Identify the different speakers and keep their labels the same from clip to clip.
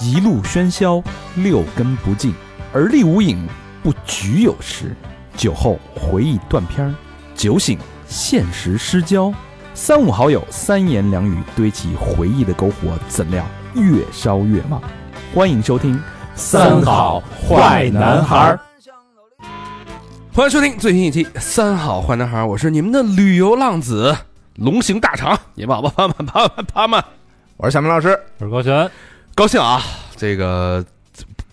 Speaker 1: 一路喧嚣，六根不净，而立无影，不局有时。酒后回忆断片儿，酒醒现实失焦。三五好友，三言两语堆起回忆的篝火，怎料越烧越旺。欢迎收听《
Speaker 2: 儿。欢迎收听最新一期《三好坏男孩》，我是你们的旅游浪子龙行大肠，你们好吧？啪啪啪啪啪啪！
Speaker 3: 我是小明老师，
Speaker 4: 我是高璇，
Speaker 2: 高兴啊！这个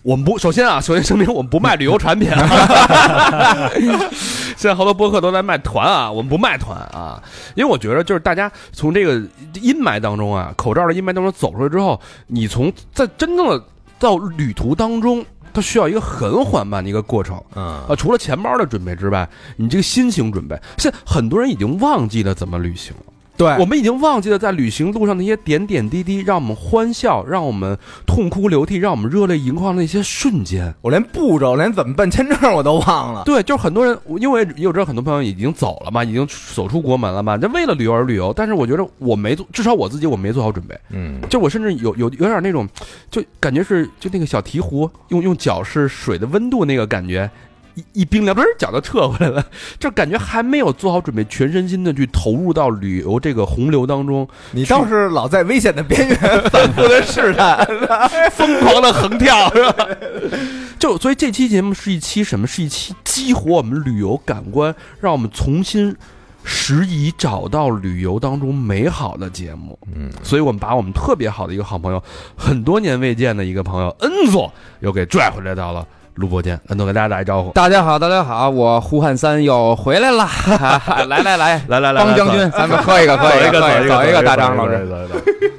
Speaker 2: 我们不，首先啊，首先声明，我们不卖旅游产品啊。 现在好多播客都在卖团啊，我们不卖团啊，因为我觉得就是大家从这个阴霾当中啊，口罩的阴霾当中走出来之后，你从在真正的到旅途当中，它需要一个很缓慢的一个过程。
Speaker 3: 嗯，
Speaker 2: 啊，除了钱包的准备之外，你这个心情准备，现在很多人已经忘记了怎么旅行了。
Speaker 3: 对，
Speaker 2: 我们已经忘记了在旅行路上那些点点滴滴，让我们欢笑，让我们痛哭流涕，让我们热泪盈眶的那些瞬间。
Speaker 3: 我连步骤、连怎么办签证我都忘了。
Speaker 2: 对，就是很多人，我因为有知道很多朋友已经走了嘛，已经走出国门了嘛，就为了旅游而旅游。但是我觉得我没做，至少我自己我没做好准备。
Speaker 3: 嗯，
Speaker 2: 就我甚至有有有点那种，就感觉是就那个小提壶用用脚试水的温度那个感觉，一一冰凉，嘣儿脚就撤回来了， 就感觉还没有做好准备，全身心的去投入到旅游这个洪流当中，
Speaker 3: 你倒是老在危险的边 缘反复的试探。
Speaker 2: 疯狂的横跳，是吧？ 就所以这期节目是一期什么？是一期激活我们旅游感官，让我们重新拾遗，找到旅游当中美好的节目。
Speaker 3: 嗯，
Speaker 2: 所以我们把我们特别好的一个好朋友，很多年未见的一个朋友恩佐，又给拽回来到了录播间。恩佐给大家打一招呼，
Speaker 5: 大家好，大家好，我胡汉三又回来了，来来来，
Speaker 2: 来来来，
Speaker 5: 方将军，咱们喝一个，喝
Speaker 2: 走
Speaker 5: 一
Speaker 2: 一
Speaker 5: 个，
Speaker 2: 个，
Speaker 5: 喝
Speaker 2: 走
Speaker 5: 一个，
Speaker 2: 一
Speaker 5: 一
Speaker 2: 个，
Speaker 5: 个，大张老师，
Speaker 2: 师。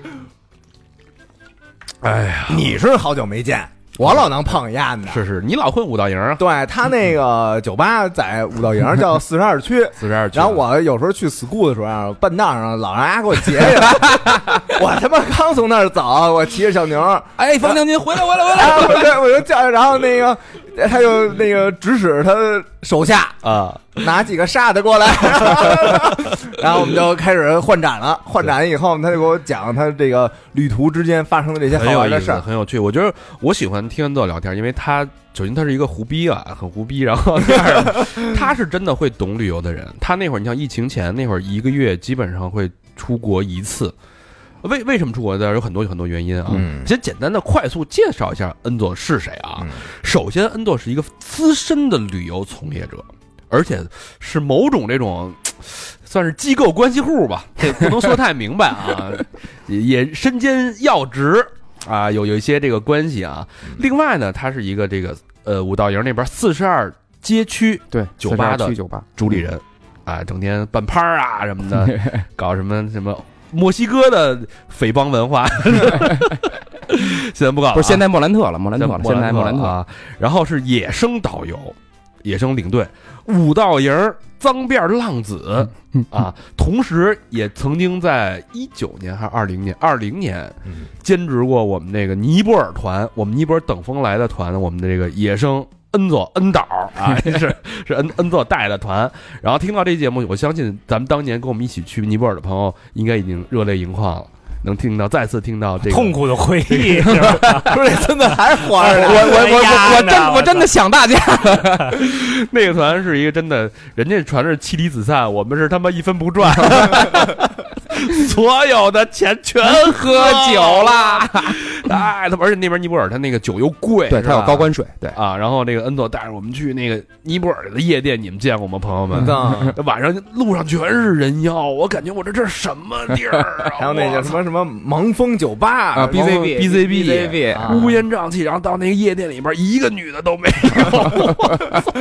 Speaker 2: 哎呀，
Speaker 3: 你是好久没见，我老能碰一案的。
Speaker 2: 是是，你老混五道营啊，
Speaker 3: 对他那个酒吧在五道营叫四十二区，
Speaker 2: 四十二
Speaker 3: 然后我有时候去 school 的时候啊，半道上老让人家给我截 下来，我他妈刚从那儿走，我骑着小牛，
Speaker 5: 哎，方将军回来，回来，回来，
Speaker 3: 然后我就我就叫，然后那个他就那个指使他手下
Speaker 2: 啊，
Speaker 3: 拿几个沙子过来， 然后我们就开始换展了。换展以后，他就给我讲他这个旅途之间发生的这些
Speaker 2: 很
Speaker 3: 好
Speaker 2: 有
Speaker 3: 玩
Speaker 2: 意
Speaker 3: 的
Speaker 2: 思
Speaker 3: 事，儿。
Speaker 2: 很有趣。我觉得我喜欢听恩佐聊天，因为他首先他是一个胡逼啊，很胡逼。然后第二， 他是真的会懂旅游的人。他那会儿，你像疫情前那会儿，一个月基本上会出国一次。为为什么出国的有很多有很多原因啊？
Speaker 3: 嗯
Speaker 2: 先简单的快速介绍一下恩佐是谁啊？
Speaker 3: 嗯
Speaker 2: 首先，恩佐是一个资深的旅游从业者，而且是某种这种。算是机构关系户吧，这不能说太明白啊， 也也身兼要职啊，有有一些这个关系啊。
Speaker 5: 嗯
Speaker 2: 另外呢，他是一个这个呃五道营那边四十二街区
Speaker 5: 对，
Speaker 2: 酒吧的
Speaker 5: 去酒吧，
Speaker 2: 主理人啊，整天办趴儿啊什么 的，搞什么什么墨西哥的匪帮文化， 现在不搞了啊、
Speaker 5: 不是现在莫兰特了，莫兰特了，现在莫兰特，
Speaker 2: 啊，然后是野生导游、野生领队、五道营儿脏辫儿浪子
Speaker 5: 嗯
Speaker 2: 啊，同时也曾经在一九年还是二零年，二零年
Speaker 3: 嗯
Speaker 2: 兼职过我们那个尼泊尔团，我们尼泊尔等风来的团，我们的这个野生。恩佐恩导 啊，是是恩恩佐带的团，然后听到这节目，我相信咱们当年跟我们一起去尼泊尔的朋友，应该已经热泪盈眶了，能听到再次听到这个
Speaker 4: 痛苦的回忆，是吧
Speaker 3: 不是，这孙子还是活着
Speaker 5: 我
Speaker 3: 呢。
Speaker 5: 我我我我
Speaker 4: 哎呀
Speaker 5: 真我真的想大家，
Speaker 2: 那个团是一个真的，人家船是妻离子散，我们是他妈一分不 赚，所有的钱全
Speaker 5: 喝酒啦，
Speaker 2: 哎他妈，而且那边尼泊尔他那个酒又贵，
Speaker 5: 对
Speaker 2: 是
Speaker 5: 他
Speaker 2: 吧
Speaker 5: 有高关税，对，
Speaker 2: 啊。然后那个恩佐带着我们去那个尼泊尔的夜店，你们见过吗，朋友们？
Speaker 3: 嗯
Speaker 2: 晚上路上全是人妖，我感觉我这这是什么地儿 啊？
Speaker 3: 还有那叫
Speaker 2: 我
Speaker 3: 什
Speaker 2: 操
Speaker 3: 么什么盲峰酒吧
Speaker 5: 啊
Speaker 3: 啊
Speaker 5: ，BZB
Speaker 2: BZB
Speaker 5: BZB，
Speaker 3: 啊
Speaker 2: 乌烟瘴气，然后到那个夜店里边，一个女的都没有，我操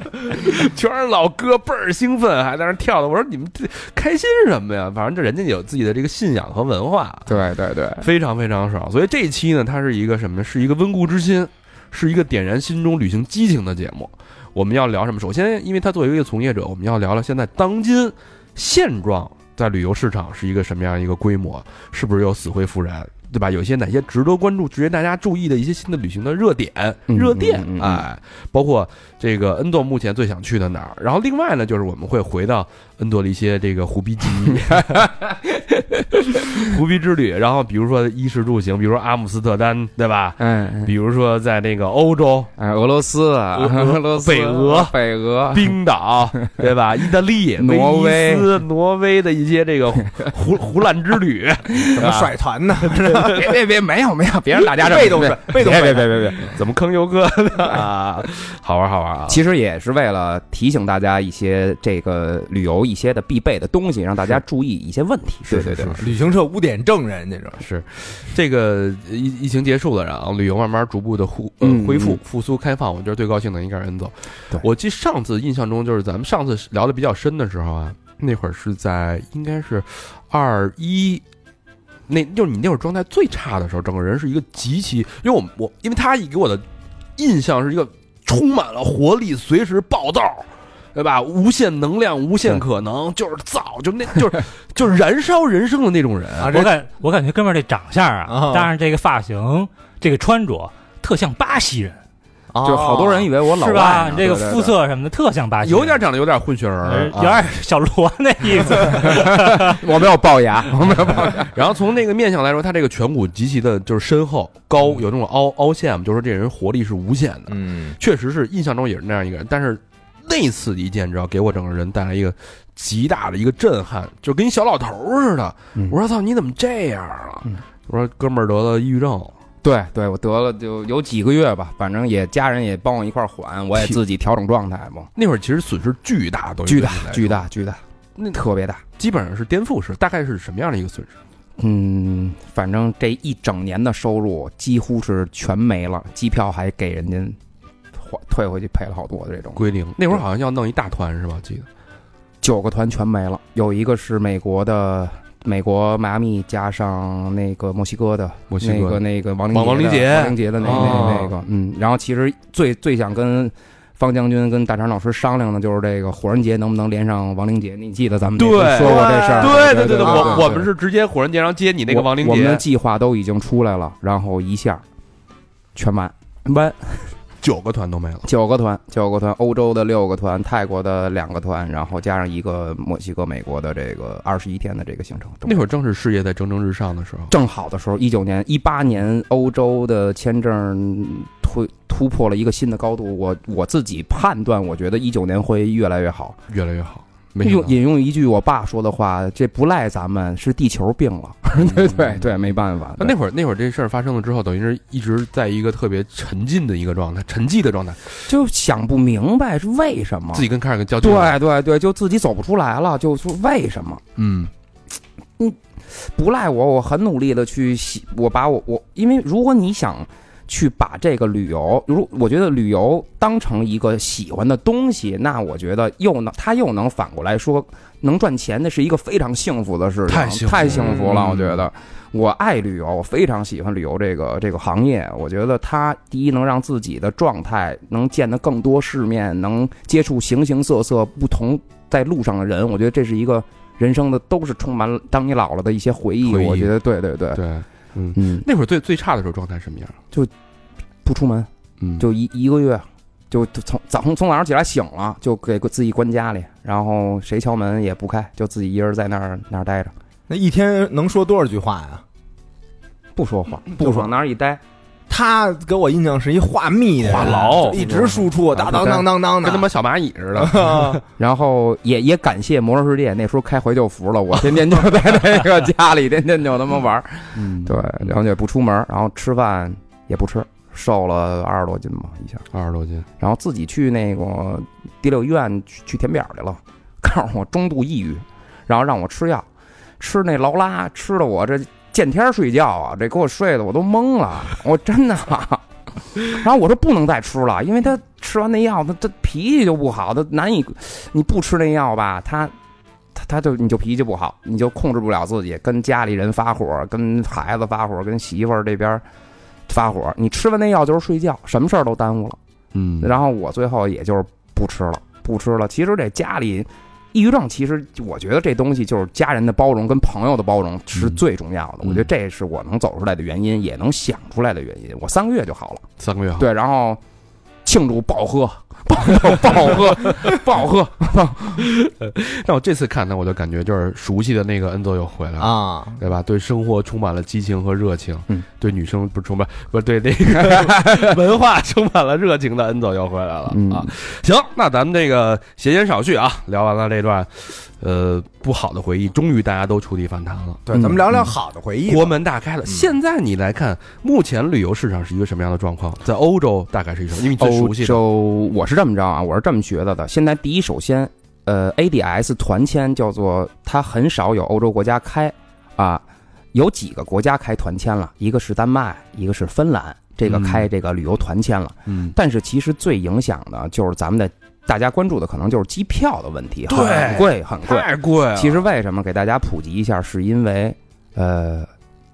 Speaker 2: 全是老哥，倍儿兴奋，啊还在那儿跳的。我说你们这开心什么呀？反正这人家有自己的这个信仰和文化，
Speaker 5: 对对对，
Speaker 2: 非常非常爽。所以这一期呢，它是一个什么呢？是一个温故知新，是一个点燃心中旅行激情的节目。我们要聊什么？首先，因为他作为一个从业者，我们要聊聊现在当今现状，在旅游市场是一个什么样一个规模，是不是有死灰复燃？对吧？有些哪些值得关注、值得大家注意的一些新的旅行的热点、
Speaker 5: 嗯
Speaker 2: 热店
Speaker 5: 嗯嗯嗯
Speaker 2: 哎，包括这个恩佐目前最想去的哪儿。然后另外呢，就是我们会回到恩佐的一些这个胡逼记忆、 胡逼之旅。然后比如说衣食住行，比如说阿姆斯特丹，对吧？
Speaker 5: 嗯，
Speaker 2: 比如说在那个欧洲，
Speaker 5: 哎，俄罗斯啊，
Speaker 2: 俄
Speaker 5: 俄罗斯、啊
Speaker 2: 北俄
Speaker 5: 北俄，
Speaker 2: 冰岛，对 吧？意大利、
Speaker 5: 挪
Speaker 2: 威
Speaker 5: 威
Speaker 2: 尼斯、挪威的一些这个胡胡乱之旅，
Speaker 3: 怎么甩团呢？
Speaker 5: 别别别，没有没有，别让大家这么
Speaker 3: 被动甩，被动
Speaker 5: 别
Speaker 3: 甩
Speaker 5: 别别别别，
Speaker 2: 怎么坑游客的 啊？好玩好玩啊！
Speaker 5: 其实也是为了提醒大家一些这个旅游一些的必备的东西，让大家注意一些问题。对对对，
Speaker 3: 旅行社污点证人那种，
Speaker 2: 是，这个疫疫情结束了，然后旅游慢慢逐步的恢呃
Speaker 5: 嗯
Speaker 2: 恢复
Speaker 5: 嗯
Speaker 2: 复苏开放，我觉得最高兴的应该是恩总
Speaker 5: 对。
Speaker 2: 我记上次印象中就是咱们上次聊的比较深的时候啊，那会儿是在应该是二一。那就是你那会儿状态最差的时候，整个人是一个极其，因为我我因为他给我的印象是一个充满了活力，随时暴躁，对吧？无限能量，无限
Speaker 5: 对
Speaker 2: 可能，就是造，就那就是就是燃烧人生的那种 人。
Speaker 3: 啊，
Speaker 4: 我
Speaker 3: 这
Speaker 4: 感我感觉哥们儿这长相啊
Speaker 3: 啊，
Speaker 4: 当然这个发型、这个穿着特像巴西人，
Speaker 3: 哦
Speaker 5: 就是好多人以为我老
Speaker 4: 是
Speaker 5: 外
Speaker 4: 吧？
Speaker 5: 呢
Speaker 4: 你这个
Speaker 5: 对对对
Speaker 4: 肤色什么的特像巴西人，
Speaker 2: 有点长得有点混血
Speaker 5: 哎
Speaker 4: 呃
Speaker 2: 儿，啊
Speaker 4: 有点小罗那意思。
Speaker 5: 我没有龅牙，我没有龅 牙，
Speaker 2: 然后从那个面相来说，他这个颧骨极其的就是深厚高，
Speaker 5: 嗯
Speaker 2: 有那种凹凹陷嘛，就是说这人活力是无限的。
Speaker 3: 嗯，
Speaker 2: 确实是印象中也是那样一个人，但是那次一见，你知道，给我整个人带来一个极大的一个震撼，就跟一小老头儿似的。
Speaker 5: 嗯
Speaker 2: 我说：“操，你怎么这样啊
Speaker 5: 嗯？”
Speaker 2: 我说：“哥们儿得了抑郁症了，
Speaker 5: 对对，我得了就有几个月吧，反正也家人也帮我一块儿缓，我也
Speaker 2: 体
Speaker 5: 自己调整状态嘛，
Speaker 2: 那会儿其实损失巨大，都
Speaker 5: 巨大巨，大巨大，
Speaker 2: 那
Speaker 5: 特别大。
Speaker 2: 基本上是颠覆式，大概是什么样的一个损失？
Speaker 5: 嗯，反正这一整年的收入几乎是全没了，机票还给人家还退回去赔了好多的这种，
Speaker 2: 归零。那会儿好像要弄一大团是吧？记得
Speaker 5: 九个团全没了，有一个是美国的。美国迈阿密加上那个墨西哥的，
Speaker 2: 墨西哥
Speaker 5: 那个
Speaker 2: 的
Speaker 5: 那个王
Speaker 2: 王
Speaker 5: 王
Speaker 2: 王
Speaker 5: 林
Speaker 2: 林杰
Speaker 5: 杰的王林杰的那
Speaker 2: 哦
Speaker 5: 那那个，嗯，然后其实最最想跟方将军跟大肠老师商量的就是这个火人节能不能连上王林杰，你记得咱们那次
Speaker 2: 对
Speaker 5: 说过这事儿？
Speaker 2: 对
Speaker 5: 对
Speaker 2: 对
Speaker 5: 对，
Speaker 2: 我我们是直接火人节，然后接你那个
Speaker 5: 我
Speaker 2: 亡灵
Speaker 5: 我们的
Speaker 2: 节，
Speaker 5: 计划都已经出来了，然后一下全完完
Speaker 2: 九个团都没了。
Speaker 5: 九个团，九个团，欧洲的六个团，泰国的两个团，然后加上一个墨西哥、美国的这个二十一天的这个行程。
Speaker 2: 那会儿正是事业在蒸蒸日上的时候，
Speaker 5: 正好的时候，一九年、一八年欧洲的签证突突破了一个新的高度，我我自己判断，我觉得一九年会越来越好。
Speaker 2: 越来越好。没想
Speaker 5: 用
Speaker 2: 到
Speaker 5: 引用一句我爸说的话，这不赖咱们，是地球病了。 对对对，没办法。
Speaker 2: 嗯那会儿那会儿这事儿发生了之后，等于是一直在一个特别沉浸的一个状态，沉寂的状态，
Speaker 5: 就想不明白是为什么
Speaker 2: 自己跟开始跟较劲。，
Speaker 5: 对对对，就自己走不出来了，就是为什么
Speaker 2: 嗯，
Speaker 5: 不赖我？我很努力的去洗，我把我我，因为如果你想去把这个旅游，如我觉得旅游当成一个喜欢的东西，那我觉得又能他又能反过来说能赚钱，那是一个非常幸福的事情，
Speaker 2: 太
Speaker 5: 太
Speaker 2: 幸福
Speaker 5: 福了，
Speaker 2: 嗯
Speaker 5: 我觉得。我爱旅游，我非常喜欢旅游这个这个行业。我觉得它第一能让自己的状态能见得更多世面，能接触形形色色不同在路上的人。我觉得这是一个人生的都是充满了当你老了的一些回忆。
Speaker 2: 回忆
Speaker 5: 我觉得对对对，
Speaker 2: 对，嗯，
Speaker 5: 嗯，
Speaker 2: 那会儿最最差的时候状态什么样？
Speaker 5: 不出门
Speaker 2: 嗯，
Speaker 5: 就一一个月，就就从早从从早上起来醒了就给自己关家里，然后谁敲门也不开，就自己一人在那儿那儿待着，
Speaker 3: 那一天能说多少句话呀？
Speaker 5: 不说话，
Speaker 2: 嗯
Speaker 3: 就
Speaker 5: 不
Speaker 3: 是
Speaker 5: 往那儿一待，
Speaker 3: 他给我印象是一话密的人
Speaker 2: 话痨
Speaker 3: 就一直输出，当当当当当的，
Speaker 2: 跟他妈小蚂蚁似的。
Speaker 3: 妈
Speaker 5: 啊 然后也也感谢魔兽世界，那时候开怀旧服了，我天天就在那个家里，天天就他妈玩儿。
Speaker 2: 嗯，
Speaker 5: 对，然后也不出门儿，然后吃饭也不吃，瘦了二十多斤嘛一下，
Speaker 2: 二十多斤，
Speaker 5: 然后自己去那个第六医院去去填表去了， 告诉我中度抑郁，然后让我吃药，吃那劳拉，吃的我这见天儿睡觉啊，这给我睡的我都懵了， 我真的。然后我说不能再吃了，因为他吃完那药，他他脾气就不好，他难以，你不吃那药吧，他他他就你就脾气不好，你就控制不了自己，跟家里人发火，跟孩子发火，跟媳妇儿这边发火。你吃完那药就是睡觉，什么事儿都耽误了。
Speaker 2: 嗯
Speaker 5: 然后我最后也就是不吃了，不吃了。其实这家里抑郁症其实我觉得这东西就是家人的包容跟朋友的包容是最重要的，
Speaker 1: 嗯
Speaker 5: 我觉得这是我能走出来的原因，也能想出来的原因。我三个月就好了，
Speaker 2: 三个月后，
Speaker 5: 对，然后庆祝暴喝，暴暴喝，暴喝，
Speaker 2: 但我这次看呢，我就感觉就是熟悉的那个恩佐又回来了。
Speaker 3: 啊，
Speaker 2: 对吧？对生活充满了激情和热情，
Speaker 5: 嗯，
Speaker 2: 对女生不是充满，不是对那个 文化充满了热情的恩总又回来了、
Speaker 5: 嗯
Speaker 2: 啊！行，那咱们这个闲言少叙啊，聊完了这段，呃，不好的回忆，终于大家都触底反弹了，
Speaker 3: 对，
Speaker 5: 嗯
Speaker 3: 咱们聊聊好的回忆吧。
Speaker 2: 国门大开了。现在你来看，目前旅游市场是一个什么样的状况？在欧洲大概是一个什么？因为你最
Speaker 5: 欧
Speaker 2: 熟悉的，
Speaker 5: 洲，我是这么着啊，我是这么觉得的。现在第一，首先，呃，ADS 团签叫做它很少有欧洲国家开啊，有几个国家开团签了，一个是丹麦，一个是芬兰，这个
Speaker 2: 嗯
Speaker 5: 开这个旅游团签了。
Speaker 2: 嗯，
Speaker 5: 但是其实最影响的就是咱们的大家关注的可能就是机票的问题，
Speaker 2: 对
Speaker 5: 很贵很贵。
Speaker 2: 太贵了。
Speaker 5: 其实为什么给大家普及一下，是因为呃，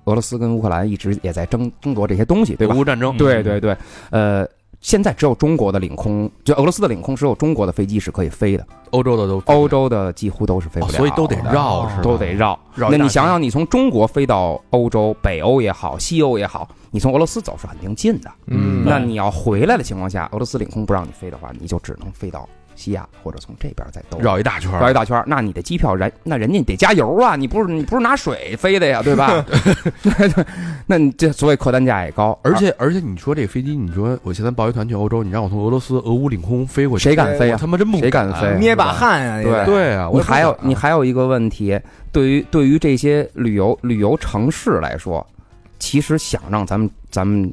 Speaker 5: 俄罗斯跟乌克兰一直也在争争夺这些东西，对吧？
Speaker 2: 俄乌战争，嗯
Speaker 5: 对对对，呃，现在只有中国的领空，就俄罗斯的领空只有中国的飞机是可以飞的，
Speaker 2: 欧洲的都
Speaker 5: 欧洲的几乎都是飞
Speaker 2: 哦
Speaker 5: 不了的、
Speaker 2: 所以都得绕，是吧？
Speaker 5: 都得绕。
Speaker 2: 绕一
Speaker 5: 那
Speaker 2: 大圈
Speaker 5: 你想想，你从中国飞到欧洲、北欧也好，西欧也好，你从俄罗斯走是肯定近的。
Speaker 3: 嗯，
Speaker 5: 那你要回来的情况下，俄罗斯领空不让你飞的话，你就只能飞到西亚或者从这边再兜。
Speaker 2: 绕一大圈儿，
Speaker 5: 绕一大圈儿，那你的机票人，那人家得加油啊！你不是你不是拿水飞的呀，对吧？ 对对，那你这所以客单价也高，
Speaker 2: 而且而且，你说这个飞机，你说我现在报一团去欧洲，你让我从俄罗斯俄乌领空飞过去，
Speaker 5: 谁敢飞
Speaker 2: 我
Speaker 5: 啊？
Speaker 2: 他妈真不
Speaker 5: 谁敢飞
Speaker 3: 捏把汗啊，也得
Speaker 5: 对
Speaker 2: 对啊，我
Speaker 5: 你
Speaker 2: 也不
Speaker 5: 还有
Speaker 2: 敢啊
Speaker 5: 你还有一个问题，对于对于这些旅游旅游城市来说，其实想让咱们咱们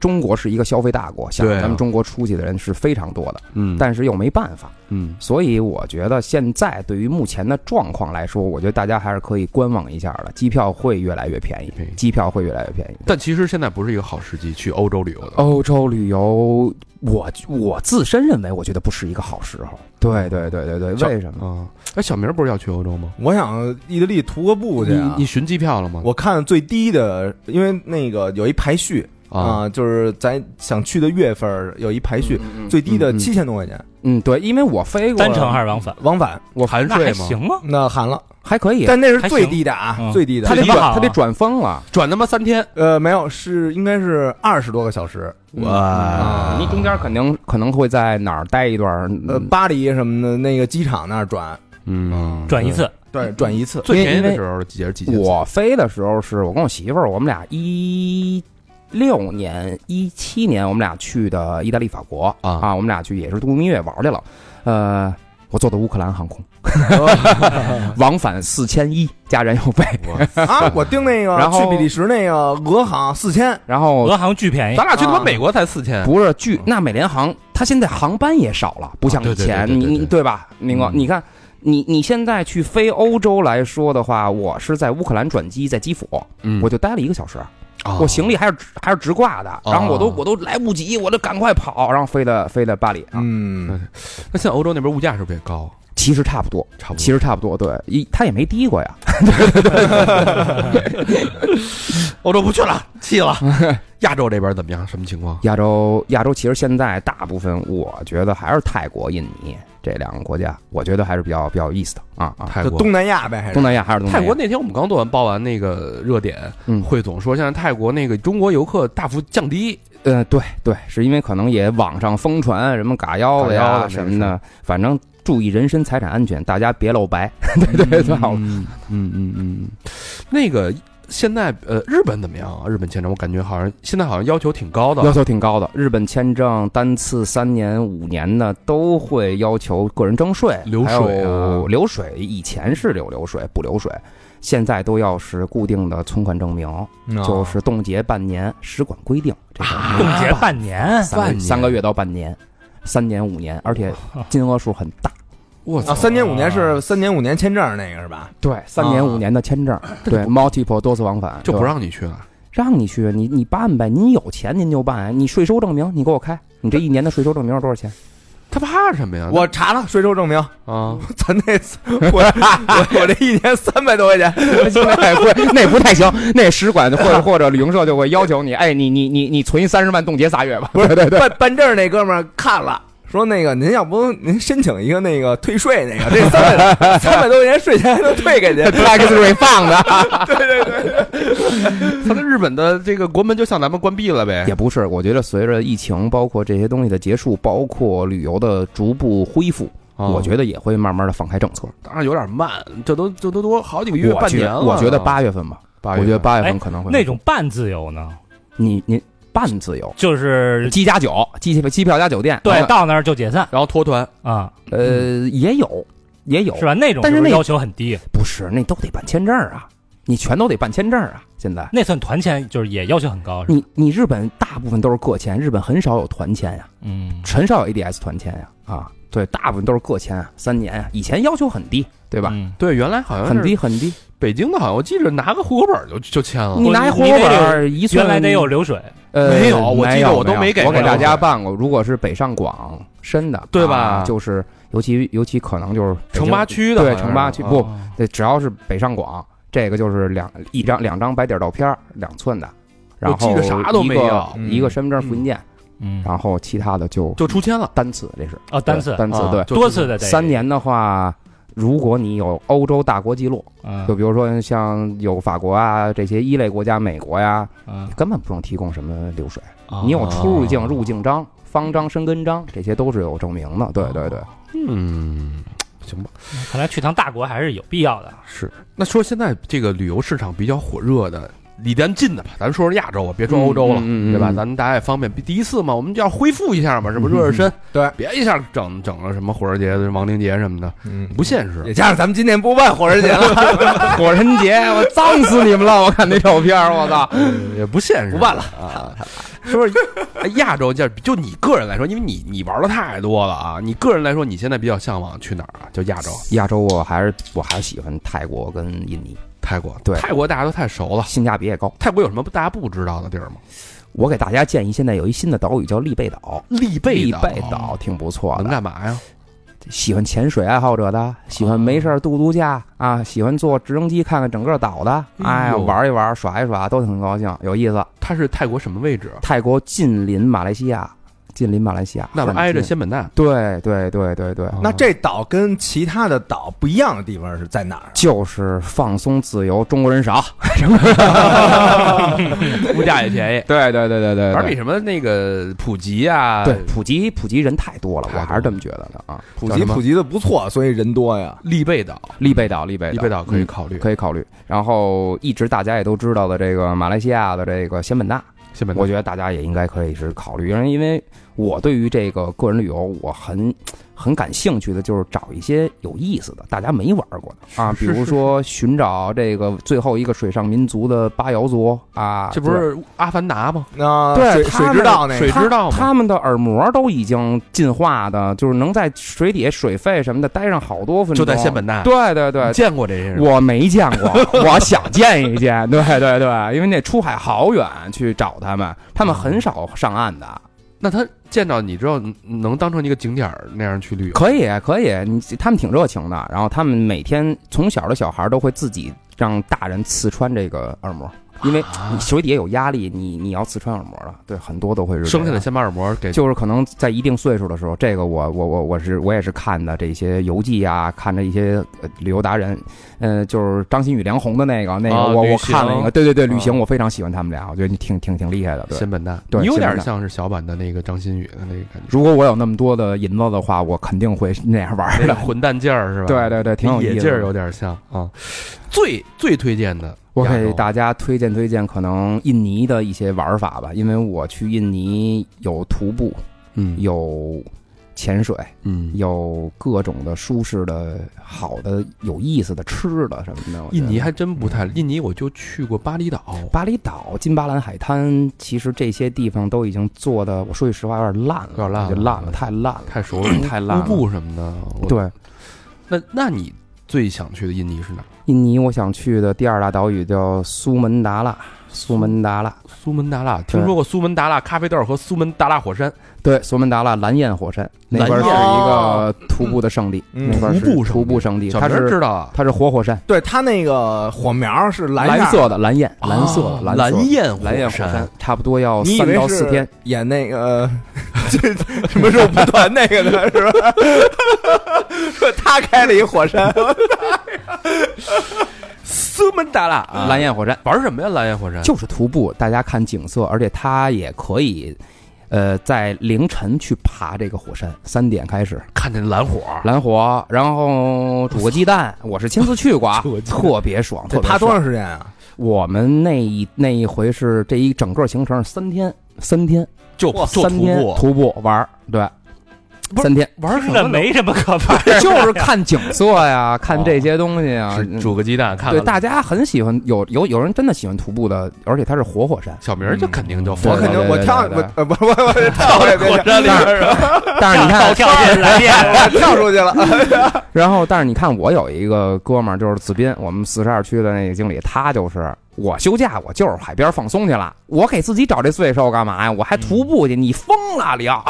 Speaker 5: 中国是一个消费大国，想
Speaker 2: 对
Speaker 5: 让
Speaker 2: 啊
Speaker 5: 咱们中国出去的人是非常多的，
Speaker 2: 嗯，
Speaker 5: 但是又没办法，
Speaker 2: 嗯
Speaker 5: 所以我觉得现在对于目前的状况来说，我觉得大家还是可以观望一下的，机票会越来越便宜
Speaker 2: 便宜，
Speaker 5: 机票会越来越便宜。
Speaker 2: 但其实现在不是一个好时机去欧洲旅游的。
Speaker 5: 欧洲旅游，我我自身认为，我觉得不是一个好时候。对对对对对，
Speaker 2: 小
Speaker 5: 为什么？
Speaker 2: 啊，哎，小明不是要去欧洲吗？
Speaker 3: 我想意大利徒个步去
Speaker 2: 你
Speaker 3: 啊
Speaker 2: 你。寻机票了吗？
Speaker 3: 我看最低的，因为那个有一排序
Speaker 2: 啊，
Speaker 3: 啊，就是咱想去的月份儿有一排序，最低的
Speaker 5: 嗯嗯
Speaker 3: 七千多块钱
Speaker 5: 嗯， 对，因为我飞过
Speaker 4: 单程还是往返？
Speaker 3: 往返，
Speaker 2: 我含
Speaker 4: 那
Speaker 2: 税
Speaker 4: 还
Speaker 2: 吗？
Speaker 4: 行啊，
Speaker 3: 那含了，
Speaker 5: 还可以，
Speaker 3: 但那是
Speaker 4: 还
Speaker 3: 最
Speaker 4: 行
Speaker 3: 低的啊，
Speaker 4: 嗯
Speaker 3: 最低的
Speaker 5: 他。得
Speaker 4: 这
Speaker 5: 转
Speaker 4: 挺好啊
Speaker 5: 他得转风了。
Speaker 2: 转他妈三天，
Speaker 3: 呃，没有，是应该是二十多个小时，
Speaker 2: 哇
Speaker 5: 啊你中间肯定可能会在哪儿待一段儿，
Speaker 3: 呃，
Speaker 5: 嗯
Speaker 3: 巴黎什么的那个机场那儿转，
Speaker 2: 嗯，
Speaker 4: 转一次
Speaker 3: 对，转一次，
Speaker 2: 最便宜
Speaker 5: 因
Speaker 2: 的
Speaker 5: 为
Speaker 2: 时候也是几千，
Speaker 5: 我飞的时候是我跟我媳妇儿，我们俩一六年、一七年，我们俩去的意大利、法国
Speaker 2: 啊
Speaker 5: 我们俩去也是度蜜月玩儿去了。呃，我坐的乌克兰航空，往返四千一，家人又飞，
Speaker 3: 啊，我订那个
Speaker 5: 然后啊
Speaker 3: 去比利时那个俄航四千，
Speaker 5: 然后
Speaker 4: 俄航巨便宜
Speaker 2: 咱，俩去他妈
Speaker 3: 啊
Speaker 2: 美国才四千，
Speaker 5: 不是据那美联航，它现在航班也少了，不像
Speaker 2: 嗯啊
Speaker 5: 以
Speaker 2: 对对
Speaker 5: 前，
Speaker 2: 对对
Speaker 5: 你
Speaker 2: 对
Speaker 5: 你对吧，明哥？
Speaker 2: 嗯
Speaker 5: 你看，你你现在去飞欧洲来说的话，我是在乌克兰转机，在基辅，
Speaker 2: 嗯
Speaker 5: 我就待了一个小时，
Speaker 2: 啊
Speaker 5: 我行李还是直还是直挂的，然后我都
Speaker 2: 哦
Speaker 5: 我都来不及，我就赶快跑，然后飞的飞的巴黎啊，
Speaker 3: 嗯，
Speaker 2: 那现在欧洲那边物价是不是也高？
Speaker 5: 其实差不多，
Speaker 2: 差不多
Speaker 5: 其。实差不多，对，一它也没低过呀，
Speaker 2: 欧洲不去了，气了。亚洲这边怎么样？什么情况？
Speaker 5: 亚洲，亚洲其实现在大部分，我觉得还是泰国、印尼这两个国家，我觉得还是比较比较有意思的啊啊！
Speaker 2: 泰
Speaker 3: 就
Speaker 2: 国。
Speaker 3: 东南亚呗，还是
Speaker 5: 东南亚还是东南亚
Speaker 2: 泰国那天我们刚做完报完那个热点
Speaker 5: 嗯
Speaker 2: 汇总，说现在泰国那个中国游客大幅降低，
Speaker 5: 呃，对对，是因为可能也网上疯传什么嘎腰子
Speaker 2: 嘎腰
Speaker 5: 呀
Speaker 2: 子
Speaker 5: 什么的，反正注意人身财产安全，大家别露白。 对对对，好了
Speaker 2: 嗯嗯嗯嗯，那个现在呃，日本怎么样啊？日本签证我感觉好像现在好像要求挺高的，
Speaker 5: 要求挺高的。日本签证单次三年、五年的都会要求个人征税、
Speaker 2: 流水啊
Speaker 5: 还有流水以前是流流水不流水，现在都要是固定的存款证明，
Speaker 2: 啊
Speaker 3: 嗯
Speaker 5: 就是冻结半年，使馆规定这个冻
Speaker 4: 冻结半年，
Speaker 5: 三个
Speaker 2: 啊半年
Speaker 5: 三个月到半年，三年五年，而且金额数很大。
Speaker 2: 我
Speaker 3: 啊，
Speaker 2: 操，
Speaker 3: 三年五年是三年五年签证那个是吧？
Speaker 5: 对，三年
Speaker 3: 啊
Speaker 5: 五年的签证，对，multiple 多次往返
Speaker 2: 就不
Speaker 5: 对吧
Speaker 2: 让你去了。
Speaker 5: 让你去，你你办呗，你有钱您就办，你税收证明你给我开，你这一年的税收证明是多少钱？
Speaker 2: 他怕什
Speaker 5: 啊
Speaker 2: 么呀？
Speaker 3: 我查了税收证明，
Speaker 2: 啊，
Speaker 3: 咱那次我 我我这一年三百多块钱，
Speaker 5: 那不那不太行，那使馆或 者或者旅行社就会要求你，哎，你你你你存一三十万冻结仨月吧。
Speaker 3: 不是办办证那哥们儿看了，说那个您要不您申请一个那个退税那个，这三 百三百多块钱税钱还能退给您。
Speaker 5: tax refund 的
Speaker 2: 他的日本的这个国门就向咱们关闭了呗
Speaker 5: 也。不是。我觉得随着疫情，包括这些东西的结束，包括旅游的逐步恢复，我
Speaker 2: 得
Speaker 5: 觉得也会慢慢的放开政策。
Speaker 2: 当然有点慢，这都这都多好几个月
Speaker 5: 我
Speaker 2: 半
Speaker 5: 觉
Speaker 2: 年
Speaker 5: 得
Speaker 2: 了。啊
Speaker 5: 我觉得八月份吧，
Speaker 2: 八月
Speaker 5: 我
Speaker 2: 份，
Speaker 5: 觉得八月
Speaker 4: 哎
Speaker 5: 份可能会
Speaker 4: 那种半自由呢，
Speaker 5: 你你半自由，
Speaker 4: 就是
Speaker 5: 机加酒，机机票加酒店，
Speaker 4: 对
Speaker 5: 嗯
Speaker 4: 到那儿就解散
Speaker 2: 然后脱团，
Speaker 4: 啊，
Speaker 5: 呃也有也有
Speaker 4: 是吧？那种
Speaker 5: 但是
Speaker 4: 是不
Speaker 5: 那
Speaker 4: 要求很低，
Speaker 5: 不是，那都得办签证啊，你全都得办签证啊。现在
Speaker 4: 那算团签，就是也要求很高，是吧？
Speaker 5: 你你日本大部分都是个签，日本很少有团签呀、
Speaker 4: 嗯，
Speaker 5: 很少有 ADS 团签呀、啊。对，大部分都是个签啊，三年啊，以前要求很低，对吧？
Speaker 4: 嗯
Speaker 2: 对，原来好像是
Speaker 5: 很低很低，
Speaker 2: 北京的好像我记着拿个户口本就就签了。
Speaker 5: 你拿一户口
Speaker 4: 你得
Speaker 5: 本儿一算，
Speaker 4: 原来得有流水，
Speaker 5: 呃
Speaker 2: 没有我记得
Speaker 5: 没有
Speaker 2: 我都
Speaker 5: 没
Speaker 2: 没给
Speaker 5: 有我给
Speaker 2: 过
Speaker 5: 大家办过。如果是北上广深的，
Speaker 2: 对吧
Speaker 5: 啊就是尤其尤其可能就是北京
Speaker 2: 城八区的
Speaker 5: 对
Speaker 2: 好像是
Speaker 5: 城八区
Speaker 1: 哦
Speaker 2: 啊
Speaker 5: 不，对，只要是北上广，这个就是两一张两张白底儿照片儿，两寸的，然后
Speaker 2: 我记得啥都没
Speaker 5: 一个
Speaker 2: 有嗯
Speaker 5: 一个身份证复印件，
Speaker 2: 哦
Speaker 4: 嗯，
Speaker 5: 然后其他的就
Speaker 2: 就出签了，
Speaker 5: 单次，这是
Speaker 4: 哦，单次
Speaker 5: 对单次
Speaker 2: 啊
Speaker 5: 对，
Speaker 2: 就
Speaker 4: 多次的得
Speaker 5: 三，年的话。如果你有欧洲大国记录，
Speaker 2: 啊
Speaker 4: 嗯
Speaker 5: 就比如说像有法国啊这些一类国家、美国呀、
Speaker 2: 啊
Speaker 4: 嗯，
Speaker 5: 根本不用提供什么流水。你有出入境、入境章、方章、申根章，这些都是有证明的。对对对，
Speaker 2: 啊嗯，行吧。
Speaker 4: 哦看来去趟大国还是有必要的。
Speaker 2: 是，那说现在这个旅游市场比较火热的，离咱近的吧，咱说说亚洲吧，啊别说欧洲了，
Speaker 5: 嗯嗯嗯嗯
Speaker 2: 对吧？
Speaker 5: 嗯
Speaker 2: 咱大家也方便，第一次嘛，我们就要恢复一下嘛，是 不是热热身？
Speaker 3: 对
Speaker 2: 别一下整整了什么火车节、亡灵节什么的，
Speaker 3: 嗯，
Speaker 2: 不现实。
Speaker 3: 也加上咱们今天不办火车节 了，
Speaker 5: 火人节，我脏死你们了！我看那照片，我 操！
Speaker 2: 也不现实，不办了啊！说说亚洲就就你个人来说，因为你你玩的太多了啊，你个人来说，你现在比较向往去哪儿啊？就亚洲、
Speaker 5: 亚洲我还是我还是喜欢泰国跟印尼，
Speaker 2: 泰国，
Speaker 5: 对
Speaker 2: 泰国大家都太熟了。
Speaker 5: 性价比也高。
Speaker 2: 泰国有什么大家不知道的地儿吗？
Speaker 5: 我给大家建议，现在有一新的岛屿叫利贝岛，
Speaker 2: 利
Speaker 5: 利
Speaker 2: 贝岛，
Speaker 5: 贝岛挺不错
Speaker 2: 能
Speaker 5: 的，
Speaker 2: 干嘛呀？
Speaker 5: 喜欢潜水爱好者的，喜欢没事儿度度假
Speaker 2: 嗯
Speaker 5: 啊，喜欢坐直升机看看整个岛的，
Speaker 2: 哎
Speaker 5: 哎呀，
Speaker 2: 呦
Speaker 5: 玩一玩耍一耍都挺高兴，有意思。
Speaker 2: 它是泰国什么位置？
Speaker 5: 泰国近邻马来西亚，近邻马来西亚，
Speaker 2: 那不
Speaker 5: 很
Speaker 2: 挨着哦
Speaker 5: 近
Speaker 2: 仙本那？
Speaker 5: 对对对对对，
Speaker 3: 那这岛跟其他的岛不一样的地方是在哪儿？
Speaker 5: 就是放松自由，中国人少。，
Speaker 2: 物价也便宜
Speaker 5: 对对对对对
Speaker 2: 反正比
Speaker 5: 对。
Speaker 2: 什么那个普及啊，
Speaker 5: 对，普及普及人太多了，
Speaker 2: 太多
Speaker 5: 我还是这么觉得的啊。
Speaker 2: 普
Speaker 3: 普及普及的不错，所以人多呀。
Speaker 2: 利贝岛，
Speaker 5: 利贝岛，利贝
Speaker 2: 利贝岛可以考虑
Speaker 5: 嗯，可以考虑。然后一直大家也都知道的这个马来西亚的这个仙本那，
Speaker 2: 仙本那
Speaker 5: 我觉得大家也应该可以是考虑，因为因为我对于这个个人旅游我很很感兴趣的，就是找一些有意思的，大家没玩过的啊，比
Speaker 2: 是
Speaker 5: 如说寻找这个最后一个水上民族的巴瑶族啊，
Speaker 2: 这不是阿凡达吗？
Speaker 3: 那
Speaker 5: 对
Speaker 3: 水
Speaker 5: 他
Speaker 3: 水
Speaker 5: 们
Speaker 3: 之道那
Speaker 2: 水
Speaker 3: 个，
Speaker 5: 他
Speaker 2: 知道吗
Speaker 5: 他们的耳膜都已经进化的，就是能在水底下水肺什么的待上好多分钟，
Speaker 2: 就在仙本那，嗯
Speaker 5: 对对对
Speaker 2: 你，见过这些人吗？
Speaker 5: 我没见 过，我想见一见。对对对，因为那出海好远去找他们，他们很少上岸的。
Speaker 2: 那他见到你之后，嗯能当成一个景点儿那样去旅游？
Speaker 5: 可以可以，你他们挺热情的。然后他们每天从小的小孩都会自己让大人刺穿这个耳膜，因为
Speaker 2: 啊
Speaker 5: 你水底下有压力，你你要刺穿耳膜了。对，很多都会是这
Speaker 2: 生下
Speaker 5: 样
Speaker 2: 来先把耳膜给
Speaker 5: 就是可能在一定岁数的时候，这个我我我我是我也是看的这些游记啊，看着一些呃旅游达人，呃，就是张馨予、梁红的那个那个，
Speaker 2: 啊
Speaker 5: 我
Speaker 2: 旅
Speaker 5: 我
Speaker 2: 行
Speaker 5: 看了一个，对对对，旅
Speaker 2: 啊
Speaker 5: 行我非常喜欢他们俩，我觉得你挺挺挺厉害的。对，
Speaker 2: 仙本那，
Speaker 5: 对
Speaker 2: 你有
Speaker 5: 仙本
Speaker 2: 点
Speaker 5: 那
Speaker 2: 像是小版的那个张馨予的那个感觉，
Speaker 5: 如果我有那么多的银子的话，我肯定会 那样 玩
Speaker 2: 那
Speaker 5: 的
Speaker 2: 个。混蛋劲儿是吧？
Speaker 5: 对对对，挺有意
Speaker 2: 野
Speaker 5: 思
Speaker 2: 劲儿
Speaker 5: 的。
Speaker 2: 有点像啊。最最推荐的亚洲，
Speaker 5: 我给大家推荐推荐可能印尼的一些玩法吧，因为我去印尼有徒步，
Speaker 2: 嗯
Speaker 5: 有潜水，
Speaker 2: 嗯，
Speaker 5: 有各种的舒适的、好的、有意思的吃的什么的。我嗯觉
Speaker 2: 印
Speaker 5: 得
Speaker 2: 尼还真不太，印尼我就去过巴厘岛，
Speaker 5: 巴厘岛、金巴兰海滩，其实这些地方都已经做的，我说句实话，有点烂了，
Speaker 2: 有点烂了
Speaker 5: 就烂了，太烂了，嗯
Speaker 2: 太熟了，
Speaker 5: 太烂了
Speaker 2: 乌布什么的。我，
Speaker 5: 对。
Speaker 2: 那那你最想去的印尼是哪儿？
Speaker 5: 印尼，我想去的第二大岛屿叫苏门答腊。苏门答腊，
Speaker 2: 苏门答腊，听说过苏门答腊咖啡豆和苏门答腊火山，
Speaker 5: 对，苏门答腊蓝焰火山那边
Speaker 2: 蓝
Speaker 5: 是一
Speaker 2: 焰
Speaker 5: 个徒步的圣地，
Speaker 3: 嗯
Speaker 5: 那边是
Speaker 2: 徒步圣地
Speaker 5: 徒步圣地，
Speaker 2: 小
Speaker 5: 它
Speaker 2: 明儿
Speaker 5: 是
Speaker 2: 知道啊。
Speaker 5: 它是活火山，
Speaker 3: 对他那个火苗是蓝
Speaker 5: 蓝
Speaker 3: 样儿，
Speaker 5: 色的蓝焰，哦蓝色
Speaker 2: 啊
Speaker 5: 的蓝色的
Speaker 2: 蓝焰
Speaker 5: 蓝焰火
Speaker 2: 火山
Speaker 5: 山，差不多要
Speaker 3: 你以
Speaker 5: 三
Speaker 3: 为
Speaker 5: 到
Speaker 3: 是
Speaker 5: 四天，
Speaker 3: 演那个呃这什么肉蒲团那个的是吧？说他开了一火山，
Speaker 2: 苏门答腊啊
Speaker 5: 蓝焰火山
Speaker 2: 玩什么呀？蓝焰火山
Speaker 5: 就是徒步，大家看景色，而且它也可以，呃，在凌晨去爬这个火山，三点开始
Speaker 2: 看见蓝火，
Speaker 5: 蓝火，然后煮个鸡蛋，我是亲自去过啊
Speaker 2: 嗯
Speaker 1: 煮个，鸡蛋
Speaker 5: 特别爽，特
Speaker 3: 得
Speaker 5: 别
Speaker 3: 爬多
Speaker 5: 爽
Speaker 3: 长时间啊？
Speaker 5: 我们那一那一回是这一整个行程是三天，三天，
Speaker 2: 就就
Speaker 5: 三
Speaker 2: 徒
Speaker 5: 天
Speaker 3: 啊
Speaker 2: 步，啊
Speaker 5: 徒步玩儿，对，
Speaker 2: 不是
Speaker 5: 三 天
Speaker 2: 玩什
Speaker 4: 听着
Speaker 2: 么呢？
Speaker 4: 没什么可怕的。
Speaker 5: 就是看景色呀，看这些东西啊。
Speaker 2: 是
Speaker 5: 嗯
Speaker 2: 煮个鸡蛋看
Speaker 5: 对，
Speaker 2: 看。
Speaker 5: 大家很喜欢，有有有人真的喜欢徒步的，而且它是活火 山。
Speaker 2: 小明儿就肯定就
Speaker 5: 嗯对
Speaker 3: 我
Speaker 2: 疯
Speaker 3: 肯
Speaker 2: 了，
Speaker 3: 定我
Speaker 5: 对
Speaker 3: 跳
Speaker 5: 对对
Speaker 3: 我呃不我我我跳我也别
Speaker 2: 火
Speaker 3: 跳，
Speaker 2: 山里边儿
Speaker 5: 但是你
Speaker 4: 倒
Speaker 5: 看，
Speaker 4: 跳进来电，
Speaker 3: 我跳出去了。
Speaker 5: 然后但是你看，我有一个哥们儿就是子斌，我们四十二区的那个经理，他就是我休假，我就是海边放松去了，我给自己找这罪受干嘛呀？我
Speaker 2: 嗯
Speaker 5: 还徒步去，你疯了，李奥？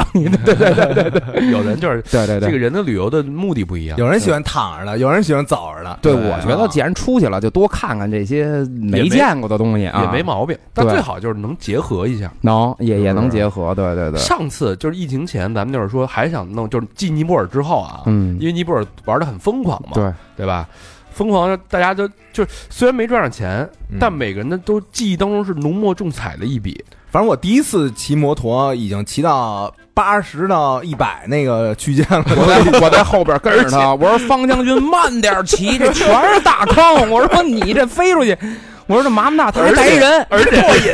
Speaker 2: 有人就是
Speaker 5: 对对
Speaker 2: 这个
Speaker 5: 对。
Speaker 2: 人的旅游的目的不一样，
Speaker 3: 有人喜欢躺着的，有人喜欢走着的。啊
Speaker 5: 对，
Speaker 2: 对啊
Speaker 5: 我觉得既然出去了，就多看看这些没
Speaker 2: 没
Speaker 5: 见过的东西啊，
Speaker 2: 也没毛病，但
Speaker 5: 对
Speaker 2: 最好就是能结合一下。
Speaker 5: 能也也
Speaker 2: 是
Speaker 5: 能
Speaker 2: 不是
Speaker 5: 结合，对对对，
Speaker 2: 上次就是疫情前，咱们就是说还想弄，就是继尼泊尔之后啊，
Speaker 5: 嗯
Speaker 2: 因，为尼泊尔玩的很疯狂嘛，
Speaker 5: 对，
Speaker 2: 对吧？疯狂，大家都就是虽然没赚上钱，
Speaker 5: 嗯
Speaker 2: 但每个人的都记忆当中是浓墨重彩的一 笔。
Speaker 3: 反正我第一次骑摩托已经骑到八十到一百那个区间了，
Speaker 5: 我在我在后边跟着他，我说方将军慢点骑，这全是大坑，我说你这飞出去，我说这麻木大他还带一人，
Speaker 2: 而且 过瘾，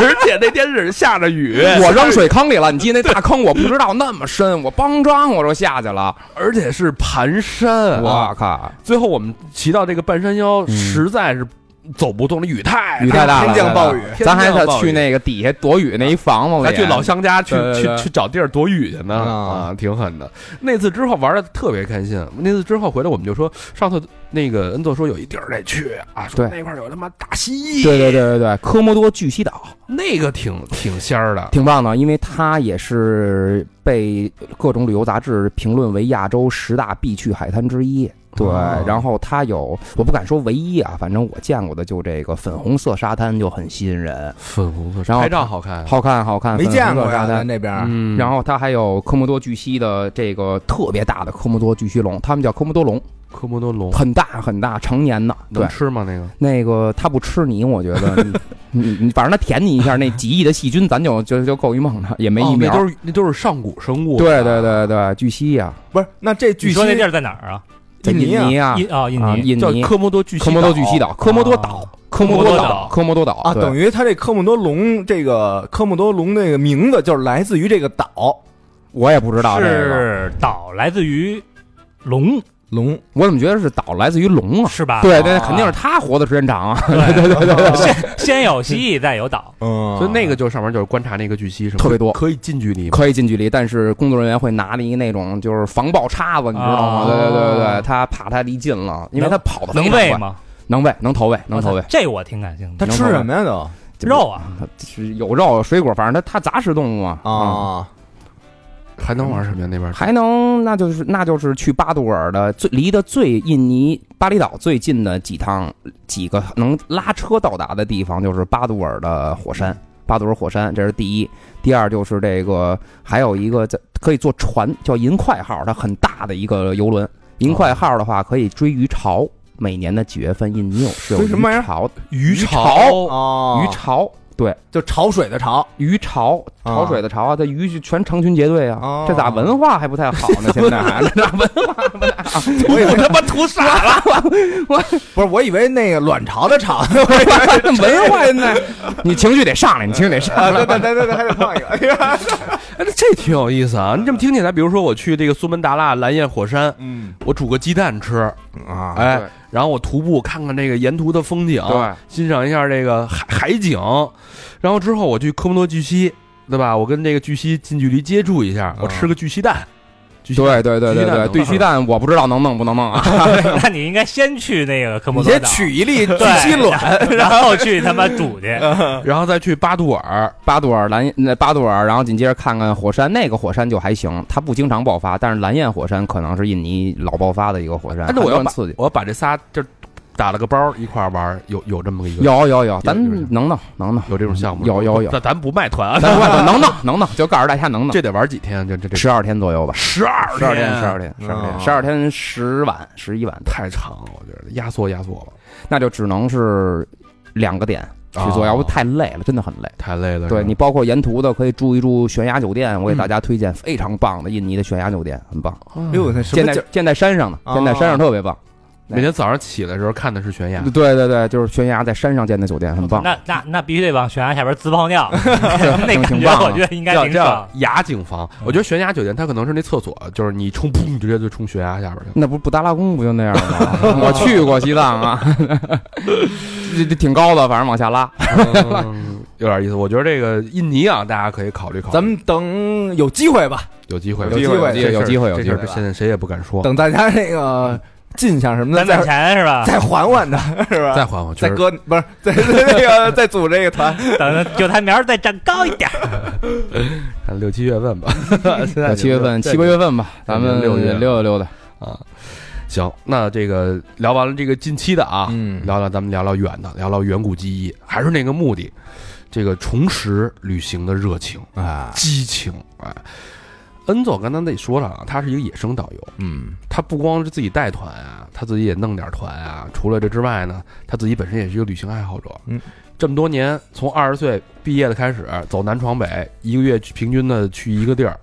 Speaker 2: 而且那天是下着雨，
Speaker 5: 我扔水坑里了，你记那大坑我不知道那么深，我邦张我就下去了，
Speaker 2: 而且是盘山。啊
Speaker 3: 啊
Speaker 5: 我！靠，
Speaker 2: 最后我们骑到这个半山腰，
Speaker 5: 嗯
Speaker 2: 实在是走不动了，雨太
Speaker 5: 雨太大了，
Speaker 3: 哎天降暴雨
Speaker 5: 对咱还得去那个底下躲雨那一房子
Speaker 2: 还
Speaker 5: 里，啊
Speaker 2: 去老乡家去
Speaker 5: 对对
Speaker 2: 去
Speaker 5: 对
Speaker 2: 去找地儿躲雨去呢
Speaker 3: 啊
Speaker 2: 啊，挺狠的。那次之后玩的特别开心，那次之后回来我们就说，上次那个恩佐说有一地儿得去啊，说
Speaker 5: 对
Speaker 2: 那块儿有他妈大蜥蜴，
Speaker 5: 对对对对对，科莫多巨蜥岛。
Speaker 2: 那个挺挺仙儿的。
Speaker 5: 挺棒的，因为它也是被各种旅游杂志评论为亚洲十大必去海滩之一。对，
Speaker 2: 哦
Speaker 5: 然后它有，我不敢说唯一啊，反正我见过的就这个粉红色沙滩就很吸引人，
Speaker 2: 粉红色
Speaker 5: 然后
Speaker 2: 拍照好看，啊
Speaker 5: 好看好看，
Speaker 3: 没
Speaker 5: 啊粉红
Speaker 3: 见过
Speaker 5: 色
Speaker 3: 呀，
Speaker 5: 沙
Speaker 3: 咱
Speaker 5: 滩。
Speaker 3: 这边儿。
Speaker 2: 嗯，
Speaker 5: 然后它还有科莫多巨蜥的这个特别大的科莫多巨蜥龙，他们叫科莫多龙，
Speaker 2: 科莫多龙
Speaker 5: 很大很大，成年的。哦对
Speaker 2: 能，吃吗？那个
Speaker 5: 那个它不吃你， 我觉得你你你反正它舔你一下，那几亿的细菌咱就就就够一梦了，也没
Speaker 2: 哦
Speaker 5: 疫苗。
Speaker 2: 那都是那都是上古生物，啊
Speaker 5: 对对，对对，巨蜥呀、
Speaker 3: 不是，那这
Speaker 4: 据
Speaker 3: 巨蜥
Speaker 4: 说那地儿在哪儿啊？
Speaker 5: 在
Speaker 3: 印尼啊
Speaker 5: 尼啊，
Speaker 4: 印啊，印
Speaker 5: 啊，
Speaker 4: 尼。哦
Speaker 5: 印
Speaker 2: 叫
Speaker 5: 尼、
Speaker 2: 科莫多巨蜥
Speaker 5: 科莫多巨蜥岛、科莫多
Speaker 4: 啊
Speaker 5: 岛、科
Speaker 4: 莫
Speaker 5: 莫
Speaker 4: 多
Speaker 5: 多
Speaker 4: 岛
Speaker 5: 岛、科莫多岛
Speaker 3: 啊，等
Speaker 5: 于
Speaker 3: 于他这科莫多龙，这个科莫多龙那个名字就是来自于这个岛
Speaker 5: 我也不知道这个，
Speaker 4: 是岛，来自于龙，
Speaker 3: 龙。
Speaker 5: 我怎么觉得是岛来自于龙啊？
Speaker 4: 是吧？哦
Speaker 5: 对
Speaker 3: 啊
Speaker 5: 对，肯定是他活的时间长啊，
Speaker 4: 对对对， 先先有蜥蜴，再有 岛，
Speaker 3: 嗯，
Speaker 2: 所以那个就上面就是观察那个巨蜥什么，
Speaker 5: 啊特别多
Speaker 2: 可以近距离吗。
Speaker 5: 可以近距离，但是工作人员会拿着一那种就是防爆叉子，你知道
Speaker 4: 啊
Speaker 5: 吗？对对对对对，他怕他离近了，因为他跑的
Speaker 4: 能喂？吗？
Speaker 5: 能喂，能投喂，能投喂，
Speaker 4: 这我挺感兴趣
Speaker 3: 他
Speaker 4: 的。
Speaker 3: 吃什么呀都
Speaker 4: 肉啊，
Speaker 5: 是有肉有水果，反正它它杂食动物啊。嗯
Speaker 3: 啊？
Speaker 2: 还能玩什么呀？那边
Speaker 5: 还能，那就是那就是去巴杜尔的最离得最印尼巴厘岛最近的几趟几个能拉车到达的地方，就是巴杜尔的火山。巴杜尔火山，这是第一。第二就是这个，还有一个在可以坐船，叫银块号，它很大的一个游轮。银块号的话，可以追鱼潮。每年的几月份，印尼有是有
Speaker 3: 追什么玩意
Speaker 5: 鱼
Speaker 3: 儿
Speaker 5: 潮的，
Speaker 2: 鱼
Speaker 5: 巢
Speaker 3: 哦，
Speaker 5: 鱼潮对。
Speaker 3: 就潮水的潮，
Speaker 5: 鱼潮，
Speaker 3: 啊
Speaker 5: 潮水的潮啊，这鱼就全成群结队啊，
Speaker 3: 哦
Speaker 5: 这咋文化还不太好呢？哦现在还这咋文
Speaker 3: 我以为
Speaker 2: 他妈屠杀了，
Speaker 3: 不是， 我以为那个卵巢的巢。
Speaker 5: 文化现在，你情绪得上来，你情绪得上
Speaker 3: 啊，
Speaker 5: 来。
Speaker 3: 对对对对对，还得放一个。哎呀，
Speaker 2: 哎，这挺有意思啊！你这么听起来，比如说我去这个苏门答腊蓝焰火山，
Speaker 3: 嗯
Speaker 2: 我煮个鸡蛋吃，
Speaker 3: 啊，
Speaker 2: 哎
Speaker 5: 对，
Speaker 2: 然后我徒步看看这个沿途的风景，
Speaker 5: 对，
Speaker 2: 欣赏一下这个海海景，然后之后我去科莫多巨蜥，对吧？我跟这个巨蜥近距离接触一下，我吃个巨蜥蛋，巨蜥
Speaker 5: 嗯对对对
Speaker 2: 巨蛋
Speaker 5: 对对，
Speaker 2: 能
Speaker 5: 对
Speaker 2: 弄
Speaker 5: 鸡蛋我不知道能弄不能弄啊？
Speaker 4: 那你应该先去那个科莫
Speaker 3: 你
Speaker 4: 多
Speaker 3: 先
Speaker 4: 岛，
Speaker 3: 取一粒巨
Speaker 4: 对
Speaker 3: 蜥卵，
Speaker 4: 然后去他妈煮 去。
Speaker 5: 嗯
Speaker 2: 然后再去巴杜尔，
Speaker 5: 巴杜尔蓝那巴杜尔，然后紧接着看看火山，那个火山就还行，它不经常爆发，但是蓝焰火山可能是印尼老爆发的一个火山，
Speaker 2: 但是我要
Speaker 5: 很
Speaker 2: 把
Speaker 5: 刺激。
Speaker 2: 我要把这仨这打了个包一块儿玩儿，有有这么个一个
Speaker 5: 有有有，咱
Speaker 2: 有有
Speaker 5: 能弄能弄，
Speaker 2: 有这种项目？
Speaker 5: 有有有
Speaker 2: 那咱不卖团啊，
Speaker 5: 咱不管能弄能弄，就告诉大家能弄，
Speaker 2: 这得玩几天啊？这这这
Speaker 5: 十二天左右吧，
Speaker 2: 十二
Speaker 5: 十二天十二天十二
Speaker 3: 哦
Speaker 5: 天十二天十晚十一晚，
Speaker 2: 太长了，我觉得压缩压缩了，
Speaker 5: 那就只能是两个点去做，
Speaker 2: 哦
Speaker 5: 要不太累了，真的很累。
Speaker 2: 太累了。
Speaker 5: 对
Speaker 2: 是吧
Speaker 5: 你，包括沿途的可以住一住悬崖酒店，
Speaker 3: 嗯
Speaker 5: 我给大家推荐非常棒的印尼的悬崖酒店，很棒，
Speaker 3: 哎呦，那什
Speaker 5: 建
Speaker 3: 么
Speaker 5: 在
Speaker 3: 景？
Speaker 5: 建在山上的，
Speaker 3: 哦
Speaker 5: 建在山上特别棒。
Speaker 2: 每天早上起来的时候看的是悬崖，
Speaker 5: 对对对，就是悬崖在山上建的酒店，很棒。
Speaker 4: 那那那必须得往悬崖下边自泡 尿， 那感
Speaker 5: 挺挺
Speaker 4: 觉
Speaker 5: 棒啊
Speaker 4: 我觉得应该
Speaker 2: 叫
Speaker 4: 挺
Speaker 2: 叫
Speaker 4: 爽。
Speaker 2: 雅景房。我觉得悬崖酒店它可能是那厕所，就是你一冲砰，你直接就冲悬崖下边去了。
Speaker 5: 那不是布达拉宫不就那样吗？ 我去过西藏啊，这这挺高的，反正往下拉。
Speaker 2: 嗯 有点意思。我觉得这个印尼啊，大家可以考虑考虑，
Speaker 3: 咱们等有机会吧，
Speaker 2: 有机会，
Speaker 3: 有机会
Speaker 2: 这事儿
Speaker 5: 有机会有
Speaker 2: 这
Speaker 5: 机
Speaker 2: 事
Speaker 5: 会
Speaker 2: 儿现在谁也不敢说。
Speaker 3: 等大家那个进项什么的
Speaker 4: 攒攒
Speaker 3: 再
Speaker 4: 钱是 吧？
Speaker 3: 再缓缓的，是吧？
Speaker 2: 再缓缓，确
Speaker 3: 再
Speaker 2: 实
Speaker 3: 搁不是再那个再组这个团，
Speaker 4: 等九台苗再长高一 点。
Speaker 2: 看六七月份吧，现在
Speaker 5: 到七月份、七八月份吧，咱们
Speaker 2: 六
Speaker 5: 溜
Speaker 2: 月
Speaker 5: 达溜达溜达。，
Speaker 2: 啊。行，那这个聊完了这个近期的啊，
Speaker 3: 嗯
Speaker 2: 聊聊咱们聊聊远的，聊聊远古记忆，还是那个目的，这个重拾旅行的热情、
Speaker 3: 啊，
Speaker 2: 激情。哎，恩佐刚才那也说了啊，他是一个野生导游，
Speaker 3: 嗯，
Speaker 2: 他不光是自己带团啊，他自己也弄点团啊。除了这之外呢，他自己本身也是一个旅行爱好者。
Speaker 3: 嗯，
Speaker 2: 这么多年，从二十岁毕业的开始，走南闯北，一个月平均的去一个地儿。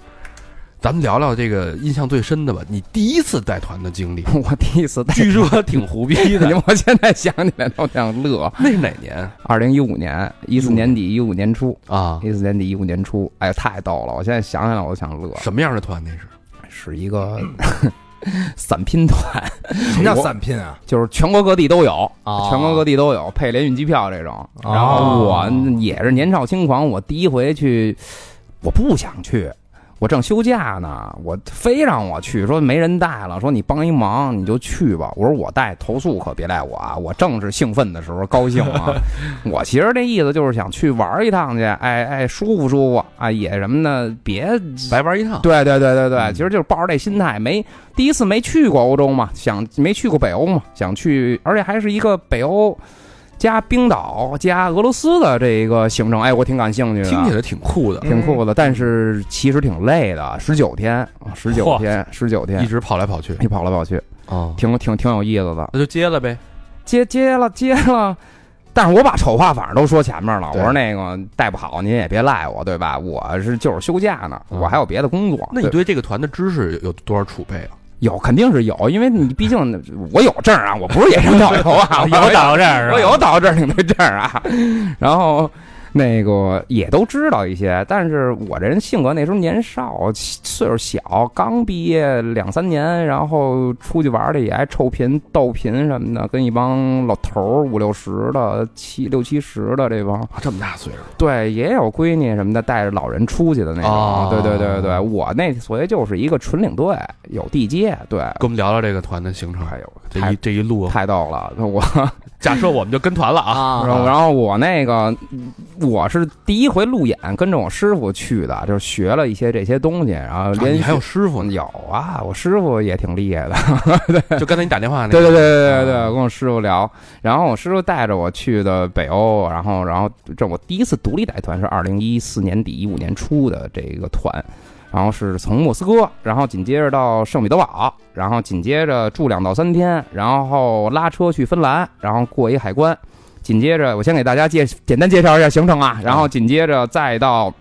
Speaker 2: 咱们聊聊这个印象最深的吧，你第一次带团的经历
Speaker 5: 我第一次 带，
Speaker 2: 据说挺胡逼 的。
Speaker 5: 我现在想起来都想乐。
Speaker 2: 那是哪年
Speaker 5: 二零一五年，一四年底，一五年初，
Speaker 2: 啊？
Speaker 5: 一四年底，一五年初，哎呀，太逗了！我现在想起来我都想乐。
Speaker 2: 什么样的团那是？
Speaker 5: 是一个 散拼 团，
Speaker 3: 什么叫
Speaker 5: 我
Speaker 3: 散拼啊？
Speaker 5: 就是全国各地都有，
Speaker 3: 哦
Speaker 5: 全国各地都有配联运机票这种。
Speaker 3: 哦
Speaker 5: 然后我嗯也是年少轻狂，我第一回去，我不想去。我正休假呢，我非让我去，说没人带了，说你帮一忙你就去吧。我说我带投诉可别带我啊，我正是兴奋的时候，高兴啊。 我其实这意思就是想去玩一趟去，哎哎，舒服舒服啊，也什么的，别
Speaker 2: 白玩一趟。
Speaker 5: 对对对对
Speaker 2: 嗯
Speaker 5: 对，其实就是抱着这心态，没第一次没去过欧洲嘛，想没去过北欧嘛，想去，而且还是一个北欧加冰岛加俄罗斯的这个行程，哎，我挺感兴趣的，
Speaker 2: 听起来嗯挺酷的，
Speaker 5: 挺酷的，但是其实挺累的，十九天，啊十九
Speaker 4: 嚯
Speaker 5: 天，十九
Speaker 2: 一
Speaker 5: 天，
Speaker 2: 直跑来跑去
Speaker 5: 你跑来跑去，
Speaker 2: 啊，
Speaker 5: 挺挺挺有意思的，
Speaker 2: 那就接了呗。
Speaker 5: 嗯接接了接了。但是我把丑话反正都说前面了，我
Speaker 2: 对
Speaker 5: 说那个带不好您也别赖我，对吧？我是就是休假呢，
Speaker 2: 嗯
Speaker 5: 我还有别的工作。
Speaker 2: 那
Speaker 5: 对
Speaker 2: 你对这个团的知识有有多少储备啊？
Speaker 5: 有肯定是有，因为你毕竟我有证啊，我不是野生导游啊，我
Speaker 4: 有导游证是吧？
Speaker 5: 我有导游证，领队证啊。然后那个也都知道一些，但是我这人性格那时候年少，岁数小，刚毕业两三年，然后出去玩的也爱臭贫、斗贫什么的，跟一帮老头儿五六十的、七六七十的这帮
Speaker 2: 啊这么大岁数，
Speaker 5: 对，也有闺女什么的带着老人出去的那种。
Speaker 2: 哦
Speaker 5: 对对对对，我那所以就是一个纯领队，有地接，对。
Speaker 2: 跟我们聊聊这个团的行程。
Speaker 5: 哎呦，
Speaker 2: 这
Speaker 5: 太
Speaker 2: 一这一路，啊
Speaker 5: 太逗了！我
Speaker 2: 假设我们就跟团了啊，
Speaker 5: 然后
Speaker 3: 啊，
Speaker 5: 然后我那个我是第一回路演，跟着我师傅去的，就是学了一些这些东西，然后
Speaker 2: 啊
Speaker 5: 连
Speaker 2: 你还有
Speaker 5: 续
Speaker 2: 师傅呢，
Speaker 5: 有啊，我师傅也挺厉害的。
Speaker 2: 就刚才你打电话那个，
Speaker 5: 嗯对对对对对对，
Speaker 2: 啊
Speaker 5: 跟我师傅聊，然后我师傅带着我去的北欧，然后然后这我第一次独立带团是二零一四年底一五年初的这个团，然后是从莫斯科，然后紧接着到圣彼得堡，然后紧接着住两到三天，然后拉车去芬兰，然后过一海关，紧接着我先给大家介简单介绍一下行程啊，然
Speaker 2: 嗯
Speaker 5: 后紧接着再到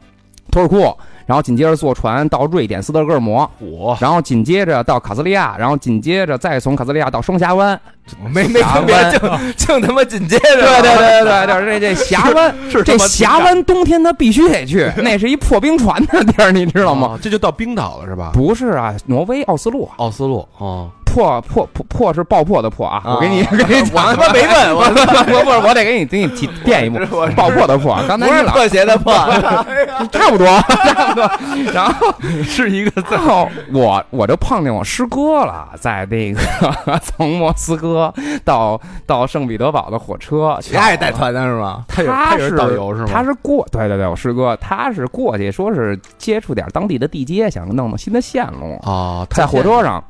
Speaker 5: 土耳库。然后紧接着坐船到瑞典斯德哥尔摩，
Speaker 2: 我
Speaker 5: 然后紧接着到卡斯利亚，然后紧接着再从卡斯利亚到双峡湾，
Speaker 3: 我没没分别，就就他妈紧接着，
Speaker 5: 对对对对，就是这这峡湾，
Speaker 2: 是
Speaker 5: 这峡湾冬天它必须得去，那是一破冰船的地儿，你知
Speaker 2: 知
Speaker 5: 道吗？
Speaker 2: 哦这就到冰岛了是吧？
Speaker 5: 不是啊，挪威奥斯陆
Speaker 2: 奥斯陆哦，
Speaker 5: 破破破破是爆破的破啊！
Speaker 3: 啊
Speaker 5: 我给你给你
Speaker 3: 我
Speaker 5: 讲
Speaker 3: 他，妈没问，我
Speaker 5: 我我我得给你给你提垫一步，
Speaker 3: 我
Speaker 5: 爆破的破，刚才
Speaker 3: 不是
Speaker 5: 你老
Speaker 3: 破鞋的破，
Speaker 5: 差不多差不多，然后
Speaker 2: 是 一个
Speaker 5: 然后我我就碰见我师哥了，在那个 从莫斯科到到圣彼得堡的火车，
Speaker 3: 谁爱带团的是吗？
Speaker 2: 他也
Speaker 5: 他
Speaker 2: 他也是导游是吗？
Speaker 5: 他是过，对对对，我师哥他是过去说是接触点当地的地接，想弄弄新的线路，
Speaker 2: 啊，
Speaker 5: 在火车上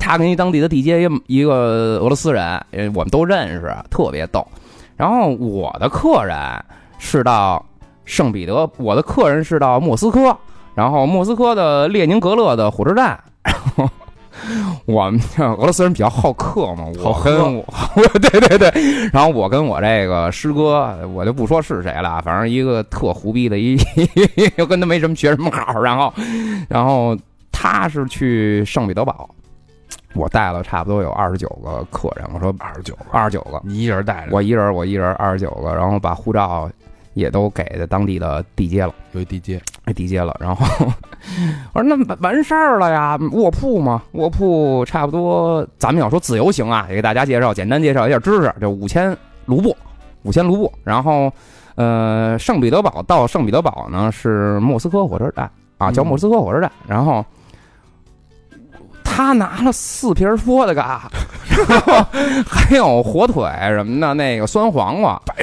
Speaker 5: 他跟一当地的地接一一个俄罗斯人，呃我们都认识，特别逗。然后我的客人是到圣彼得，我的客人是到莫斯科，然后莫斯科的列宁格勒的火车站， 然后。我们俄罗斯人比较好客嘛，我
Speaker 2: 好
Speaker 5: 跟我 对对对，然后我跟我这个师哥，我就不说是谁了，反正一个特胡逼的一， 又跟他没什么学什么好，然后，然后他是去圣彼得堡，我带了差不多有二十九个客人，我说
Speaker 2: 二十九，嗯
Speaker 5: 二十九个，
Speaker 2: 你一人带着，
Speaker 5: 我一人我一人二十九个，然后把护照也都给的当地的地接了，
Speaker 2: 有一地接，
Speaker 5: 给地接了，然后我说那完完事儿了呀，卧铺嘛，卧铺差不多，咱们要说自由行啊，也给大家介绍，简单介绍一下知识，就五千卢布，五千卢布，然后呃，圣彼得堡到圣彼得堡呢是莫斯科火车站啊，叫
Speaker 2: 嗯
Speaker 5: 莫斯科火车站，然后。他拿了四瓶伏特嘎，然后还有火腿什么的，那个酸黄瓜，白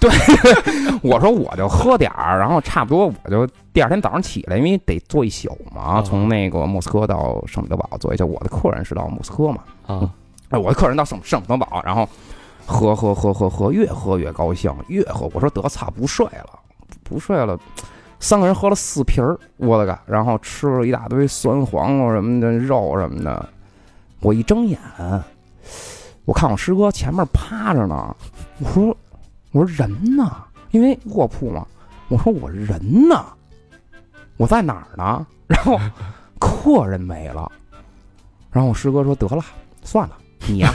Speaker 5: 对， 我说我就喝点儿，然后差不多我就第二天早上起来，因为得坐一宿嘛，从那个莫斯科到圣彼得堡坐一宿。我的客人是到莫斯科嘛，
Speaker 2: 啊，
Speaker 5: 哎，我的客人到圣圣彼得堡，然后喝喝喝喝喝，越喝越高兴，越喝我说得操不睡了，不睡了。三个人喝了四瓶儿，我的个！然后吃了一大堆酸黄啊瓜什么的肉什么的。我一睁眼，我看我师哥前面趴着呢，我说我说人呢？因为卧铺嘛，我说我人呢？我在哪儿呢？然后客人没了，然后我师哥说得了，算了。你呀、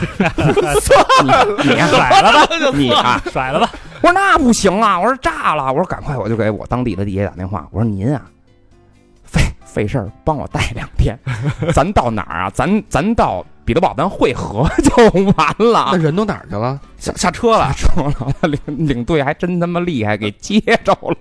Speaker 5: 你 你呀、
Speaker 4: 甩了吧，
Speaker 5: 你啊，
Speaker 4: 甩了吧，
Speaker 5: 我说那不行啊！我说炸了！我说赶快，我就给我当地的地铁打电话。我说您啊，费费事儿帮我带两天， 咱到哪儿啊？咱咱到彼得堡，咱汇合 就完
Speaker 2: 那
Speaker 5: 了。
Speaker 2: 人都哪儿去了？下下车了，
Speaker 5: 说了，领领队还真他妈厉害，给接着了，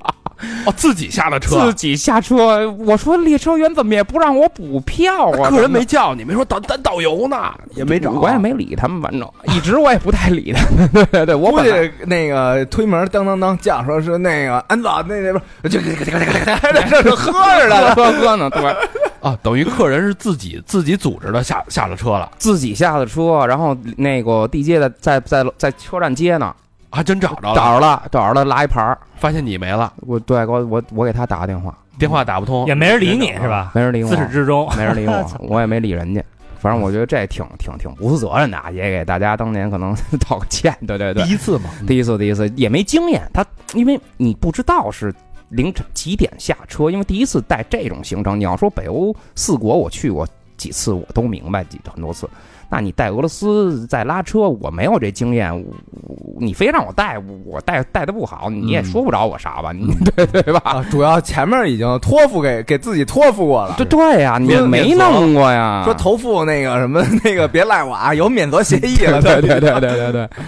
Speaker 2: 哦，自己下了 车
Speaker 5: 自，己下车。我说列车员怎么也不让我补票啊？
Speaker 2: 客人
Speaker 5: 怎么
Speaker 2: 没叫你，没说导咱导游呢，也没找，啊
Speaker 5: 我也没理他们，反正一直我也不太理他们。 对对对，我
Speaker 3: 估
Speaker 5: 本来
Speaker 3: 计那个推门当当当叫说是那个安总那那边就这个这个这个这这喝着
Speaker 5: 喝
Speaker 3: 了，
Speaker 5: 喝喝呢，对。
Speaker 2: 啊，等于客人是自己自己组织的下下了车了，
Speaker 5: 自己下的车，然后那个地接的在在在车站接呢，
Speaker 2: 还真找着了，
Speaker 5: 找着了，找着了，拉一盘儿。
Speaker 2: 发现你没了，
Speaker 5: 我对我我我给他打个电话，
Speaker 2: 电话打不通，
Speaker 4: 也没人理你是？吧？
Speaker 5: 哦没人理我
Speaker 4: 自，始至终，
Speaker 5: 没人理我，我也没理人家。反正我觉得这挺挺挺不负责任的，啊，也给大家当年可能 道个歉。对对对
Speaker 2: 第，一次嘛，
Speaker 5: 第一次第一次也没经验，他因为你不知道是凌晨几点下车，因为第一次带这种行程，你要说北欧四国我去过几次，我都明白几很多次。那你带俄罗斯再拉车，我没有这经验，我我你非让我带，我带带的不好，你也
Speaker 2: 嗯
Speaker 5: 说不着我啥吧，你对对吧？
Speaker 3: 啊，主要前面已经托付给给自己托付过了。
Speaker 5: 啊对对呀、你
Speaker 2: 免
Speaker 5: 没
Speaker 2: 免责
Speaker 5: 弄过呀，
Speaker 3: 说投付那个什么那个别赖我啊，有免责协议了。
Speaker 5: 对对对对对对。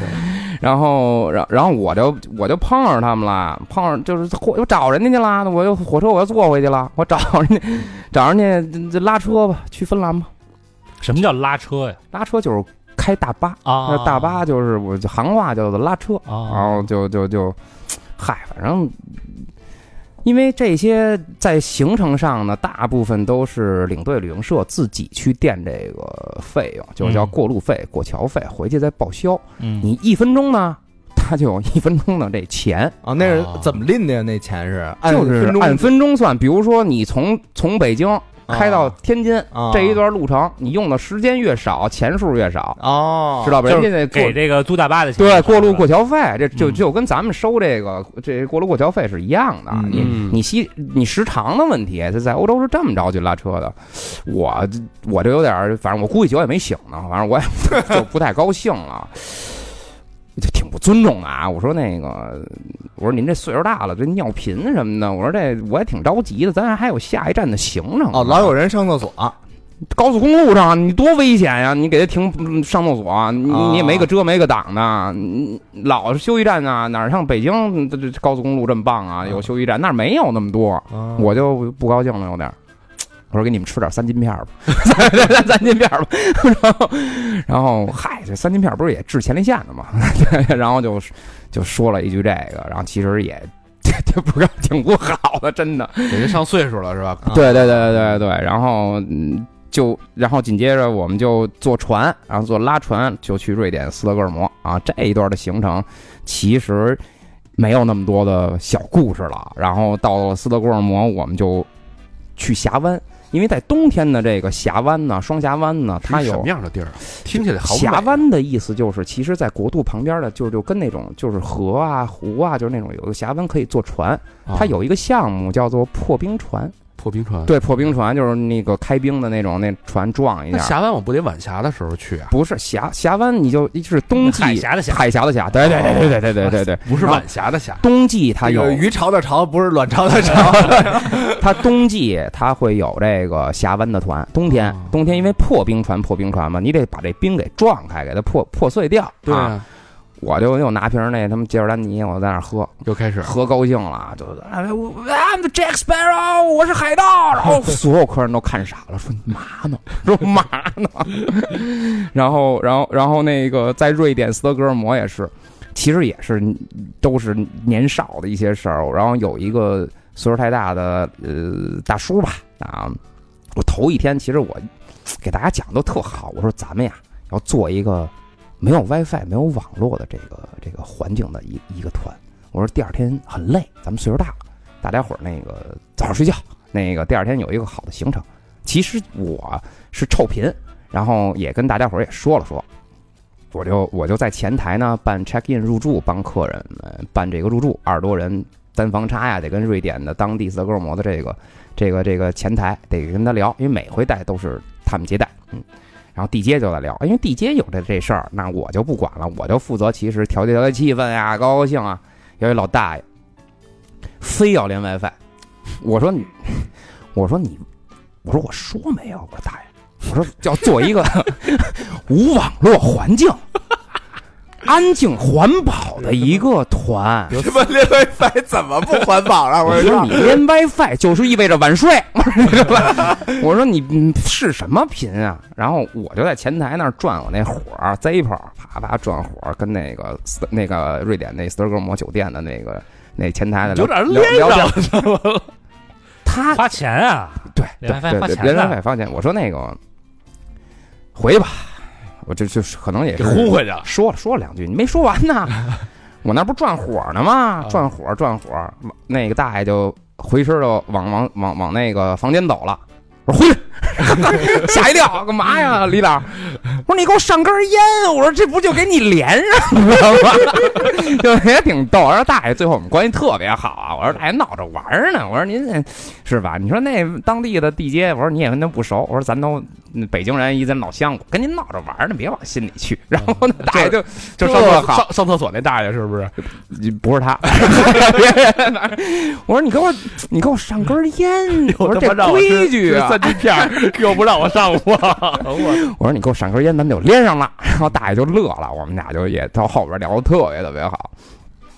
Speaker 5: 然后，然然后我就我就碰上他们了，碰上就是火，我找人家去了，我又火车我又坐回去了，我找人家 找人家这这拉车吧，去芬兰吧，
Speaker 4: 什么叫拉车呀？
Speaker 5: 拉车就是开大巴，
Speaker 4: 啊
Speaker 5: 那，大巴哦就是我就行话叫做拉车，然
Speaker 4: 啊，
Speaker 5: 后就就就，嗨，反正因为这些在行程上呢，大部分都是领队旅行社自己去垫这个费用，就叫
Speaker 4: 嗯
Speaker 5: 过路费、过桥费，回去再报销。
Speaker 4: 嗯，
Speaker 5: 你一分钟呢，他就有一分钟的这钱，
Speaker 3: 啊，那是怎么拎的呀？那钱是按
Speaker 5: 就是
Speaker 3: 分钟
Speaker 5: 按分钟算。比如说你从从北京开到天津、
Speaker 3: 啊
Speaker 5: 这一段路程，你用的时间越少，钱数越少，
Speaker 3: 哦，
Speaker 5: 知道吧？
Speaker 4: 就是
Speaker 5: 人家得过
Speaker 4: 给这个租大巴的钱
Speaker 5: 对
Speaker 4: 是吧
Speaker 5: 过 路过桥费，这就
Speaker 4: 嗯
Speaker 5: 就跟咱们收这个这过路过桥费是一样的。
Speaker 3: 嗯
Speaker 5: 你
Speaker 2: 嗯
Speaker 5: 你西你时长的问题，这在欧洲是这么着去拉车的。我我这有点儿，反正我估计酒也没醒呢，反正我也 就不太高兴了。就挺不尊重的啊！我说那个，我说您这岁数大了，这尿频什么的，我说这我也挺着急的，咱还有下一站的行程呢
Speaker 3: 哦，老有人上厕所
Speaker 5: 啊高速公路上你多危险呀！你给他停嗯上厕所，你
Speaker 3: 啊
Speaker 5: 你也没个遮没个挡的，你老是休息站啊，哪儿像北京这这高速公路这么棒啊？有休息站那儿没有那么多，
Speaker 3: 嗯
Speaker 5: 我就不高兴了，有点儿。我说给你们吃点三金片儿吧，三三金片儿吧。然后，然后嗨，这三金片儿不是也治前列腺的吗？ 对然后就就说了一句这个，然后其实也 这不是挺不好的，真的。
Speaker 2: 人家上岁数了是吧？
Speaker 5: 对对对对对，然后嗯，就然后紧接着我们就坐船，然后坐拉船就去瑞典斯德哥尔摩啊。这一段的行程其实没有那么多的小故事了。然后到了斯德哥尔摩，我们就去峡湾，因为在冬天的这个峡湾呢，双峡湾呢，它
Speaker 2: 是什
Speaker 5: 有
Speaker 2: 么样的啊地儿啊？听起来好美
Speaker 5: 峡湾的意思就是，其实，在国渡旁边的，就就跟那种就是河啊、湖啊，就是那种有个峡湾可以坐船。
Speaker 2: 啊
Speaker 5: 它有一个项目叫做破冰船，
Speaker 2: 破冰船。，
Speaker 5: 对，破冰船就是那个开冰的那种，那船撞一
Speaker 2: 那
Speaker 5: 下。
Speaker 2: 峡湾我不得晚霞的时候去啊？
Speaker 5: 不是峡峡湾，你就就是冬季
Speaker 4: 海峡的峡
Speaker 5: 海峡的峡，对对对对对对对对对，
Speaker 2: 不是晚霞的霞，
Speaker 5: 冬季它
Speaker 3: 这
Speaker 5: 有哎
Speaker 3: 个鱼潮的潮不是卵巢的潮，
Speaker 5: 它冬季它会有这个峡湾的团，冬天
Speaker 2: 哦
Speaker 5: 冬天因为破冰船破冰船嘛，你得把这冰给撞开，给它破破碎掉。
Speaker 2: 对
Speaker 5: 啊，
Speaker 2: 啊，
Speaker 5: 我就又拿瓶那他妈杰尔丹尼，我在那儿喝，
Speaker 2: 又开始
Speaker 5: 喝高兴了，就哎我 I'm the Jack Sparrow，我是海盗，然后 所有客人都看傻了，说你嘛 呢？说嘛呢？ 然后，然后，然后那个在瑞典斯德哥尔摩也是，其实也是都是年少的一些事儿。然后有一个岁数太大的呃大叔吧啊，我头一天其实我给大家讲得都特好，我说咱们呀要做一个没有 WiFi、没有网络的这个这个环境的一一个团。我说第二天很累，咱们岁数大了，大家伙儿那个早点睡觉，那个第二天有一个好的行程。其实我是臭贫，然后也跟大家伙儿也说了说，我就我就在前台呢办 check in 入住，帮客人们办这个入住，二十多人单房差呀，得跟瑞典的当地斯德哥尔摩的这个这个这个前台得跟他聊，因为每回带都是他们接待，嗯。然后地接就在聊，因为地接有这这事儿，那我就不管了，我就负责其实调节调节气氛呀，高高兴啊。有一老大爷非要连 WiFi，我说你，我说你，我说我说没有，我说大爷，我说要做一个无网络环境、安静环保的一个团。
Speaker 3: 你们连 WiFi 怎么不环保了？我
Speaker 5: 我
Speaker 3: 跟
Speaker 5: 说
Speaker 3: 说
Speaker 5: 你连 WiFi 就是意味着晚睡， 我说你嗯是什么频啊？然后我就在前台那儿转我那火儿 Zippo，啪啪转火儿，跟那个斯那个瑞典那斯德哥尔摩酒店的那个那前台的
Speaker 2: 有
Speaker 4: 哎
Speaker 2: 点
Speaker 5: 聊
Speaker 2: 累
Speaker 5: 聊
Speaker 2: 着
Speaker 5: 聊
Speaker 2: 了，
Speaker 5: 他
Speaker 4: 花钱啊，
Speaker 5: 对
Speaker 4: 连 WiFi 花
Speaker 5: 对
Speaker 4: 钱
Speaker 5: 对，连
Speaker 4: 呢
Speaker 5: WiFi 发钱，我说那个回去吧，我这就是可能也
Speaker 2: 给
Speaker 5: 是
Speaker 2: 轰回去了。
Speaker 5: 说了说了两句，你没说完呢。 我那不转火呢吗
Speaker 2: 啊？
Speaker 5: 转火转火，那个大爷就回身就往往往往那个房间走了。我说回去， 吓一跳，干嘛呀，李 导？我说你给我上根烟，我说这不就给你连上了吗？ 就也挺逗。然后大爷最后我们关系特别好啊，我说大爷闹着玩儿呢，我说您这是吧？你说那当地的地接，我说你也跟他不熟，我说咱都嗯北京人一咱老乡，我跟您闹着玩儿呢，别往心里去。然后呢，大爷就
Speaker 2: 就上
Speaker 5: 特
Speaker 2: 厕
Speaker 5: 好，
Speaker 2: 上上厕所那大爷是不是？
Speaker 5: 不是 他，别人我说你给我你给我上根 烟，我说这规矩啊，
Speaker 2: 三级片 儿又不让我上网，
Speaker 5: 我说你给我闪根烟，咱们就连上了。然后大爷就乐了，我们俩就也到后边聊的特别特别好。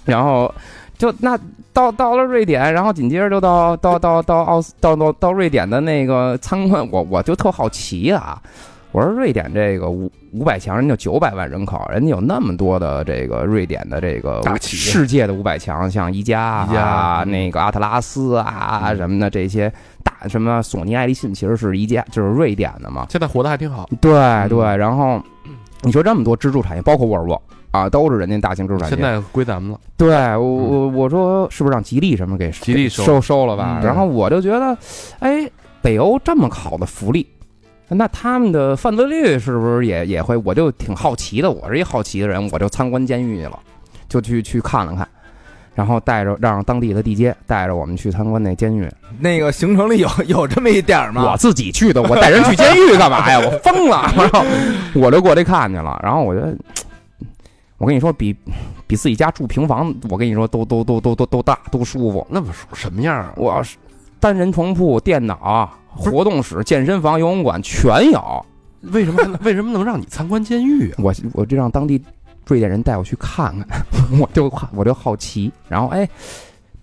Speaker 5: 然后就那到到了瑞典，然后紧接着就到到到到奥斯到到到瑞典的那个参观，我我就特好奇啊。我说瑞典这个五五百强，人家九百万人口，人家有那么多的这个瑞典的这个
Speaker 2: 大企业
Speaker 5: 世界的五百强，像宜家
Speaker 2: 宜家
Speaker 5: 啊、
Speaker 2: 嗯
Speaker 5: 那个阿特拉斯啊什么的这些大什么索尼、爱立信，其实是宜家，就是瑞典的嘛。
Speaker 2: 现在活得还挺好。
Speaker 5: 对对，然后你说这么多支柱产业，包括沃尔沃啊，都是人家大型支柱产业。
Speaker 2: 现在归咱们了，
Speaker 5: 对我我我说是不是让吉利什么给
Speaker 2: 吉利收
Speaker 5: 收收了吧？
Speaker 2: 嗯
Speaker 5: 然后我就觉得，哎，北欧这么好的福利。那他们的犯罪率是不是也也会？我就挺好奇的，我是一好奇的人，我就参观监狱去了，就去去看了看，然后带着让当地的地接带着我们去参观那监狱，
Speaker 3: 那个行程里有 有这么一点儿
Speaker 5: 我
Speaker 3: 吗？
Speaker 5: 自己去的，我带人去监狱干嘛呀？我疯了！然后我就过去看去了，然后我觉得，我跟你说，比比自己家住平房，我跟你说都都都都都都大，都舒服。
Speaker 2: 那么说什么样啊？
Speaker 5: 我要是单人床铺、电脑、活动室、健身房、游泳馆全有。
Speaker 2: 为什么还能为什么能让你参观监狱啊？
Speaker 5: 我我就让 当地瑞典人带我去看看，我就我就好奇，然后哎，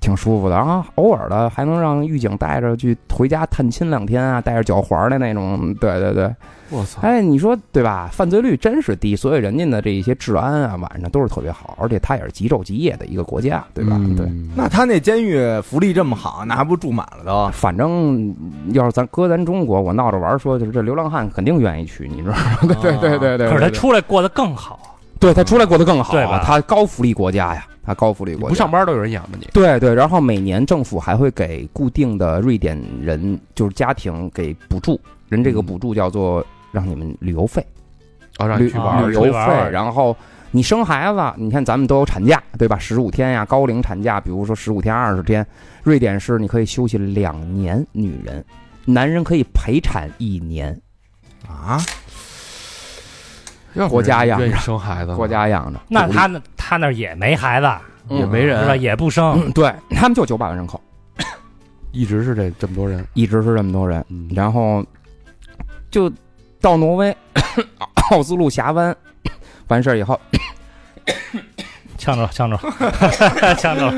Speaker 5: 挺挺舒服的。然后偶尔的还能让狱警带着去回家探亲两天啊，带着脚环的那种。对对对，
Speaker 2: 我操，
Speaker 5: 哎，你说对吧？犯罪率真是低，所以人家的这一些治安啊，晚上都是特别好，而且它也是极昼极夜的一个国家，对吧？对。
Speaker 3: 那他那监狱福利这么好，那还不住满了都？
Speaker 5: 啊反正要是咱搁咱中国，我闹着玩儿说，就是这流浪汉肯定愿意去，你知道吗？ 对对
Speaker 3: 啊
Speaker 5: 对对，
Speaker 4: 啊可是他
Speaker 5: 对
Speaker 4: 出来过得更好。
Speaker 5: 对他出来过得更好，啊
Speaker 4: 对吧
Speaker 5: 他高福利国家呀，他高福利国家
Speaker 2: 不上。班都有人养着你，
Speaker 5: 对对，然后每年政府还会给固定的瑞典人，就是家庭给补助，人
Speaker 4: 嗯
Speaker 5: 这个补助叫做让你们旅游费，
Speaker 2: 哦，让
Speaker 5: 旅
Speaker 2: 你去玩
Speaker 5: 旅
Speaker 2: 儿，
Speaker 5: 游
Speaker 4: 出去玩
Speaker 5: 费，
Speaker 4: 儿
Speaker 5: 然后你生孩子，你看咱们都有产假，对吧？十五天呀，高龄产假，比如说十五天、二十天，瑞典是你可以休息两年，女人，男人可以陪产一年，
Speaker 3: 啊，
Speaker 2: 要不
Speaker 5: 国家
Speaker 2: 人
Speaker 5: 养
Speaker 2: 愿意
Speaker 5: 着
Speaker 2: 生孩子吗，
Speaker 5: 国家养着。
Speaker 4: 那
Speaker 5: 独立
Speaker 4: 他那他那儿也没孩子，
Speaker 2: 也没
Speaker 4: 是吧？
Speaker 2: 人，
Speaker 4: 也不生，
Speaker 5: 嗯对他们就九百万人口，
Speaker 2: 一直是这这么多人，
Speaker 5: 一直是这么多人。
Speaker 2: 嗯
Speaker 5: 然后就到挪威 奥斯陆峡湾，完事儿以后，
Speaker 4: 呛着呛着呛着了，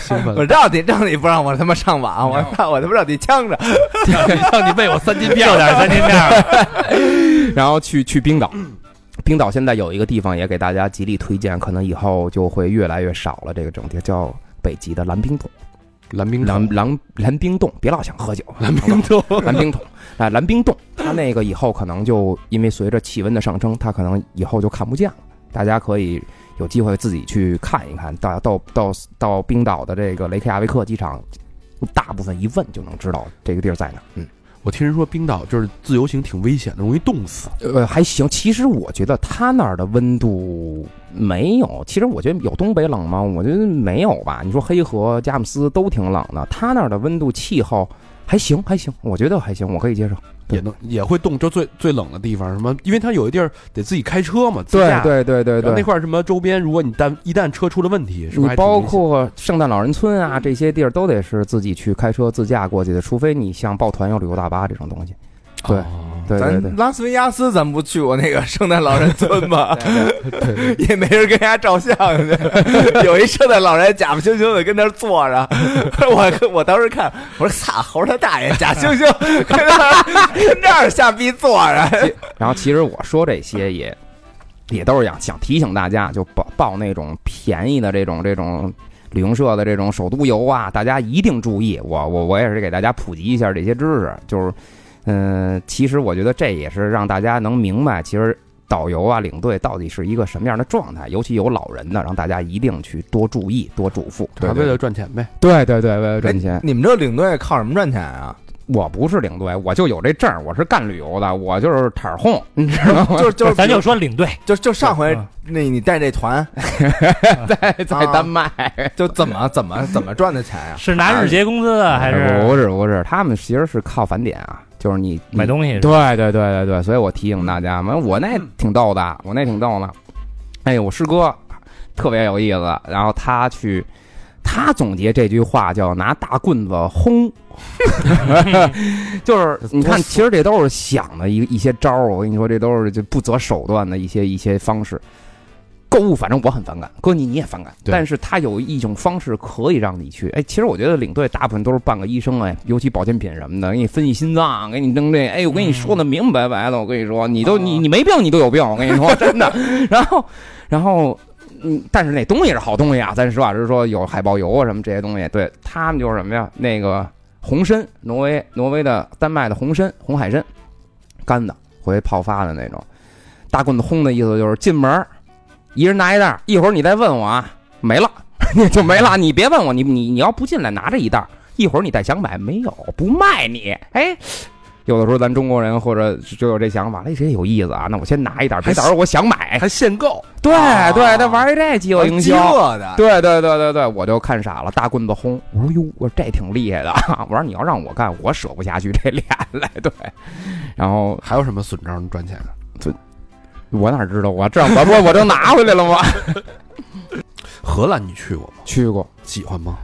Speaker 2: 兴奋
Speaker 3: 我让你让你不让我他妈上网，我怕我他妈让你呛着。
Speaker 2: 让你喂我 三斤
Speaker 4: 掉
Speaker 2: 面，
Speaker 4: 点三斤面儿。
Speaker 5: 然后去去冰岛。
Speaker 2: 嗯
Speaker 5: 冰岛现在有一个地方也给大家极力推荐，可能以后就会越来越少了。这个整体叫北极的蓝冰洞，
Speaker 2: 蓝冰
Speaker 5: 蓝蓝蓝冰洞，别老想喝酒， 啊
Speaker 2: 蓝冰哎豆，
Speaker 5: 蓝冰桶啊，蓝冰洞，它那个以后可能就因为随着气温的上升，它可能以后就看不见了。大家可以有机会自己去看一看，到到到到冰岛的这个雷克雅未克机场，大部分一问就能知道这个地儿在哪儿。嗯，
Speaker 2: 我听人说冰岛就是自由行挺危险的，容易冻死。
Speaker 5: 呃，还行。其实我觉得它那儿的温度没有，其实我觉得有东北冷吗？我觉得没有吧。你说黑河、佳木斯都挺冷的，它那儿的温度气候还行，还行，我觉得还行，我可以接受。
Speaker 2: 也能也会冻，就最最冷的地方什么，因为它有一地儿得自己开车嘛，自驾。
Speaker 5: 对对对
Speaker 2: 然后那块儿什么周边，如果你但一旦车出了问题，是不
Speaker 5: 你
Speaker 2: 是还挺
Speaker 5: 包
Speaker 2: 危险
Speaker 5: 括圣诞老人村啊这些地儿都得是自己去开车自驾过去的，除非你像抱团有旅游大巴这种东西。对
Speaker 2: 哦
Speaker 5: 对对对
Speaker 3: 咱，拉斯维加斯，咱不去过那个圣诞老人村 吗？ 也没人跟人家照相去， 有一圣诞老人假惺惺的跟那儿坐着， 我我当时看，我说操，猴他大爷，假惺惺跟那儿跟那儿下逼坐着，
Speaker 5: 然后其实我说这 些也也都是想想提醒大家，就报报那种便宜的这种这种旅行社的这种首都游啊，大家一定注意。我我我也是给大家普及一下这些知识，就是嗯、其实我觉得这也是让大家能明白，其实。导游啊，领队到底是一个什么样的状态？尤其有老人的，让大家一定去多注意、多嘱咐。
Speaker 2: 他为了赚钱呗，
Speaker 5: 啊对对对，为了赚钱。
Speaker 3: 你们这领队靠什么赚钱啊？
Speaker 5: 我不是领队，我就有这证儿，我是干旅游的，我就是塔儿哄，你知道吗？
Speaker 3: 就就是
Speaker 4: 咱就说领队，
Speaker 3: 就就上回
Speaker 4: 嗯
Speaker 3: 那你带这团， 啊
Speaker 5: 在在丹麦，
Speaker 3: 就怎么怎么怎么赚的钱呀？
Speaker 4: 是拿日结工资啊，还是
Speaker 5: 哎不是不是，他们其实是靠返点啊，就是你
Speaker 4: 买
Speaker 5: 西。
Speaker 4: 东西？
Speaker 5: 对对对对对，所以我提醒大家嘛，我那挺逗的，我那挺逗的。哎，我师哥特别有意思，然后他去，他总结这句话叫拿大棍子轰， 就是你看，其实这都是想的一一些招儿。我跟你说，这都是就不择手段的一些一些方式。购物，反正我很反感，哥你你也反感，
Speaker 2: 对
Speaker 5: 但是他有一种方式可以让你去。哎，其实我觉得领队大部分都是半个医生，哎，尤其保健品什么的，给你分析心脏，给你弄这，哎，我跟你说的明明白白的，我跟你说，你都你你没病，你都有病，我跟你说真的。 然后，然后。嗯，但是那东西是好东西啊，咱实话实说，有海豹油啊什么这些东西。对他们就是什么呀？那个红参，挪威挪威的丹麦的红参，红海参，干的，回去泡发的那种。大棍子轰的意思就是进门儿，一人拿一袋儿，一会儿你再问我啊，没了 你就没了，你别问我，你你你要不进来拿着一袋儿，一会儿你再想买没有不卖你，哎。有的时候咱中国人或者就有这想法，哎，这有意思啊！那我先拿一袋儿，别到时候我 想买。
Speaker 2: 还限购，
Speaker 5: 对
Speaker 3: 啊
Speaker 5: 对，他玩一这饥饿营
Speaker 3: 饥
Speaker 5: 销，
Speaker 3: 饿的，
Speaker 5: 对对对对对，我就看傻了，大棍子轰！我说哟，我说这挺厉害的，啊我说你要让我干，我舍不下去这俩来。对，然后
Speaker 2: 还有什么损招能赚钱啊的？
Speaker 5: 我哪知道我这我不我就拿回来了吗？
Speaker 2: 荷兰你去过吗？
Speaker 5: 去过，
Speaker 2: 喜欢吗？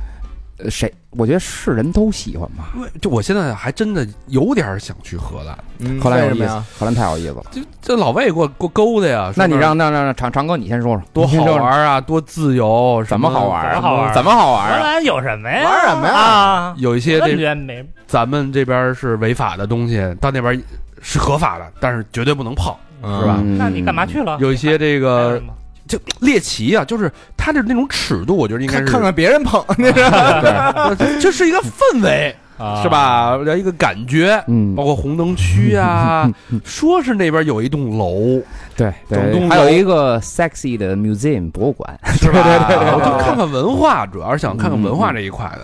Speaker 5: 呃谁，我觉得是人都喜欢吧。
Speaker 2: 因为就我现在还真的有点想去荷兰，
Speaker 3: 嗯
Speaker 5: 荷兰
Speaker 3: 为
Speaker 5: 有
Speaker 3: 什
Speaker 5: 意
Speaker 3: 么
Speaker 5: 思
Speaker 3: 呀？，
Speaker 5: 荷兰太有意思了。
Speaker 2: 就这老魏给我给我勾的呀。说
Speaker 5: 那你
Speaker 2: 那儿
Speaker 5: 让让让让长长哥你先说说，
Speaker 2: 多
Speaker 5: 你
Speaker 2: 好
Speaker 5: 先说
Speaker 2: 玩
Speaker 5: 说，
Speaker 2: 啊，多自由，
Speaker 5: 怎么好玩
Speaker 4: 怎么
Speaker 5: 啊？
Speaker 4: 好玩啊
Speaker 5: 怎么好玩
Speaker 4: 荷
Speaker 5: 啊？
Speaker 4: 兰有什么呀？
Speaker 3: 玩什么呀
Speaker 4: 啊，
Speaker 2: 有一些
Speaker 4: 完
Speaker 2: 这
Speaker 4: 全没
Speaker 2: 咱们这边是违法的东西，到那边是合法的，但是绝对不能碰。
Speaker 3: 是
Speaker 2: 是吧
Speaker 5: 嗯
Speaker 4: 那你干嘛？去了？
Speaker 2: 啊有一些这
Speaker 4: 还有
Speaker 2: 个
Speaker 4: 什么
Speaker 2: 就猎奇啊，就是它的那种尺度，我觉得应该
Speaker 3: 看
Speaker 2: 是呃
Speaker 3: 看啊看别人捧，那是
Speaker 2: 这是一个氛围，
Speaker 5: 呃
Speaker 4: 啊
Speaker 2: 是？吧？然后一个感觉，
Speaker 5: 嗯
Speaker 2: 包，括红灯区啊，说是那边有一栋楼，
Speaker 5: 对
Speaker 2: 整栋楼
Speaker 5: 对，还有一个 sexy 的 museum 博物馆，
Speaker 2: 是吧？
Speaker 5: 对对对对
Speaker 2: 我就看看文化，主要是想看看文化这一块的。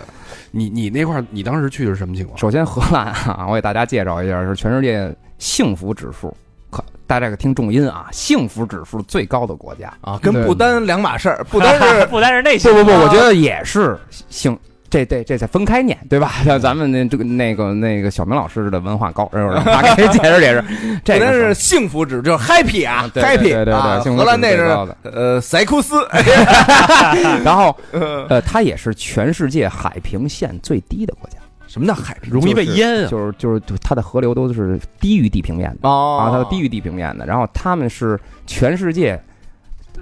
Speaker 2: 你你那块儿，你当时去是什么情况？
Speaker 5: 首先，荷兰啊，我给大家介绍一下，是全世界幸福指数，可大家可听重音啊，幸福指数最高的国家。
Speaker 3: 啊，跟不丹两码事儿，不 丹是
Speaker 4: 不单是那些啊
Speaker 5: 不不不，我觉得也是幸，这这这才分开念，对吧？ 像咱们那这个那个那个小明老师的文化高， 是不是？他给解释解释，这
Speaker 3: 不
Speaker 5: 个
Speaker 3: 丹是幸福指，就是 happy 啊
Speaker 5: 对对
Speaker 3: ，happy
Speaker 5: 对对对
Speaker 3: 啊
Speaker 5: 幸福指
Speaker 3: 荷兰那
Speaker 5: 最高
Speaker 3: 是
Speaker 5: 的
Speaker 3: 呃塞库斯，
Speaker 5: 然 后呃，它也是全世界海平线最低的国家，
Speaker 3: 什么叫海平？
Speaker 2: 容易被淹啊！
Speaker 5: 就是就是就它的河流都是低于地平面的。
Speaker 3: 哦
Speaker 5: 啊，它的低于地平面的。然后他们是全世界，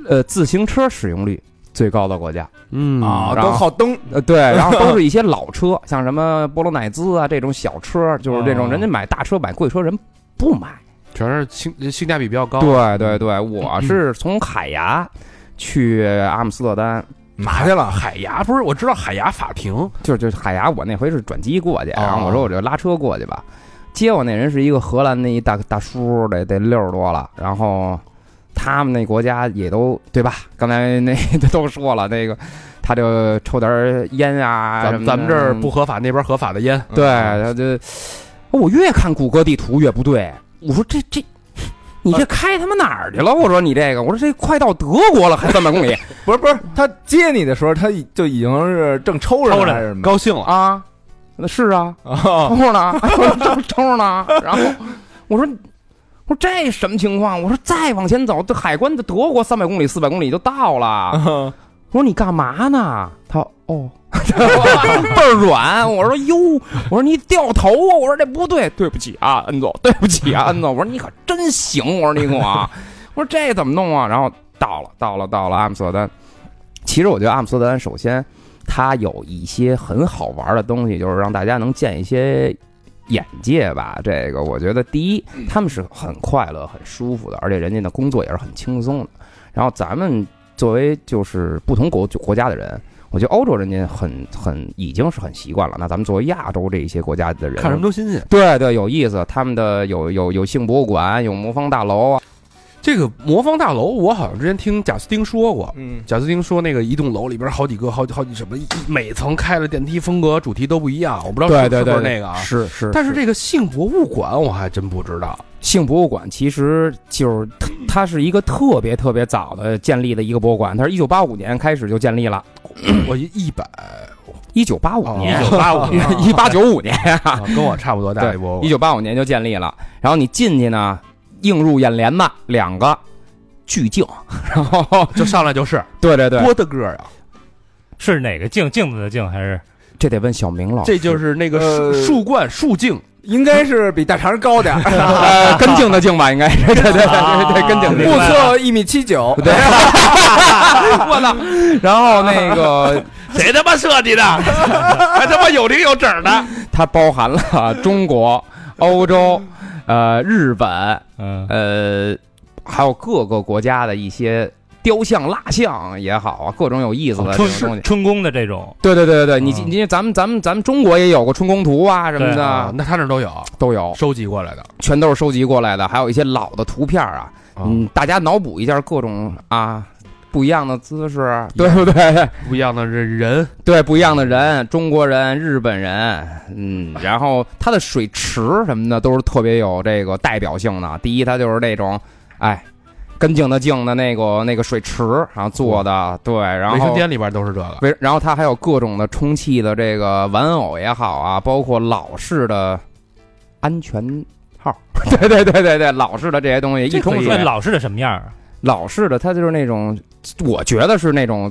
Speaker 5: 呃，自行车使用率最高的国家。
Speaker 2: 嗯
Speaker 3: 啊，
Speaker 5: 然后
Speaker 3: 都好蹬，
Speaker 5: 呃，对，然后都是一些老车，像什么波罗乃兹啊这种小车，就是这种
Speaker 4: 哦
Speaker 5: 人家买大车买贵车人不买。
Speaker 2: 全是性性价比比较高。
Speaker 5: 对对对，我是从海牙去阿姆斯特丹，
Speaker 3: 嘛去了？
Speaker 2: 海牙不是，我知道海牙法庭
Speaker 5: 就是就是海牙，我那回是转机过去，
Speaker 2: 哦
Speaker 5: 然后我说我就拉车过去吧。接我那人是一个荷兰的一大大叔，得得六十多了，然后他们那国家也都对吧？刚才那都说了，那个他就抽点烟啊
Speaker 2: 咱
Speaker 5: 什么
Speaker 2: 们
Speaker 5: 的
Speaker 2: 咱们这儿不合法，那边合法的烟。
Speaker 5: 对，他就哦我越看谷歌地图越不对，我说这这。你这开他妈哪儿去了？我说你这个，我说这快到德国了，还三百公里
Speaker 3: 不是不是，他接你的时候，他已就已经是正抽着
Speaker 4: 抽
Speaker 3: 呢
Speaker 4: 着
Speaker 3: 还是什么？
Speaker 2: 高兴了，
Speaker 5: 啊？那是啊，
Speaker 3: 哦
Speaker 5: 抽呢，抽抽呢。然后我说，我说这什么情况？我说再往前走，这海关的德国三百公里、四百公里就到了。
Speaker 3: 嗯
Speaker 5: 我说你干嘛呢？他 哦，倍儿软。我说哟，我说你掉头啊！我说这不对，对不起啊，恩总，对不起啊，恩总。我说你可真行，我说你给我啊，我说这怎么弄啊？然后到了，到了，到了阿姆斯特丹。其实我觉得阿姆斯特丹首先它有一些很好玩的东西，就是让大家能见一些眼界吧。这个我觉得第一，他们是很快乐、很舒服的，而且人家的工作也是很轻松的。然后咱们作为就是不同国国家的人。我觉得欧洲人家很很已经是很习惯了，那咱们作为亚洲这一些国家的人，
Speaker 2: 看什么都新鲜。
Speaker 5: 对对有意思。他们的有有有性博物馆，有魔方大楼啊，
Speaker 2: 这个魔方大楼，我好像之前听贾斯汀说过，
Speaker 3: 嗯，
Speaker 2: 贾斯汀说那个一栋楼里边好几个，好几好几什么，一每层开的电梯风格、主题都不一样，我不知道是不是那个啊。
Speaker 5: 是是
Speaker 2: 但是这个性博物馆我还真不知道，
Speaker 5: 性博物馆其实就是它它是一个特别特别早的建立的一个博物馆，它是一九八五年开始就建立了，
Speaker 2: 我一一 百
Speaker 5: 一九八五年，
Speaker 4: 一九八五年
Speaker 5: 一八九五年
Speaker 2: 啊，跟我差不多大一博物
Speaker 5: 一
Speaker 2: 馆。
Speaker 5: 九八五年就建立了。然后你进去呢，映入眼帘的两个巨镜，然后
Speaker 2: 就上来就是
Speaker 5: 对对对，
Speaker 2: 多的个啊呀，
Speaker 4: 是哪个镜镜子的镜还是
Speaker 5: 这得问小明老师，
Speaker 2: 这就是那个树
Speaker 3: 呃
Speaker 2: 树冠、树镜，
Speaker 3: 应该是比大肠高点儿，
Speaker 5: 呃跟镜的镜吧，应该是对对对对 对，跟镜的
Speaker 4: 明
Speaker 5: 镜
Speaker 4: 白
Speaker 3: 目
Speaker 4: 了
Speaker 3: 测一米七九，
Speaker 5: 对，我操！然后那个
Speaker 2: 谁他妈设计的？还他妈啊有零有整的。
Speaker 5: 它包含了中国、欧洲、呃日本。
Speaker 4: 嗯
Speaker 5: 呃，还有各个国家的一些雕像、蜡像也好啊，各种有意思的这种东
Speaker 4: 春
Speaker 5: 西。
Speaker 4: 春宫的这种？
Speaker 5: 对对对对对，你
Speaker 4: 嗯
Speaker 5: 你咱们咱们咱们中国也有过春宫图啊什么
Speaker 4: 对
Speaker 2: 啊
Speaker 5: 的，
Speaker 2: 那他那儿都有
Speaker 5: 都有，
Speaker 2: 收集过来的，
Speaker 5: 全都是收集过来的，还有一些老的图片啊，嗯，大家脑补一下各种啊不一样的姿势，对不对？
Speaker 2: 不一样的这人，
Speaker 5: 对，不一样的人，中国人、日本人， 嗯，然后它的水池什么的都是特别有这个代表性的。第一，它就是那种，哎，跟镜的镜的那个那个水池，然后做的，对，然
Speaker 2: 卫生
Speaker 5: 后
Speaker 2: 间里边都是这个。
Speaker 5: 为然后它还有各种的充气的这个玩偶也好啊，包括老式的安全 号，对对对对对，老式的这些东西一
Speaker 4: 这
Speaker 5: 冲
Speaker 4: 可以
Speaker 5: 水
Speaker 4: 啊那，老式的什么样啊？
Speaker 5: 老式的它就是那种，我觉得是那种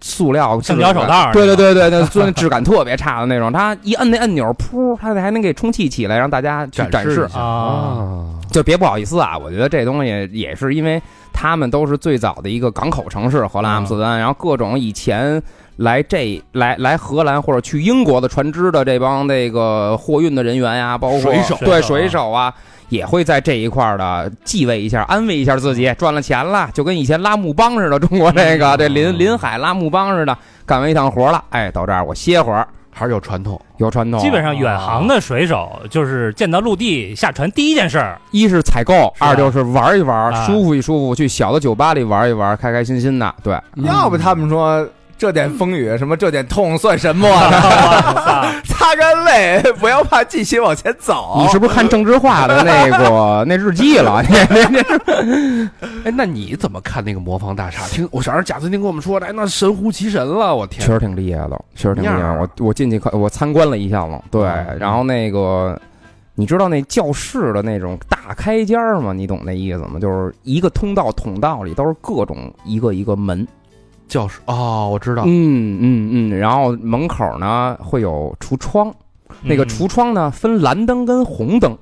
Speaker 5: 塑料
Speaker 4: 橡胶手
Speaker 5: 质感。
Speaker 4: 套，
Speaker 5: 对对，对对对， 就是质感特别差的那种，它一摁那按钮，噗，它还能给充气起来，让大家去展示
Speaker 2: 一。下
Speaker 4: 啊，
Speaker 5: 就别不好意思啊，我觉得这东西也是因为他们都是最早的一个港口城市，荷兰阿姆斯特丹，然后各种以前来这来来荷兰或者去英国的船只的这帮那个货运的人员呀，包括
Speaker 2: 水手
Speaker 5: 对
Speaker 4: 水
Speaker 5: 水手啊。也会在这一块儿的继位一下，安慰一下自己，赚了钱了，就跟以前拉木帮似的，中国这个、这临临海拉木帮似的，干完一趟活了，哎，到这儿我歇会儿，
Speaker 2: 还是有传统。
Speaker 5: 有传统。
Speaker 4: 基本上远航的水手就是见到陆地下船第一件事儿，
Speaker 5: 一是采购，
Speaker 4: 是吧
Speaker 5: 二就是啊玩一玩，
Speaker 4: 啊
Speaker 5: 舒服一舒服，去小的酒吧里玩一玩，开开心心的。对，
Speaker 3: 要不他们说这点风雨什么这点痛算什么 啊？擦干泪，不要怕，继续往前走。
Speaker 5: 你是不是看郑智化的那 个那日记了？
Speaker 2: 哎，那你怎么看那个魔方大厦？听我小时候贾斯汀跟我们说的，哎，那神乎其神了，我
Speaker 5: 确
Speaker 2: 天！
Speaker 5: 实挺厉害 的，确实挺厉害
Speaker 2: 样儿
Speaker 5: 的。我我进去看，我参观了一下嘛。对，然后那个。你知道那教室的那种大开间儿吗？你懂那意思吗？就是一个通道、通道里都是各种一个一个门，
Speaker 2: 教室哦，我知道，
Speaker 5: 嗯嗯嗯，然后门口呢会有橱窗，那个
Speaker 4: 嗯
Speaker 5: 橱窗呢分蓝灯跟红灯，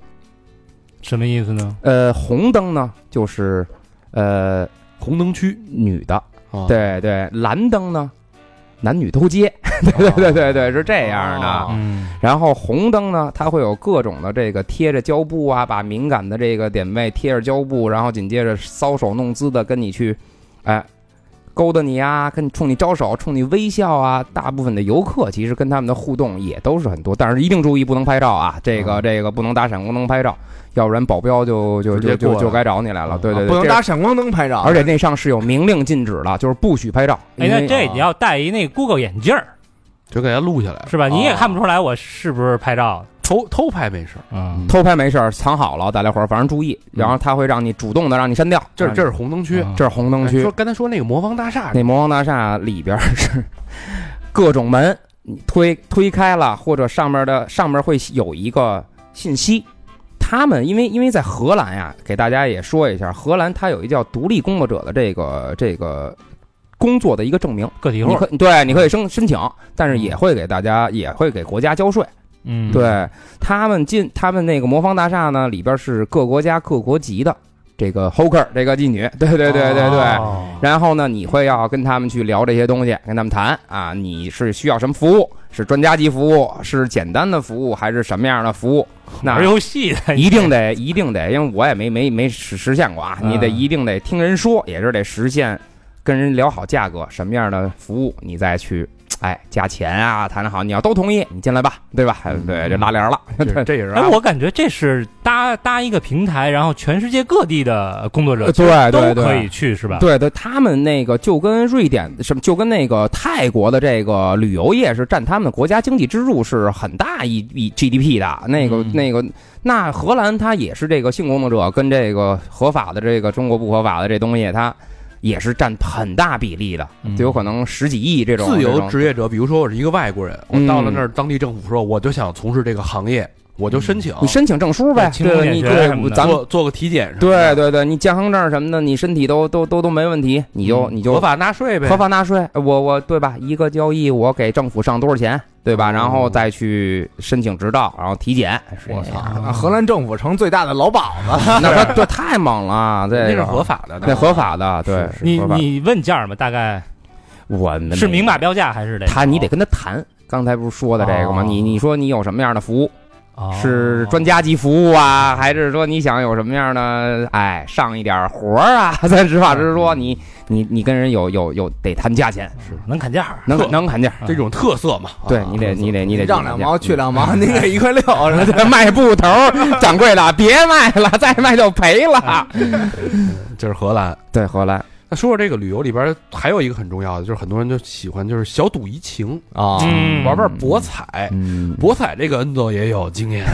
Speaker 4: 什么意思呢？
Speaker 5: 呃，红灯呢就是呃
Speaker 2: 红灯区
Speaker 5: 女的，
Speaker 2: 啊，
Speaker 5: 对对，蓝灯呢男女都接， 对对对对对，是这样的。
Speaker 2: 哦
Speaker 4: 嗯，
Speaker 5: 然后红灯呢，它会有各种的这个贴着胶布啊，把敏感的这个点位贴着胶布，然后紧接着搔首弄姿的跟你去，哎，勾搭你啊，跟你冲你招手，冲你微笑啊。大部分的游客其实跟他们的互动也都是很多，但是一定注意不能拍照啊，这个这个不能打闪光灯拍照，要不然保镖就就
Speaker 2: 直
Speaker 5: 就
Speaker 2: 接
Speaker 5: 就
Speaker 2: 过来
Speaker 5: 就该找你来了。对对对，
Speaker 3: 不能
Speaker 5: 这
Speaker 3: 打闪光灯拍照，
Speaker 5: 而且那上是有明令禁止的，就是不许拍照。
Speaker 4: 哎，
Speaker 5: 因为啊
Speaker 4: 那这你要戴一那 Google 眼镜儿
Speaker 2: 就给它录下来，
Speaker 4: 是吧？你
Speaker 5: 哦
Speaker 4: 也看不出来我是不是拍照
Speaker 2: 偷偷拍没事儿，
Speaker 4: 的，嗯，
Speaker 5: 偷拍没事儿，藏好了，大家伙儿反正注意。然后他会让你主动的让你删掉，
Speaker 2: 这这是红灯区。
Speaker 5: 这是嗯红灯
Speaker 2: 哎
Speaker 5: 区
Speaker 2: 说。刚才说那个魔方大厦，
Speaker 5: 那魔王大厦里边儿是各种门，你推推开了，或者上面的上面会有一个信息。他们因为因为在荷兰呀，给大家也说一下，荷兰它有一叫独立工作者的这个这个工作的一个证明，
Speaker 4: 个体
Speaker 5: 你
Speaker 4: 户，
Speaker 5: 可对你可以申申请，
Speaker 2: 嗯
Speaker 5: 但是也会给大家也会给国家交税。
Speaker 4: 嗯，
Speaker 5: 对他们进他们那个魔方大厦呢，里边是各国家各国籍的这个 hooker 这个妓女，对对对对对。
Speaker 4: 哦
Speaker 5: 然后呢，你会要跟他们去聊这些东西，跟他们谈啊，你是需要什么服务？是专家级服务，是简单的服务，还是什么样的服务？那
Speaker 4: 玩游戏的，
Speaker 5: 一定得一定得，因为我也没没没实实现过啊，
Speaker 4: 嗯
Speaker 5: 你得一定得听人说，也是得实现，跟人聊好价格，什么样的服务，你再去。哎，加钱啊，谈好，你要都同意，你进来吧，对吧？对，就拉帘了。
Speaker 2: 这这也是
Speaker 4: 哎，
Speaker 2: 啊
Speaker 4: 我感觉这是搭搭一个平台，然后全世界各地的工作者
Speaker 5: 呃对对
Speaker 4: 都
Speaker 5: 对
Speaker 4: 可以去，是吧？
Speaker 5: 对对，他们那个就跟瑞典什么，就跟那个泰国的这个旅游业是占他们国家经济支柱是很大一一 GDP 的。那个、
Speaker 2: 嗯
Speaker 5: 那个，那荷兰它也是这个性工作者跟这个合法的这个中国不合法的这东西，它也是占很大比例的，就有可能十几亿这种
Speaker 2: 自
Speaker 5: 这
Speaker 2: 由
Speaker 5: 种
Speaker 2: 职业者，比如说我是一个外国人，我
Speaker 5: 嗯
Speaker 2: 到了那儿，当地政府说我就想从事这个行业，我就申请，
Speaker 5: 嗯你申请证书呗，
Speaker 4: 清
Speaker 5: 对，
Speaker 4: 点
Speaker 5: 你
Speaker 4: 学
Speaker 5: 对
Speaker 4: 什么，的
Speaker 5: 咱们
Speaker 2: 做做个体检什么
Speaker 5: 对
Speaker 2: 的，
Speaker 5: 对对，你健康证什么的，你身体都都都都没问题，你就你就
Speaker 2: 嗯合法纳税呗，
Speaker 5: 合法纳税，我我对吧？一个交易我给政府上多少钱，对
Speaker 2: 哦
Speaker 5: 吧？然后再去申请执照，然后体检。哎
Speaker 2: 我操
Speaker 3: 啊荷兰政府成最大的老鸨子，
Speaker 5: 那他这太猛了，这
Speaker 2: 那是
Speaker 5: 个
Speaker 2: 合，法的，
Speaker 5: 那合法的，对。
Speaker 2: 是
Speaker 4: 你
Speaker 5: 合法
Speaker 4: 你问价嘛，大概
Speaker 5: 我们
Speaker 4: 是明码标价还是得
Speaker 5: 他
Speaker 2: 哦
Speaker 5: 你得跟他谈。刚才不是说的这个吗？
Speaker 4: 哦
Speaker 5: 你你说你有什么样的服务？
Speaker 4: 哦
Speaker 5: 是专家级服务啊，还是说你想有什么样的？哎，上一点活儿啊？ 咱实话实说，
Speaker 2: 嗯
Speaker 5: 你你你跟人有有有得谈价钱，
Speaker 4: 哦能砍价，
Speaker 5: 能
Speaker 2: 特
Speaker 5: 能砍价。
Speaker 2: 这种特色嘛，啊
Speaker 5: 对你得你得 你得
Speaker 3: 让
Speaker 5: 去谈
Speaker 3: 两
Speaker 5: 价
Speaker 3: 毛去两
Speaker 5: 嗯
Speaker 3: 毛，您给一 块六，
Speaker 5: 卖布头，掌柜的，别卖了，再卖就赔了。
Speaker 2: 这是荷兰。
Speaker 5: 对，荷兰
Speaker 2: 那说说这个旅游里边还有一个很重要的，就是很多人就喜欢就是小赌怡情啊
Speaker 4: 嗯
Speaker 2: 玩玩博彩。
Speaker 5: 嗯，
Speaker 2: 博彩这个恩总也有经验，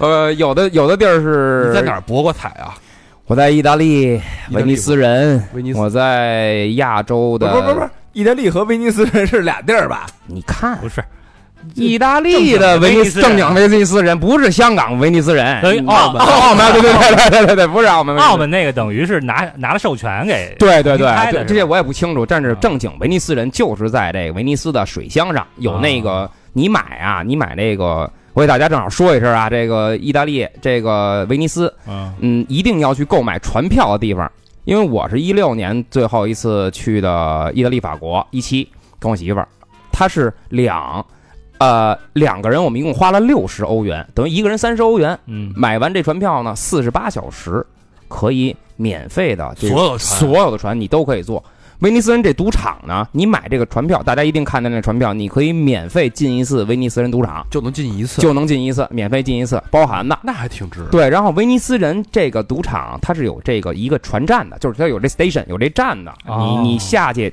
Speaker 5: 呃，有的有的地儿是
Speaker 2: 你在哪？儿博过彩啊？
Speaker 5: 我在意大利威尼斯人，
Speaker 2: 威尼斯
Speaker 5: 我在亚洲
Speaker 3: 不
Speaker 5: 的，
Speaker 3: 是不是不是，意大利和威尼斯人是俩地儿吧？
Speaker 5: 你看
Speaker 4: 不是
Speaker 5: 意大利的威尼斯正
Speaker 4: 正
Speaker 5: 经
Speaker 4: 经
Speaker 5: 威尼斯人，不是香港威尼斯人，
Speaker 4: 等于
Speaker 5: 嗯
Speaker 4: 澳门
Speaker 5: 澳门，对对对对对对对，不是澳门，
Speaker 4: 澳门那个等于是拿拿了授权给，
Speaker 5: 对对
Speaker 4: 您
Speaker 5: 对
Speaker 4: 猜的
Speaker 5: 对，
Speaker 4: 是
Speaker 5: 这些
Speaker 4: 吧
Speaker 5: 我也不清楚，但是
Speaker 4: 啊
Speaker 5: 正经威尼斯人就是在这个威尼斯的水乡上有那个，你买啊，你买那个，我给大家正好说一声啊，这个意大利这个威尼斯，
Speaker 6: 啊，
Speaker 5: 嗯，一定要去购买船票的地方，因为我是一六年最后一次去的意大利、法国，一七跟我媳妇儿，她是两。呃，两个人我们一共花了六十欧元，等于一个人三十欧元。
Speaker 4: 嗯，
Speaker 5: 买完这船票呢，四十八小时可以免费的这
Speaker 2: 所有
Speaker 5: 个
Speaker 2: 的船
Speaker 5: 所有的船你都可以坐。威尼斯人这赌场呢，你买这个船票，大家一定看见那船票，你可以免费进一次威尼斯人赌场，
Speaker 2: 就能进一次，
Speaker 5: 就能进一次，免费进一次，包含的。
Speaker 2: 那还挺值。
Speaker 5: 对，然后威尼斯人这个赌场它是有这个一个船站的，就是它有这 station 有这站的，
Speaker 4: 哦
Speaker 5: 你你下去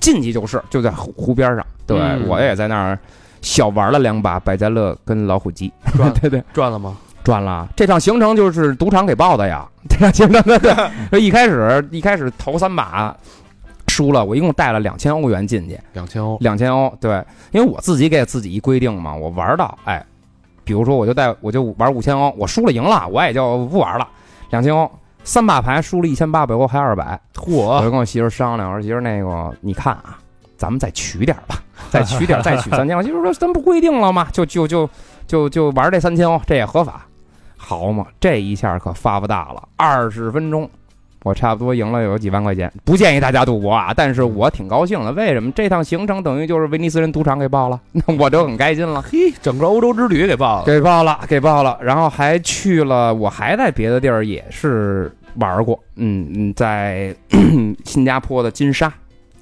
Speaker 5: 进去就是，就在湖湖边上。对、
Speaker 2: 嗯
Speaker 5: 我也在那儿小玩了两把百家乐跟老虎机，
Speaker 2: 赚
Speaker 5: 对对，
Speaker 2: 赚了吗？
Speaker 5: 赚了。这场行程就是赌场给报的呀，这场行程真的，一开始一开始头三把输了，我一共带了两千欧元进去，
Speaker 2: 两千欧，
Speaker 5: 两千欧，对，因为我自己给自己一规定嘛，我玩到哎，比如说我就带我就玩五千欧，我输了赢了，我也就不玩了，两千欧。三把牌输了一千八百欧，还二百，我
Speaker 1: 啊
Speaker 2: 嚯！
Speaker 5: 就跟我媳妇儿商量，我说媳妇儿那个你看啊，咱们再取点儿吧，再取点儿，再取三千。我媳妇儿说咱不规定了吗？就就就就就玩这三千哦，这也合法，好嘛？这一下可发不大了，二十分钟。我差不多赢了有几万块钱，不建议大家赌博啊，但是我挺高兴的。为什么这趟行程等于就是威尼斯人赌场给报了？ 那我就很开心了。
Speaker 2: 嘿，整个欧洲之旅给报了，
Speaker 5: 给报了，给报了，然后还去了，我还在别的地儿也是玩过，嗯嗯，在 新加坡的金沙，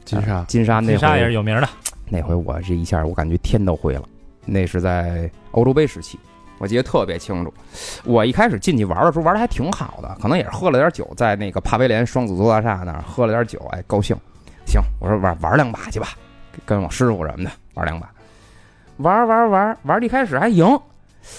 Speaker 2: 金沙
Speaker 5: 金沙那
Speaker 4: 金沙也是
Speaker 5: 回
Speaker 4: 有名的，
Speaker 5: 那回我这一下我感觉天都灰了，那是在欧洲杯时期，我记得特别清楚。我一开始进去玩的时候玩的还挺好的，可能也是喝了点酒，在那个帕威廉双子座大厦那儿喝了点酒，哎，高兴。行，我说玩玩两把去吧，跟我师傅什么的玩两把，玩玩玩玩，一开始还赢，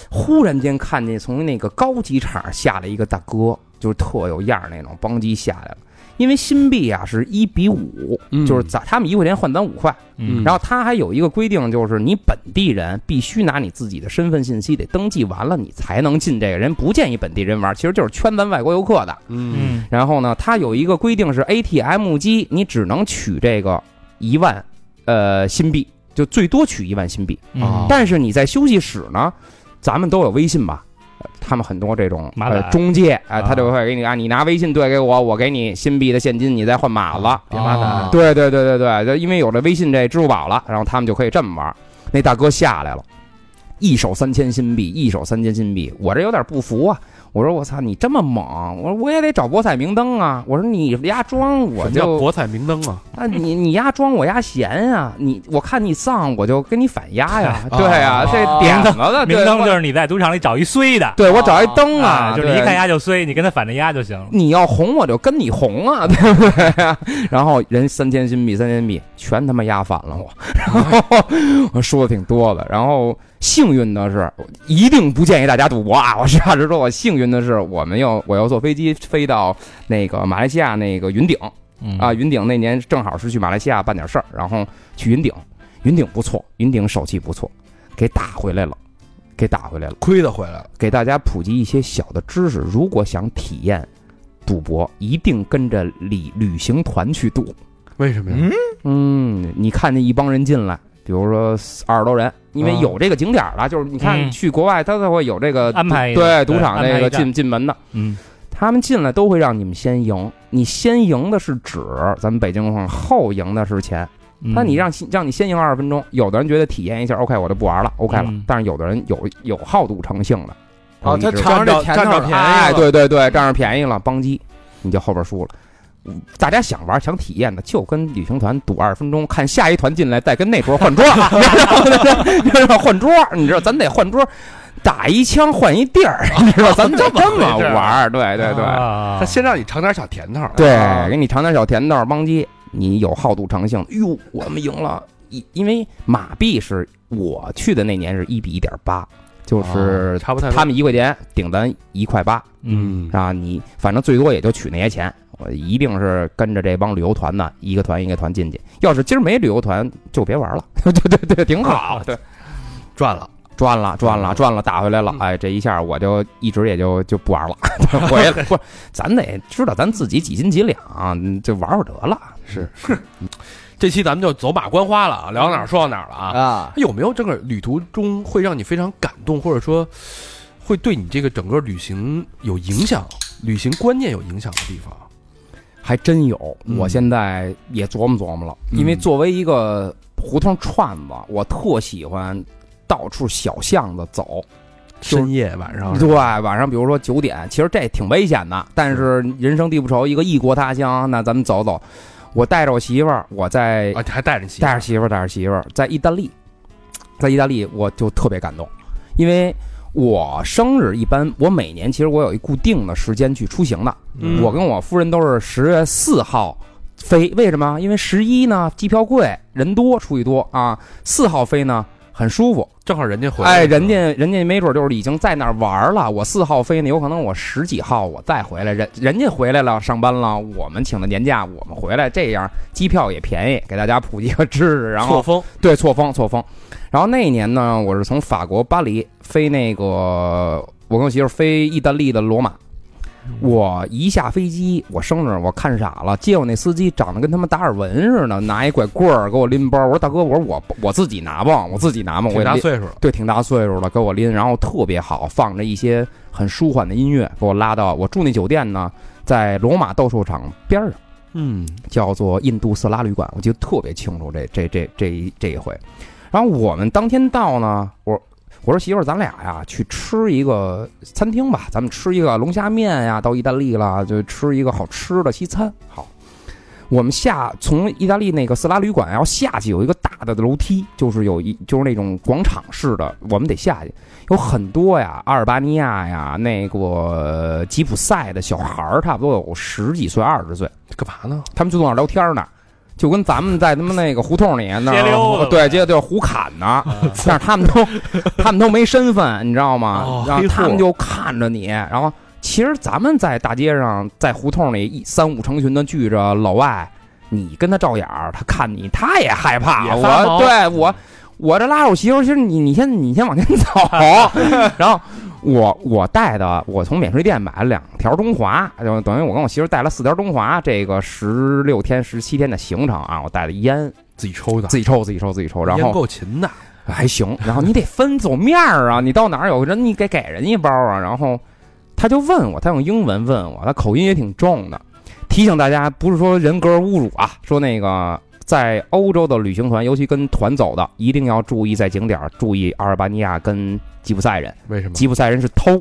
Speaker 5: 忽然间看见从那个高级场下来一个大哥，就是特有样儿那种，邦机下来了。因为新币啊是一比五、
Speaker 2: 嗯
Speaker 5: 就是咱他们一块钱换咱五块，
Speaker 2: 嗯
Speaker 5: 然后他还有一个规定，就是你本地人必须拿你自己的身份信息得登记完了，你才能进这个人。不建议本地人玩，其实就是圈咱外国游客的。
Speaker 2: 嗯，
Speaker 4: 嗯，
Speaker 5: 然后呢，他有一个规定是 ATM 机你只能取这个一万呃新币，就最多取一万新币。
Speaker 4: 嗯
Speaker 1: 啊
Speaker 2: 哦
Speaker 5: 但是你在休息室呢，咱们都有微信吧？呃他们很多这种
Speaker 4: 马仔
Speaker 5: 呃、中介，哎、
Speaker 4: 啊
Speaker 5: 他就会给你啊，你拿微信兑给我，我给你新币的现金，你再换马了。
Speaker 2: 别麻
Speaker 4: 哦
Speaker 1: 啊
Speaker 2: 烦。
Speaker 5: 对对对对对，就因为有了微信这支付宝了，然后他们就可以这么玩。那大哥下来了，一手三千新币，一手三千新币，我这有点不服啊。我说我操，你这么猛，我说我也得找博彩明灯啊。我说你丫装我
Speaker 2: 什么叫
Speaker 5: 就
Speaker 2: 博彩明灯啊？
Speaker 5: 啊，你你丫装我丫闲啊，你我看你丧我就跟你反压呀，
Speaker 2: 啊
Speaker 5: 对啊，这点子了，
Speaker 4: 明
Speaker 5: 对
Speaker 4: 灯
Speaker 5: 我
Speaker 4: 就是你在赌场里找一衰的，
Speaker 5: 对我找一灯啊，
Speaker 4: 啊，就是一
Speaker 5: 对
Speaker 4: 看压就衰，你跟他反着压就行了。
Speaker 5: 你要红我就跟你红啊， 对不对、然后人三千新币，三千币全他妈压反了我，然后我说的挺多的。然后幸运的是，一定不建议大家赌博啊！我实话实说，我幸运的是，我们要我要坐飞机飞到那个马来西亚那个云顶
Speaker 4: 嗯
Speaker 5: 啊，云顶那年正好是去马来西亚办点事儿，然后去云顶，云顶不错，云顶手气不错，给打回来了，给打回来了。
Speaker 2: 亏的回来了，
Speaker 5: 给大家普及一些小的知识。如果想体验赌博，一定跟着旅旅行团去赌。
Speaker 2: 为什么呀？
Speaker 6: 嗯
Speaker 5: 嗯，你看见一帮人进来，比如说二十多人，因为
Speaker 2: 啊
Speaker 5: 有这个景点儿了，就是你看
Speaker 4: 嗯
Speaker 5: 去国外，他都会有这个
Speaker 4: 安排一个对
Speaker 5: 对赌场
Speaker 4: 安排
Speaker 5: 那
Speaker 4: 一
Speaker 5: 个
Speaker 4: 站
Speaker 5: 进进门的。
Speaker 4: 嗯，
Speaker 5: 他们进来都会让你们先赢，你先赢的是纸，咱们北京话后赢的是钱。
Speaker 4: 嗯
Speaker 5: 那你让让你先赢二十分钟，有的人觉得体验一下，OK，我就不玩了，OK 了。
Speaker 4: 嗯
Speaker 5: 但是有的人有有好赌成性的，
Speaker 3: 哦，
Speaker 5: 一
Speaker 3: 他
Speaker 5: 直
Speaker 3: 尝着这甜
Speaker 6: 占
Speaker 3: 头
Speaker 6: 着
Speaker 3: 了
Speaker 6: 便宜
Speaker 5: 哎，
Speaker 6: 了
Speaker 5: 对对对，占着便宜了，邦机，你就后边输了。嗯大家想玩想体验的，就跟旅行团赌二十分钟，看下一团进来再跟那桌换桌， 你知道换桌，你知道咱得换桌，打一枪换一地儿，你知道咱这么这么玩儿，对对
Speaker 4: 啊
Speaker 5: 对。
Speaker 2: 他
Speaker 4: 他
Speaker 2: 先让你尝点小甜头，啊
Speaker 5: 对，给你尝点小甜头儿，邦基，你有好赌成性。哟，我们赢了，一因为马币是我去的那年是一比一点八，就是
Speaker 2: 啊差不太多
Speaker 5: 他们一块钱顶咱一块八
Speaker 4: 嗯，
Speaker 5: 啊，你反正最多也就取那些钱。我一定是跟着这帮旅游团呢，一 啊个团一个团进去。要是今儿没旅游团，就别玩了。对对对，挺好。对，
Speaker 2: 赚了，
Speaker 5: 赚了，赚了，赚了，打回来了。哎，这一下我就一直也就就不玩 了，回来了。不是，咱得知道咱自己几斤几两，就玩玩得了。
Speaker 2: 这期咱们就走马观花了啊，聊到哪儿说到哪儿了啊。
Speaker 3: 啊，
Speaker 2: 有没有这个旅途中会让你非常感动，或者说会对你这个整个旅行有影响、旅行观念有影响的地方？
Speaker 5: 还真有，
Speaker 2: 嗯
Speaker 5: 我现在也琢磨琢磨了，因为作为一个胡同串子，我特喜欢到处小巷子走。就是
Speaker 2: 深夜晚上，
Speaker 5: 对，晚上比如说九点，其实这挺危险的，但是人生地不熟，一个异国他乡，那咱们走走。我带着我媳妇儿，我在
Speaker 2: 啊，还带着戏，
Speaker 5: 带着媳妇儿，带着媳妇儿，在意大利，在意大利我就特别感动，因为我生日一般，我每年其实我有一固定的时间去出行的，
Speaker 2: 嗯
Speaker 5: 我跟我夫人都是十月四号飞，为什么？因为十一呢机票贵，人多出去多啊，四号飞呢很舒服，
Speaker 2: 正好人家回来，
Speaker 5: 哎，人家人家没准就是已经在那儿玩了。我四号飞呢，有可能我十几号我再回来，人人家回来了，上班了，我们请的年假，我们回来，这样机票也便宜，给大家普及个知识。然
Speaker 2: 错
Speaker 5: 后
Speaker 2: 峰，
Speaker 5: 对错峰错峰，然后那一年呢，我是从法国巴黎飞那个，我跟我媳妇儿飞意大利的罗马。
Speaker 2: 嗯
Speaker 5: 我一下飞机，我生日我看傻了，接我那司机长得跟他妈达尔文似的，拿一拐棍儿给我拎包。我说大哥，我说我我自己拿吧，我自己拿吧，我
Speaker 2: 挺
Speaker 5: 也
Speaker 2: 大
Speaker 5: 拎
Speaker 2: 岁数了，
Speaker 5: 对，挺大岁数了，给我拎，然后特别好，放着一些很舒缓的音乐，给我拉到我住那酒店呢，在罗马斗兽场边上，
Speaker 2: 嗯，
Speaker 5: 叫做印度色拉旅馆，我记得特别清楚这这这这一这一回。然后我们当天到呢，我我说媳妇儿，咱俩呀去吃一个餐厅吧，咱们吃一个龙虾面呀，到意大利了就吃一个好吃的西餐。好，我们下从意大利那个色拉旅馆要下去有一个大的楼梯，就是有一就是那种广场式的，我们得下去。有很多呀，阿尔巴尼亚呀，那个吉普赛的小孩儿，差不多有十几岁、二十岁。
Speaker 2: 干嘛呢？
Speaker 5: 他们就坐那儿聊天呢，就跟咱们在他妈那个胡同里那
Speaker 4: 街溜子
Speaker 5: 儿对街就是胡侃呢，但是他们都他们都没身份，你知道
Speaker 2: 哦
Speaker 5: 吗？然后
Speaker 2: 黑户
Speaker 5: 他们就看着你，然后其实咱们在大街上在胡同里一三五成群的聚着老外，你跟他照眼儿，他看你他也害怕，
Speaker 2: 也发毛
Speaker 5: 我对我。我这拉着我媳妇儿，其实你你先你先往前 走，然后我我带的，我从免税店买了两条中华，就等于我跟我媳妇带了四条中华，这个十六天、十七天的行程啊，我带的烟，
Speaker 2: 自己抽的，
Speaker 5: 自己抽，自己抽，自己抽，然
Speaker 2: 烟
Speaker 5: 后
Speaker 2: 够勤的，
Speaker 5: 还行，然后你得分走面儿啊，你到哪儿有人，你给给人一包啊，然后他就问我，他用英文问我，他口音也挺重的，提醒大家不是说人格侮辱啊，说那个。在欧洲的旅行团，尤其跟团走的，一定要注意在景点儿注意阿尔巴尼亚跟吉普赛人。
Speaker 2: 为什么？
Speaker 5: 吉普赛人是偷，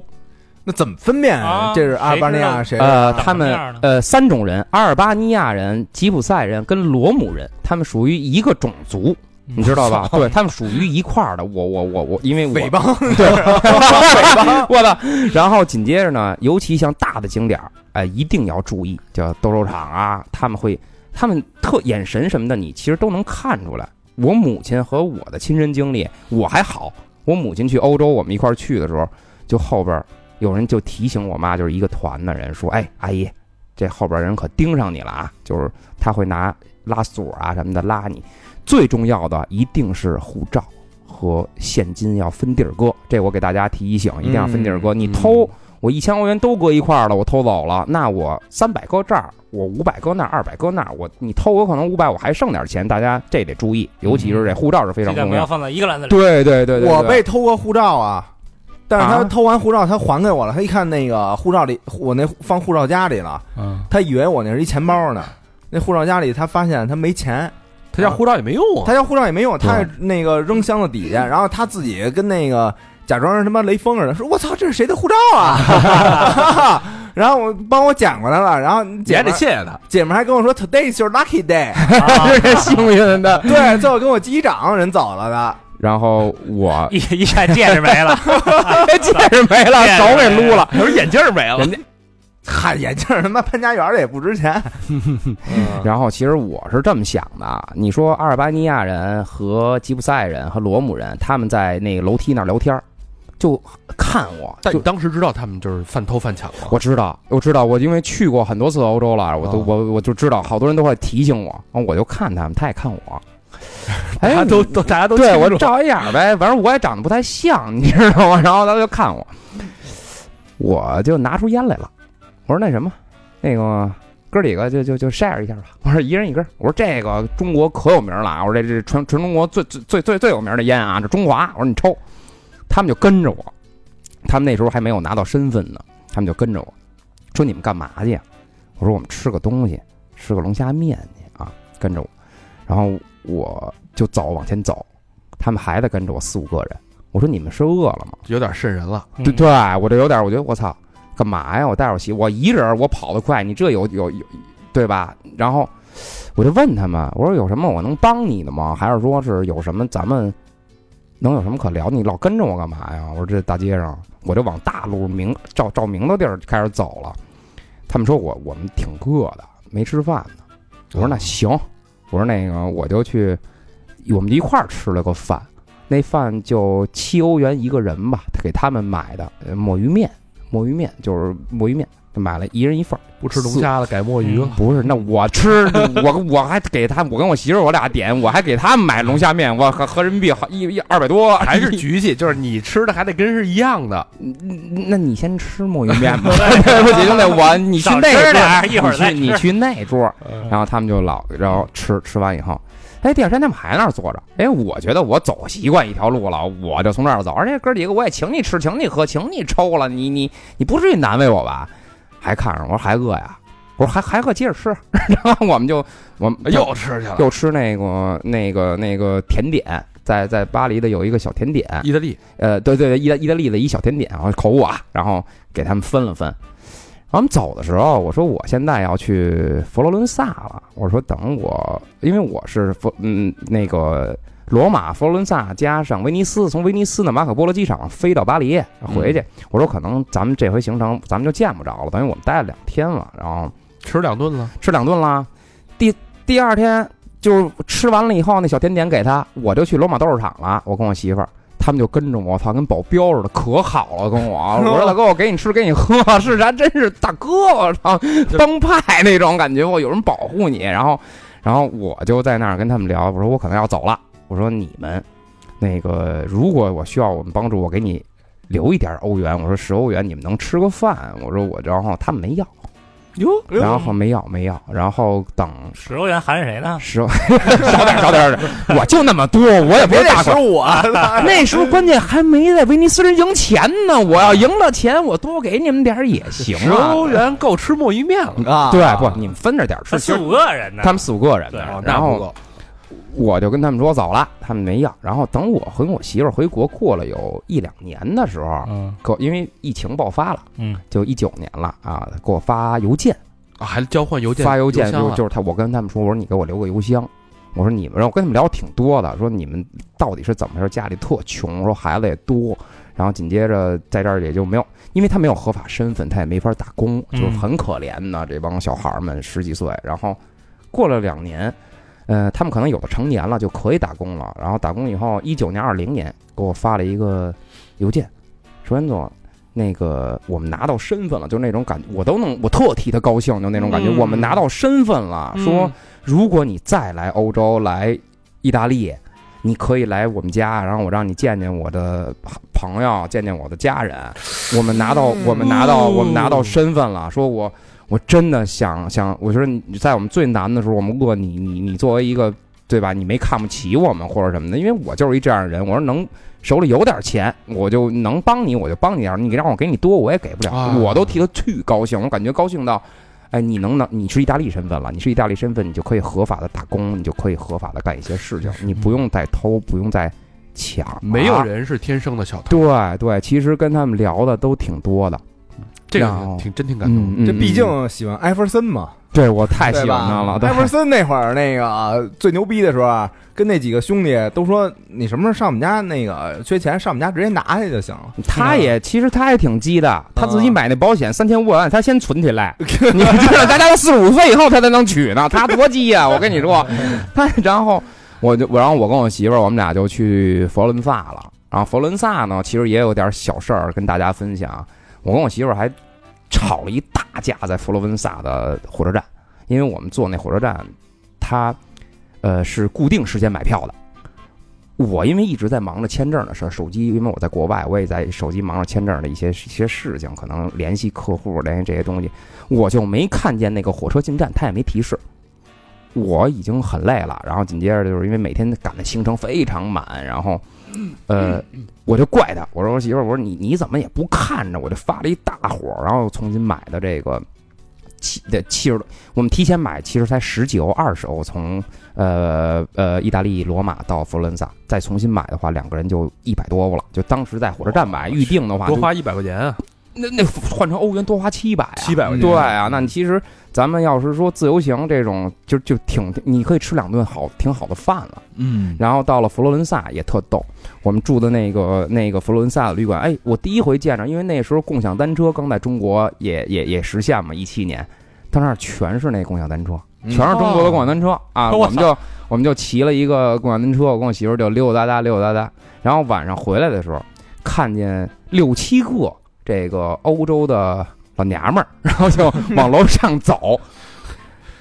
Speaker 3: 那怎么分辨
Speaker 4: 啊
Speaker 3: 这是阿尔巴尼亚谁？
Speaker 5: 呃，
Speaker 4: 长
Speaker 5: 他
Speaker 4: 什么
Speaker 5: 们
Speaker 4: 样呢
Speaker 5: 呃三种人：阿尔巴尼亚人、吉普赛人跟罗姆人，他们属于一个种族，你知道吧？对他们属于一块儿的。我我我我，因为我
Speaker 3: 匪帮
Speaker 5: 我的。然后紧接着呢，尤其像大的景点儿，哎、一定要注意，叫斗兽场啊，他们会，他们特眼神什么的，你其实都能看出来。我母亲和我的亲身经历，我还好。我母亲去欧洲，我们一块儿去的时候，就后边儿有人就提醒我妈，就是一个团的人说：“哎，阿姨，这后边儿人可盯上你了啊！”就是他会拿拉锁啊什么的拉你。最重要的一定是护照和现金要分地儿搁，这我给大家提醒，一定要分地儿搁。你偷我一千欧元都搁一块儿了，我偷走了，那我三百搁这儿，我五百搁那儿，二百搁那儿，我你偷我可能五百我还剩点钱，大家这得注意，尤其是这护照是非
Speaker 4: 鸡
Speaker 5: 常
Speaker 4: 蛋
Speaker 5: 重
Speaker 4: 不要
Speaker 5: 要。
Speaker 4: 放在一个篮子里。
Speaker 5: 对对对对对，
Speaker 3: 我被偷过护照啊，但是他
Speaker 5: 啊
Speaker 3: 偷完护照，他还给我了。他一看那个护照里，我那放护照夹里了，
Speaker 1: 嗯，
Speaker 3: 他以为我那是一钱包呢。那护照夹里，他发现他没钱，
Speaker 2: 他要护照也没用啊，
Speaker 3: 他要护照也没用，他那个扔箱子底下，然后他自己跟那个假装是他妈雷锋似的，说：“我操，这是谁的护照 啊？”然后我帮我捡过来了，然后
Speaker 2: 你
Speaker 3: 姐
Speaker 2: 还
Speaker 3: 们
Speaker 2: 得
Speaker 3: 儿
Speaker 2: 谢谢 他，
Speaker 3: 姐们儿还跟我说：“Today is your lucky day。
Speaker 5: 这是幸运的。”
Speaker 3: 对，最后跟我击掌，人走了的。
Speaker 5: 然后 我
Speaker 4: 一一看戒指 没了，
Speaker 5: 戒指没 了，
Speaker 4: 戒指
Speaker 5: 手给撸了。
Speaker 2: 他说眼镜儿没了，
Speaker 5: 人家
Speaker 3: 嗨，眼镜儿他妈潘家园儿的也不值 钱。嗯
Speaker 5: 然后其实我是这么想的，你说阿尔巴尼亚人和吉普赛人和罗姆人，他们在那个楼梯那儿聊天儿，就看我，
Speaker 2: 但
Speaker 5: 就
Speaker 2: 你当时知道他们就是犯偷犯抢吗？
Speaker 5: 我知道，我知道，我因为去过很多次欧洲了，我都、
Speaker 2: 哦
Speaker 5: 哦 我我就知道，好多人都会提醒我，啊我就看他们，他也看我，哎，
Speaker 2: 大家都都大家都
Speaker 5: 对
Speaker 2: 清
Speaker 5: 我
Speaker 2: 楚
Speaker 5: 照一样呗，反正我也长得不太像，你知道吗？然后他就看我，我就拿出烟来了。我说那什么，那个哥几个就就就 share 一下吧。我说一人一根。我说这个中国可有名了啊！我说这这全全中国最最最最最有名的烟啊，这中华。我说你抽，他们就跟着我，他们那时候还没有拿到身份呢，他们就跟着我说你们干嘛去呀、啊我说我们吃个东西，吃个龙虾面去啊，跟着我。然后我就走往前走，他们还在跟着我四五个人。我说你们是饿了吗？
Speaker 2: 有点瘆人了。
Speaker 5: 对对，我这有点，我觉得我操，干嘛呀？我带着我媳妇，我一人儿我跑得快，你这有有有，对吧？然后我就问他们，我说有什么我能帮你的吗？还是说是有什么咱们能有什么可聊？你老跟着我干嘛呀？我说这大街上，我就往大路明照照明的地儿开始走了。他们说我我们挺饿的，没吃饭呢。我说那行，我说那个我就去，我们一块儿吃了个饭。那饭就七欧元一个人吧，他给他们买的呃墨鱼面，墨鱼面就是墨鱼面，就买了一人一份儿。
Speaker 2: 不吃龙虾了，改墨鱼了。
Speaker 5: 不是，那我吃，我我还给他，我跟我媳妇儿我俩点，我还给他们买龙虾面，我合合人民币好一一二百多，
Speaker 2: 还是局气，就是你吃的还得跟是一样的，
Speaker 5: 嗯那你先吃墨鱼面吧，对 不起兄弟，我你去
Speaker 4: 少
Speaker 5: 那
Speaker 4: 吃
Speaker 5: 桌
Speaker 4: 点儿
Speaker 5: 儿，
Speaker 4: 一会儿
Speaker 5: 你
Speaker 4: 再
Speaker 5: 去你
Speaker 4: 吃嗯
Speaker 5: 去那桌儿，然后他们就老，然后吃吃完以后，哎，第二天他们还那儿坐着，哎，我觉得我走习惯一条路了，我就从这儿走，而且哥几个我也请你吃，请你喝，请你抽了，你你你不至于难为我吧？还看着我说还饿呀，我说还还饿，接着吃， 然后我们就我们
Speaker 2: 又哎吃去了。
Speaker 5: 又吃那个那个那个甜点，在在巴黎的有一个小甜点，
Speaker 2: 意大利
Speaker 5: 呃，对对对，意大意大利的一小甜点，然后口误啊，然后给他们分了分。然后我们走的时候，我说我现在要去佛罗伦萨了，我说等我，因为我是佛嗯那个罗马、佛罗伦萨加上威尼斯，从威尼斯的马可波罗机场飞到巴黎回去。我说可能咱们这回行程咱们就见不着了，等于我们待了两天了，然后
Speaker 2: 吃两顿了，
Speaker 5: 吃两顿啦。第第二天就是吃完了以后，那小甜点给他，我就去罗马斗兽场了。我跟我媳妇儿，他们就跟着我，操，跟保镖似的，可好了，跟我。我说大哥，我给你吃，给你喝，是啥？真是大哥，我操，帮派那种感觉，我有人保护你。然后，然后我就在那儿跟他们聊，我说我可能要走了。我说你们，那个如果我需要我们帮助，我给你留一点欧元。我说十欧元你们能吃个饭。我说我，然后他们没要。
Speaker 3: 哟，
Speaker 5: 然后没要没要，然后等
Speaker 4: 十欧元含谁呢？
Speaker 5: 十少点少点少点，我就那么多，我也不
Speaker 3: 别得
Speaker 5: 是大
Speaker 3: 是
Speaker 5: 款。
Speaker 3: 我，
Speaker 5: 那时候关键还没在威尼斯人赢钱呢，我要赢了钱，我多给你们点儿也行
Speaker 2: 十
Speaker 5: 啊。
Speaker 2: 欧元够吃墨鱼面了。
Speaker 3: 啊
Speaker 5: 对，不，你们分着点儿吃。
Speaker 4: 四
Speaker 5: 其实
Speaker 4: 五个人呢，
Speaker 5: 他们四五个人呢
Speaker 4: 对
Speaker 2: 哦，那
Speaker 5: 然
Speaker 2: 不
Speaker 5: 后
Speaker 2: 够
Speaker 5: 我就跟他们说走了，他们没要。然后等我和我媳妇儿回国过了有一两年的时候，
Speaker 4: 嗯
Speaker 5: 给我因为疫情爆发了，
Speaker 4: 嗯，
Speaker 5: 就一九年了啊，给我发邮件。
Speaker 2: 啊还交换邮件，
Speaker 5: 发邮件
Speaker 2: 箱
Speaker 5: 就
Speaker 2: 啊
Speaker 5: 就是他，我跟他们说，我说你给我留个邮箱，我说你们，然后我跟他们聊挺多的，说你们到底是怎么回事？家里特穷，说孩子也多，然后紧接着在这儿也就没有，因为他没有合法身份，他也没法打工，
Speaker 4: 嗯
Speaker 5: 就是很可怜的这帮小孩儿们十几岁，然后过了两年。呃，他们可能有的成年了就可以打工了，然后打工以后，一九年、二零年给我发了一个邮件，说安总，那个我们拿到身份了，就是那种感觉，我都能，我特替他高兴，就那种感觉，
Speaker 2: 嗯
Speaker 5: 我们拿到身份了，说
Speaker 2: 嗯
Speaker 5: 如果你再来欧洲，来意大利，你可以来我们家，然后我让你见见我的朋友，见见我的家人，我们拿
Speaker 2: 嗯
Speaker 5: 到，我们拿到，我们拿到身份了，说我。我真的想想，我觉得你在我们最难的时候，我们饿你，你你作为一个对吧？你没看不起我们或者什么的，因为我就是一这样的人。我说能手里有点钱，我就能帮你，我就帮你点儿。你让我给你多，我也给不了。
Speaker 2: 啊
Speaker 5: 我都替他巨高兴，我感觉高兴到，哎，你能能，你是意大利身份了，你是意大利身份，你就可以合法的打工，你就可以合法的干一些事情，你不用再偷，不用再抢，
Speaker 2: 没有。人是天生的小偷，
Speaker 5: 对对，其实跟他们聊的都挺多的，
Speaker 2: 这
Speaker 5: 然
Speaker 2: 个
Speaker 5: 后
Speaker 2: 挺真挺感动的。
Speaker 5: 嗯，嗯
Speaker 3: 这毕竟喜欢艾弗森嘛，
Speaker 5: 对我太
Speaker 3: 对
Speaker 5: 喜
Speaker 3: 吧
Speaker 5: 欢他了，对
Speaker 3: 艾弗森那会儿那个啊最牛逼的时候啊，跟那几个兄弟都说，你什么时候上我们家那个缺钱，上我们家直接拿去就行了。
Speaker 5: 他也其实他也挺鸡的，他自己买那保险三千五百万，他先存起来，你知道大家都四十五岁以后他才能取呢，他多鸡呀、我跟你说，他然后我就我然后我跟我媳妇儿我们俩就去佛罗伦萨了，然后佛罗伦萨呢其实也有点小事儿跟大家分享，我跟我媳妇儿还吵了一大架在佛罗伦萨的火车站，因为我们坐那火车站，他。呃，是固定时间买票的。我因为一直在忙着签证的事儿，手机因为我在国外，我也在手机忙着签证的一些一些事情，可能联系客户、联系这些东西，我就没看见那个火车进站，他也没提示。我已经很累了，然后紧接着就是因为每天赶的行程非常满，然后，
Speaker 2: 嗯
Speaker 5: 呃，我就怪他，我说我媳妇儿，我说你你怎么也不看着，我就发了一大火，然后重新买的这个七的七十多，我们提前买其实才十几欧二十欧，从呃呃意大利罗马到佛罗伦萨，再重新买的话，两个人就一百多欧了，就当时在火车站买，预定的话
Speaker 2: 多
Speaker 5: 就
Speaker 2: 花一百块钱啊，
Speaker 5: 那那换成欧元多花七百、啊，
Speaker 2: 七百块
Speaker 1: 嗯
Speaker 2: 钱。
Speaker 5: 对啊，那你其实咱们要是说自由行这种，就就挺你可以吃两顿好挺好的饭了。
Speaker 1: 嗯，
Speaker 5: 然后到了佛罗伦萨也特逗，我们住的那个那个佛罗伦萨的旅馆，哎，我第一回见着，因为那时候共享单车刚在中国也也也实现嘛，一七年，到那儿全是那共享单车，全是中国的共享单车、啊，
Speaker 2: 我
Speaker 5: 我们就我们就骑了一个共享单车，我跟我媳妇儿就溜达达溜达达，然后晚上回来的时候看见六七个这个欧洲的老娘们儿，然后就往楼上走，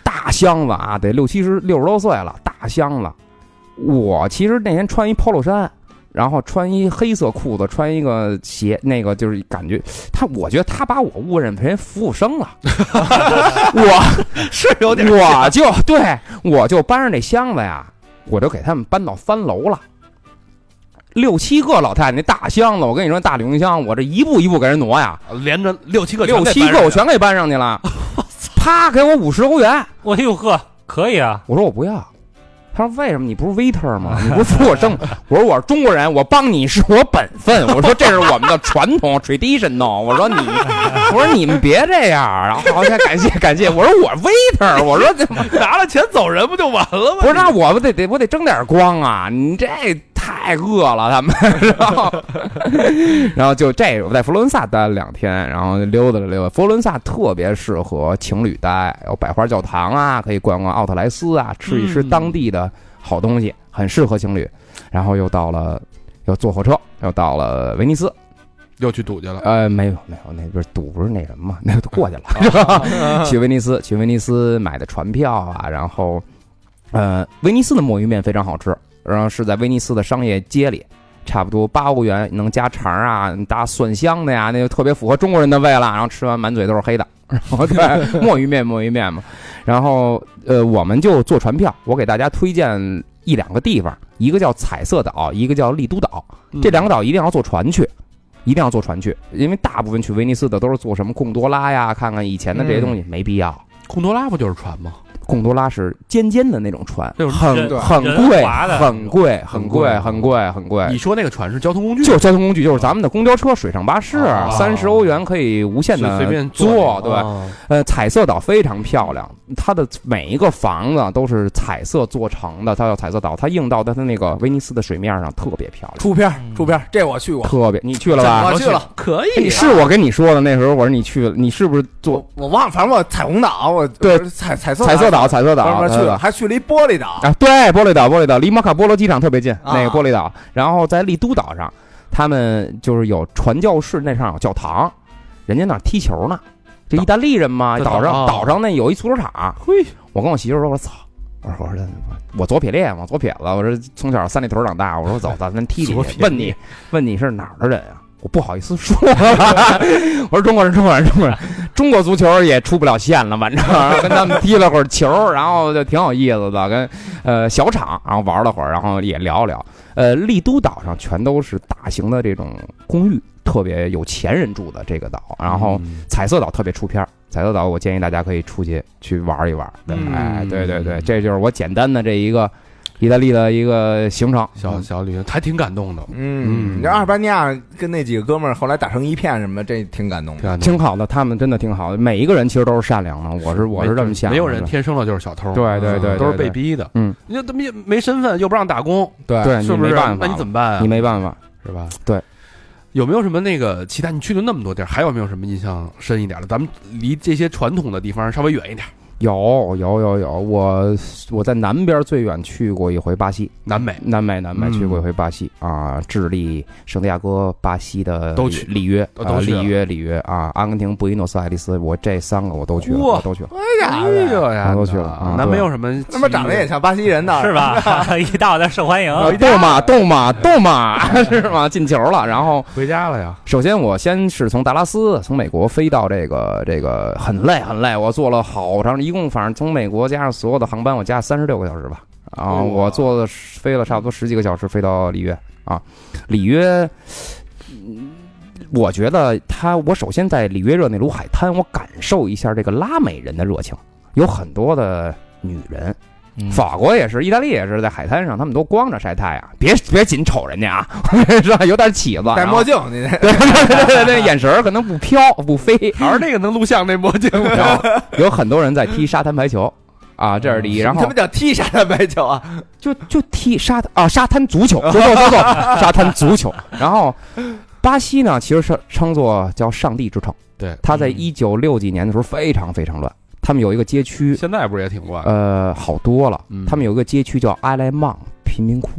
Speaker 5: 大箱子啊，得六七十六十多岁了，大箱子。我其实那天穿一 polo 衫，然后穿一黑色裤子，穿一个鞋，那个就是感觉他，我觉得他把我误认成服务生了。 我
Speaker 2: 是有点
Speaker 5: 我就对我就搬着那箱子呀，我就给他们搬到三楼了。六七个老太太那大箱子，我跟你说大旅行箱，我这一步一步给人挪呀，
Speaker 2: 连着六七个，
Speaker 5: 六七个我全给搬上去 了。啪，给我五十欧元，
Speaker 4: 我哟哎呵，可以啊，
Speaker 5: 我说我不要。他说：“为什么你不是 waiter 吗？你不是服务 生吗？”我说：“我是中国人，我帮你是我本分。我说这是我们的传 统 traditional。我说你，我说你们别这样。然后好像感谢感谢。我说我 waiter，我说这
Speaker 2: 拿了钱走人不就完了吗？
Speaker 5: 不是那我不得得我得争点光啊！你这太饿了，他们。然后，然后就这我在佛罗伦萨待了两天，然后就溜达了溜达。佛罗伦萨特别适合情侣待，有百花教堂啊，可以逛逛奥特莱斯啊，吃一吃当地的好东西，很适合情侣。然后又到了，又坐火车，又到了威尼斯。
Speaker 2: 又去赌去了。
Speaker 5: 呃，没有没有，那不是赌不是那什么嘛，那都过去了，是
Speaker 2: 啊
Speaker 5: 吧？ 去威尼斯，去威尼斯买的船票啊，然后，呃，威尼斯的墨鱼面非常好吃，然后是在威尼斯的商业街里，差不多八欧元能加肠啊，搭蒜香的呀，那就特别符合中国人的胃了。然后吃完满嘴都是黑的， 然后对墨鱼面墨鱼面嘛，然后呃，我们就坐船票，我给大家推荐一两个地方，一个叫彩色岛，一个叫丽都岛，
Speaker 2: 嗯
Speaker 5: 这两个岛一定要坐船去。一定要坐船去，因为大部分去威尼斯的都是坐什么贡多拉呀，看看以前的这些东西，
Speaker 2: 嗯
Speaker 5: 没必要。
Speaker 2: 贡多拉不就是船吗？
Speaker 5: 贡多拉是尖尖的那种船，
Speaker 2: 那种
Speaker 5: 很
Speaker 4: 人
Speaker 5: 很
Speaker 4: 人
Speaker 5: 贵，
Speaker 4: 划的
Speaker 5: 很贵，很贵，很贵，很
Speaker 2: 你
Speaker 5: 贵。
Speaker 2: 说那个船是交通工具，
Speaker 5: 就是交通工具，就是咱们的公交车、水上巴士
Speaker 2: 哦，
Speaker 5: 三十欧元可以无限
Speaker 2: 随
Speaker 5: 的
Speaker 2: 随便嗯
Speaker 5: 坐，
Speaker 2: 对
Speaker 5: 对吧？呃，彩色岛非常漂亮，它的每一个房子都是彩色做成的，它叫彩色岛，它映到它的那个威尼斯的水面上，特别漂亮，
Speaker 3: 出片儿
Speaker 4: 嗯
Speaker 3: 出片儿，这我去过，
Speaker 5: 特别。你去了吧？
Speaker 3: 我去了，
Speaker 2: 可啊
Speaker 5: 哎 你是我跟你说的那时候，我说你去了，你是不是坐
Speaker 3: 我我忘了，反正我彩虹岛，我
Speaker 5: 对
Speaker 3: 我是彩彩色
Speaker 5: 彩色岛？彩色岛，
Speaker 3: 慢慢去
Speaker 5: 彩色
Speaker 3: 了，
Speaker 5: 岛
Speaker 3: 还去了一玻璃岛，
Speaker 5: 啊，对，玻璃岛，玻璃岛离马卡波罗机场特别近，
Speaker 2: 啊
Speaker 5: 那个玻璃岛。然后在丽都岛上，他们就是有传教士，那上有教堂，人家那儿踢球呢。这意大利人嘛，
Speaker 2: 这
Speaker 5: 岛
Speaker 2: 岛
Speaker 5: 上
Speaker 2: 啊
Speaker 5: 岛上那有一足球场。
Speaker 2: 嘿，
Speaker 5: 我跟我媳妇说，我说操，我说我说我左撇练嘛，左撇子，我说从小三里屯长大，我说走，咱咱踢踢
Speaker 2: 左撇
Speaker 5: 去。
Speaker 2: 子
Speaker 5: 问你问你是哪儿的人啊？我不好意思说， 我说中国人，中国人，中国人，中国足球也出不了线了，反正 然后跟他们踢了会儿球，然后就挺有意思的，跟呃小场，然后玩了会儿，然后也聊聊。呃，丽都岛上全都是大型的这种公寓，特别有钱人住的这个岛，然
Speaker 2: 嗯
Speaker 5: 后彩色岛特别出片儿。彩色岛，我建议大家可以出去去玩一玩。对
Speaker 2: 嗯
Speaker 5: 哎，对对对，这就是我简单的这一个意大利的一个行程。
Speaker 2: 小小旅行还挺感动的，
Speaker 3: 嗯，你这阿尔巴尼亚跟那几个哥们儿后来打成一片什么，这挺感动
Speaker 2: 挺
Speaker 3: 的。
Speaker 2: 感动。
Speaker 5: 挺好的，他们真的挺好的，每一个人其实都是善良的。我是我是这么想的，
Speaker 2: 没有人天生了就是小偷，
Speaker 5: 对对对对
Speaker 2: 都是被逼的。
Speaker 5: 嗯，
Speaker 2: 你怎么也没身份，又不让打工，
Speaker 3: 对
Speaker 5: 对
Speaker 2: 是
Speaker 5: 你
Speaker 2: 不
Speaker 5: 没
Speaker 2: 是？
Speaker 5: 办法，
Speaker 2: 那你怎么办啊？
Speaker 5: 你没办法？
Speaker 2: 是吧？
Speaker 5: 对。
Speaker 2: 有没有什么那个其他？你去了那么多地儿，还有没有什么印象深一点的？咱们离这些传统的地方稍微远一点。
Speaker 5: 有有有有，我我在南边最远去过一回巴西，
Speaker 2: 南美
Speaker 5: 南美南美
Speaker 1: 嗯
Speaker 5: 去过一回巴西、啊，智利、圣地亚哥、巴西的
Speaker 2: 都
Speaker 5: 里
Speaker 2: 去
Speaker 5: 里约
Speaker 2: 都
Speaker 5: 啊、
Speaker 2: 都去了
Speaker 5: 里约里约啊，阿根廷、布宜诺斯艾利斯，我这三个我都去了，
Speaker 2: 哇
Speaker 5: 我都去了。
Speaker 2: 哎呦呀，
Speaker 5: 都去了啊
Speaker 2: 那
Speaker 5: 对
Speaker 2: 没有什么歧义，
Speaker 3: 他妈长得也像巴西人呢，
Speaker 4: 是？啊 吧？一到那受欢迎，
Speaker 5: 啊动嘛动嘛动嘛， 是吗？进球了。然后
Speaker 2: 回家了呀，
Speaker 5: 首先我先是从达拉斯从美国飞到这个这个很累很累，我坐了好长，一共反正从美国加上所有的航班，我加三十六个小时吧。啊，
Speaker 2: 哇
Speaker 5: 我坐了飞了差不多十几个小时飞到里约啊，里约。嗯，我觉得他，我首先在里约热内卢海滩，我感受一下这个拉美人的热情，有很多的女人，
Speaker 3: 嗯
Speaker 5: 法国也是，意大利也是，在海滩上，他们都光着晒太阳，别别紧瞅人家啊， 是吧？有点起子，
Speaker 3: 戴
Speaker 5: 然后
Speaker 3: 墨镜，你这
Speaker 5: 对对对对，眼神儿可能不飘 不飞。
Speaker 2: 还是那个能录像那墨镜，
Speaker 5: 然后有很多人在踢沙滩排球啊，这是第一。然
Speaker 3: 哦他
Speaker 5: 后
Speaker 3: 们叫踢沙滩排球啊？
Speaker 5: 就就踢沙滩啊，沙滩足球，走走 走走，沙滩足球。然后巴西呢，其实是称作叫上帝之城。
Speaker 2: 对
Speaker 5: 他在
Speaker 4: 嗯
Speaker 5: 一九六几年的时候非常非常乱，他们有一个街区，
Speaker 2: 现在不是也挺啊怪？
Speaker 5: 呃，好多了
Speaker 2: 嗯。
Speaker 5: 他们有一个街区叫阿莱曼贫民窟，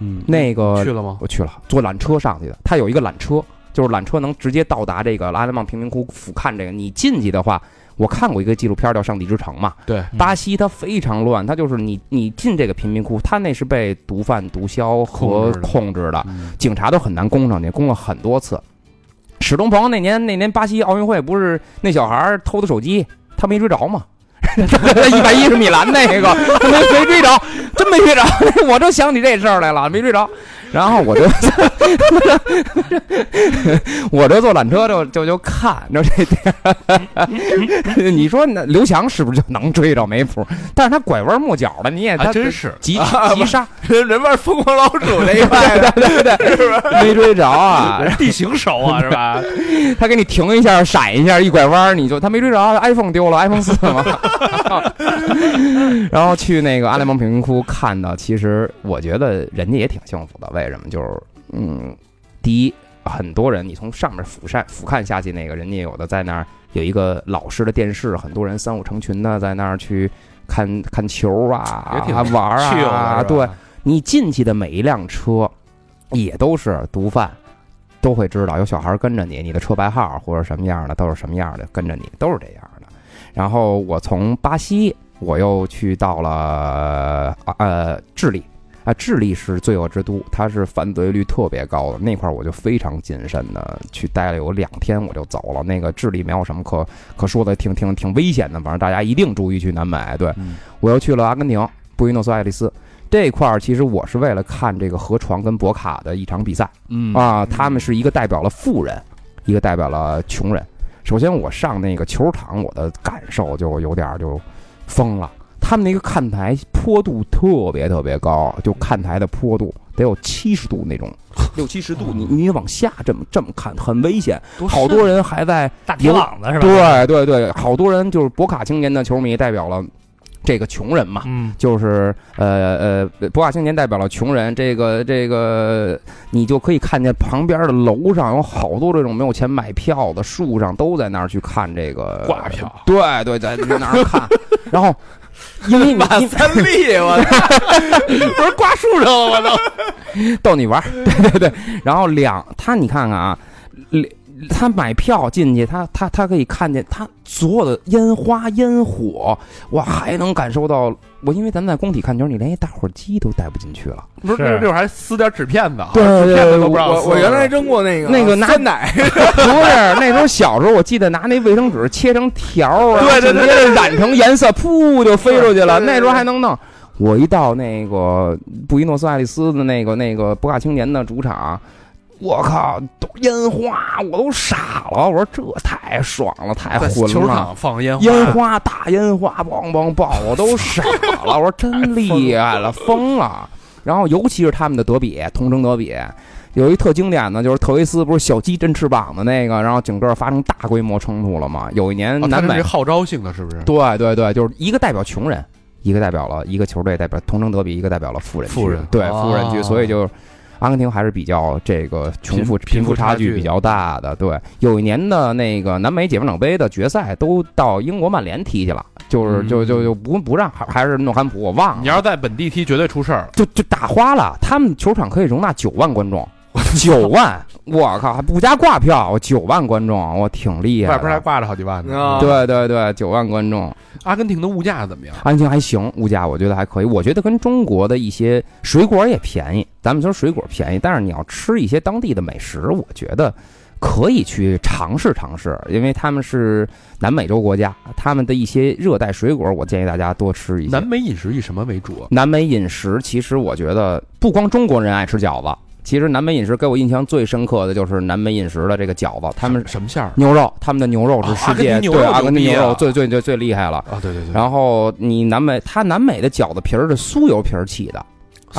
Speaker 2: 嗯，
Speaker 5: 那个
Speaker 2: 去了吗？
Speaker 5: 我去了，坐缆车上去的。它有一个缆车，就是缆车能直接到达这个拉德曼贫民窟，俯瞰这个。你进去的话，我看过一个纪录片叫《上帝之城》嘛。
Speaker 2: 对，嗯
Speaker 5: 巴西它非常乱，它就是你你进这个贫民窟，它那是被毒贩毒枭和
Speaker 2: 控制的
Speaker 5: 控制的，
Speaker 2: 嗯
Speaker 5: 警察都很难攻上去，攻了很多次。史东鹏那年那年巴西奥运会不是那小孩儿偷的手机，他没追着 吗？一百一十米栏那个，他没没追着，真没追着， 我就想起这事儿来了，没追着。然后我就，我就坐缆车就就就看，你知道这这， 你说那刘翔是不是就能追着没谱？但是他拐弯抹角的，你也他
Speaker 2: 还啊真是
Speaker 5: 急急刹，
Speaker 3: 人人玩疯狂老鼠那一块的，
Speaker 5: 没追 着啊，
Speaker 2: 地形熟啊，是吧？
Speaker 5: 他给你停一下，闪一下，一拐弯，你就他没追着，iPhone 啊丢了，iPhone 四嘛。 然后去那个阿联邦贫民窟看到，其实我觉得人家也挺幸福的。为什么？就是嗯，第一，很多人你从上面俯瞰俯瞰下去，那个人家有的在那儿有一个老式的电视，很多人三五成群的在那儿去看看球啊
Speaker 2: 也，挺
Speaker 5: 啊玩儿
Speaker 2: 去
Speaker 5: 啊，
Speaker 2: 了，
Speaker 5: 对，你进去的每一辆车，也都是毒贩，都会知道有小孩跟着你，你的车牌号或者什么样的都是什么样的跟着你，都是这样的。然后我从巴西，我又去到了呃呃智利。啊，智利是罪恶之都，它是犯罪率特别高的那块，我就非常谨慎的去待了有两天，我就走了。那个智利没有什么可可说的，挺挺挺危险的，反正大家一定注意去南美。对、
Speaker 2: 嗯
Speaker 5: 我又去了阿根廷布宜诺斯艾利斯，这块儿其实我是为了看这个河床跟博卡的一场比赛
Speaker 2: 嗯
Speaker 5: 啊，他们是一个代表了富人，一个代表了穷人。首先我上那个球场，我的感受就有点儿就疯了。他们那个看台坡度特别特别高，就看台的坡度得有七十度那种，六七十度，你你往下这么这么看很危险，好多人还在
Speaker 4: 大铁网子是吧？，
Speaker 5: 对对对，好多人就是博卡青年的球迷代表了这个穷人嘛，
Speaker 4: 嗯，
Speaker 5: 就是呃呃，博卡青年代表了穷人，这个这个，你就可以看见旁边的楼上有好多这种没有钱买票的，树上都在那儿去看这个
Speaker 2: 挂票，
Speaker 5: 对对，在那儿看，然后因为你
Speaker 3: 马
Speaker 5: 你
Speaker 3: 三立，我操
Speaker 2: 不是挂树上了吗？都
Speaker 5: 逗你玩儿，对对对，然后两他你看看啊，两他买票进去，他他他可以看见他所有的烟花烟火，哇，还能感受到我，因为咱们在工体看球，你连一打火机都带不进去了。
Speaker 2: 不是
Speaker 4: 是
Speaker 2: 那会儿还撕点纸片子啊，
Speaker 5: 对对对
Speaker 2: 纸片子都不让
Speaker 3: 我
Speaker 2: 撕
Speaker 3: 我原来扔过那个
Speaker 5: 那个拿
Speaker 3: 酸 奶，
Speaker 5: 不是，那时候小时候，我记得拿那卫生纸切成条儿，
Speaker 2: 对对对
Speaker 5: 然后直接染成颜色，噗就飞出去了。
Speaker 3: 对对对
Speaker 5: 那时候还能弄。我一到那个布宜诺斯艾利斯的那个那个博卡青年的主场，我靠，都烟花，我都傻了。我说这太爽了，太
Speaker 2: 在
Speaker 5: 混了。
Speaker 2: 球场放烟
Speaker 5: 啊
Speaker 2: 啊
Speaker 5: 烟花大烟花，梆梆爆，我都傻 了，我说真厉害了，疯了。然后尤其是他们的德比，同城德比，有一特经典的就是特维斯不是小鸡真翅膀的那个，然后整个发生大规模冲突了嘛。有一年
Speaker 2: 啊
Speaker 5: 南
Speaker 2: 它这
Speaker 5: 美
Speaker 2: 是，号召性的，是不是？
Speaker 5: 对对对，就是一个代表穷人，一个代表了一个球队代表同城德比，一个代表了富人区，
Speaker 2: 富人
Speaker 5: 对
Speaker 2: 哦
Speaker 5: 富人区，所以就。阿根廷还是比较这个穷富
Speaker 2: 贫
Speaker 5: 贫富
Speaker 2: 贫富差
Speaker 5: 差距
Speaker 2: 距
Speaker 5: 比较大的，对，有一年的那个南美解放长杯的决赛都到英国曼联踢去了，就是
Speaker 2: 嗯
Speaker 5: 就就就不不让，还还是诺坎普，我忘
Speaker 2: 你
Speaker 5: 了，
Speaker 2: 要是在本地踢，绝对出事儿了。
Speaker 5: 就就打花了。他们球场可以容纳九万观众， 九万，我靠，还不加挂票，我九万观众，我挺厉害
Speaker 2: 外
Speaker 5: 的。
Speaker 2: 边还挂着好几万
Speaker 3: 啊
Speaker 2: 呢。嗯
Speaker 5: 对对对，九万观众，
Speaker 2: 阿根廷的物价怎么样？
Speaker 5: 安全还行，物价我觉得还可以。我觉得跟中国的一些水果也便宜，咱们说水果便宜，但是你要吃一些当地的美食，我觉得可以去尝试尝试，因为他们是南美洲国家，他们的一些热带水果，我建议大家多吃一些
Speaker 2: 南。美饮食以什么为主啊？
Speaker 5: 南美饮食其实我觉得不光中国人爱吃饺子，其实南美饮食给我印象最深刻的就是南美饮食的这个饺子，他们
Speaker 2: 什么馅儿
Speaker 5: 牛肉，他们的牛肉
Speaker 2: 哦
Speaker 5: 是世
Speaker 2: 阿
Speaker 5: 界
Speaker 2: 根廷牛
Speaker 5: 对
Speaker 2: 肉
Speaker 5: 阿根廷
Speaker 2: 牛逼
Speaker 5: 牛
Speaker 2: 啊
Speaker 5: 肉最最最最厉害了。
Speaker 2: 啊？对对对，
Speaker 5: 然后你南美，它南美的饺子皮儿是酥油皮儿起的，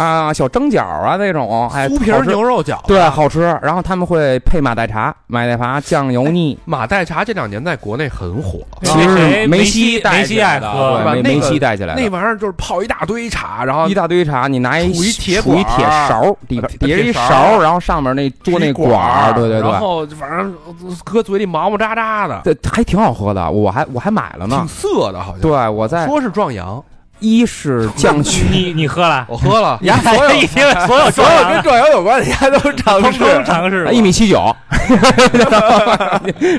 Speaker 5: 啊，小蒸饺啊那种，哎，
Speaker 2: 酥皮
Speaker 5: 好
Speaker 2: 儿
Speaker 5: 吃
Speaker 2: 牛肉饺，
Speaker 5: 对，好吃。然后他们会配马黛茶，马黛茶酱油腻，
Speaker 2: 马黛茶这两年在国内很火，
Speaker 4: 那
Speaker 5: 其实
Speaker 4: 谁
Speaker 5: 是
Speaker 4: 梅
Speaker 5: 西
Speaker 4: 西
Speaker 5: 带
Speaker 4: 梅
Speaker 5: 起
Speaker 4: 西
Speaker 5: 来
Speaker 4: 爱
Speaker 5: 的
Speaker 4: 喝
Speaker 5: 对
Speaker 2: 吧
Speaker 5: 梅
Speaker 2: 啊那
Speaker 5: 梅
Speaker 2: 个
Speaker 5: 西带起来
Speaker 2: 那
Speaker 5: 的。
Speaker 2: 玩意儿就是泡一大堆茶，然后
Speaker 5: 一大堆茶，你拿一
Speaker 2: 杵一铁
Speaker 5: 杵一
Speaker 2: 管儿啊
Speaker 5: 铁勺，底
Speaker 2: 铁
Speaker 5: 底下一
Speaker 2: 铁勺
Speaker 5: 勺，然后上面那嘬那
Speaker 2: 管
Speaker 5: 儿，对对
Speaker 2: 然
Speaker 5: 对，
Speaker 2: 后反正搁嘴里毛毛喳喳的，
Speaker 5: 这还挺好喝的，我还我还买了呢
Speaker 2: 挺。涩的，好像。
Speaker 5: 对，我在
Speaker 2: 说是壮阳，
Speaker 5: 一是降 血
Speaker 4: 你你喝了？
Speaker 2: 我
Speaker 5: 嗯
Speaker 2: 喝了，
Speaker 3: 牙所 有
Speaker 4: 一听所有
Speaker 3: 所
Speaker 4: 所
Speaker 3: 有
Speaker 4: 有
Speaker 3: 跟壮阳有关的牙都尝
Speaker 4: 通
Speaker 3: 试，
Speaker 4: 通尝试过
Speaker 5: 哎一米七九，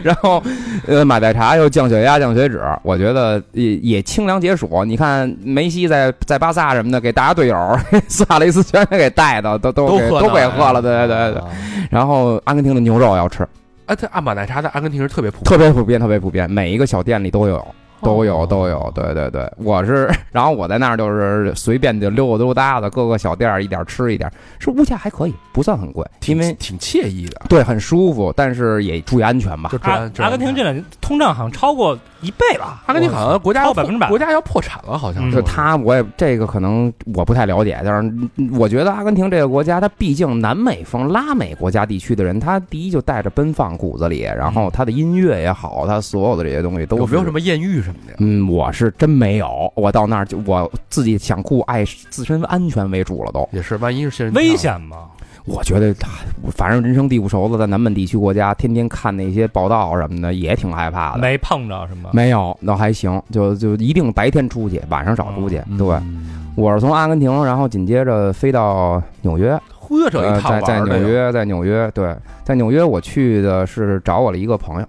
Speaker 5: 然后呃，马黛茶又降血压、降血脂，我觉得也也清凉解暑。你看梅西在在巴萨什么的，给大家队友 苏亚雷斯全给带的，都都
Speaker 2: 都
Speaker 5: 给
Speaker 2: 喝啊
Speaker 5: 都给喝了，对对对。
Speaker 2: 对。
Speaker 5: 然后阿根廷的牛肉要吃，
Speaker 2: 啊，这阿玛奶茶在阿根廷是特别普遍，
Speaker 5: 特别普遍，特别普遍，每一个小店里都有。都有
Speaker 2: 哦
Speaker 5: 都有，对对对，我是，然后我在那儿就是随便就溜达溜达的，各个小店儿一点儿吃一点儿，是物价还可以，不算很贵，因为
Speaker 2: 挺惬意的，
Speaker 5: 对很舒服，但是也注意安全吧。
Speaker 2: 就
Speaker 4: 阿阿
Speaker 2: 转
Speaker 4: 根廷这两年通胀好像超过一倍了，
Speaker 2: 阿根廷好像国家
Speaker 4: 超
Speaker 2: 要
Speaker 4: 百分之百
Speaker 2: 国家要破产了，好像
Speaker 4: 嗯
Speaker 5: 就他，我也这个可能我不太了解，但是嗯我觉得阿根廷这个国家，它毕竟南美风、拉美国家地区的人，他第一就带着奔放骨子里，然后他的音乐也好，他所有的这些东西都
Speaker 2: 嗯有没有
Speaker 5: 是
Speaker 2: 什么艳遇什么的呀？
Speaker 5: 嗯，我是真没有，我到那儿就我自己想顾爱自身安全为主了都。
Speaker 2: 也是，万一是仙人
Speaker 4: 危
Speaker 2: 跳
Speaker 4: 险吗？
Speaker 5: 我觉得， 唉我反正人生地不熟的，在南美地区国家，天天看那些报道什么的，也挺害怕的。
Speaker 4: 没碰着是吗？
Speaker 5: 没有，那还行，就就一定白天出去，晚上少出去。对，
Speaker 2: 嗯
Speaker 5: 我是从阿根廷，然后紧接着飞到纽约，
Speaker 2: 喝着
Speaker 5: 呃
Speaker 2: 一趟
Speaker 5: 在在
Speaker 2: 玩
Speaker 5: 纽
Speaker 2: 的呀，
Speaker 5: 约，在纽约，对，在纽约我去的是找我了一个朋友，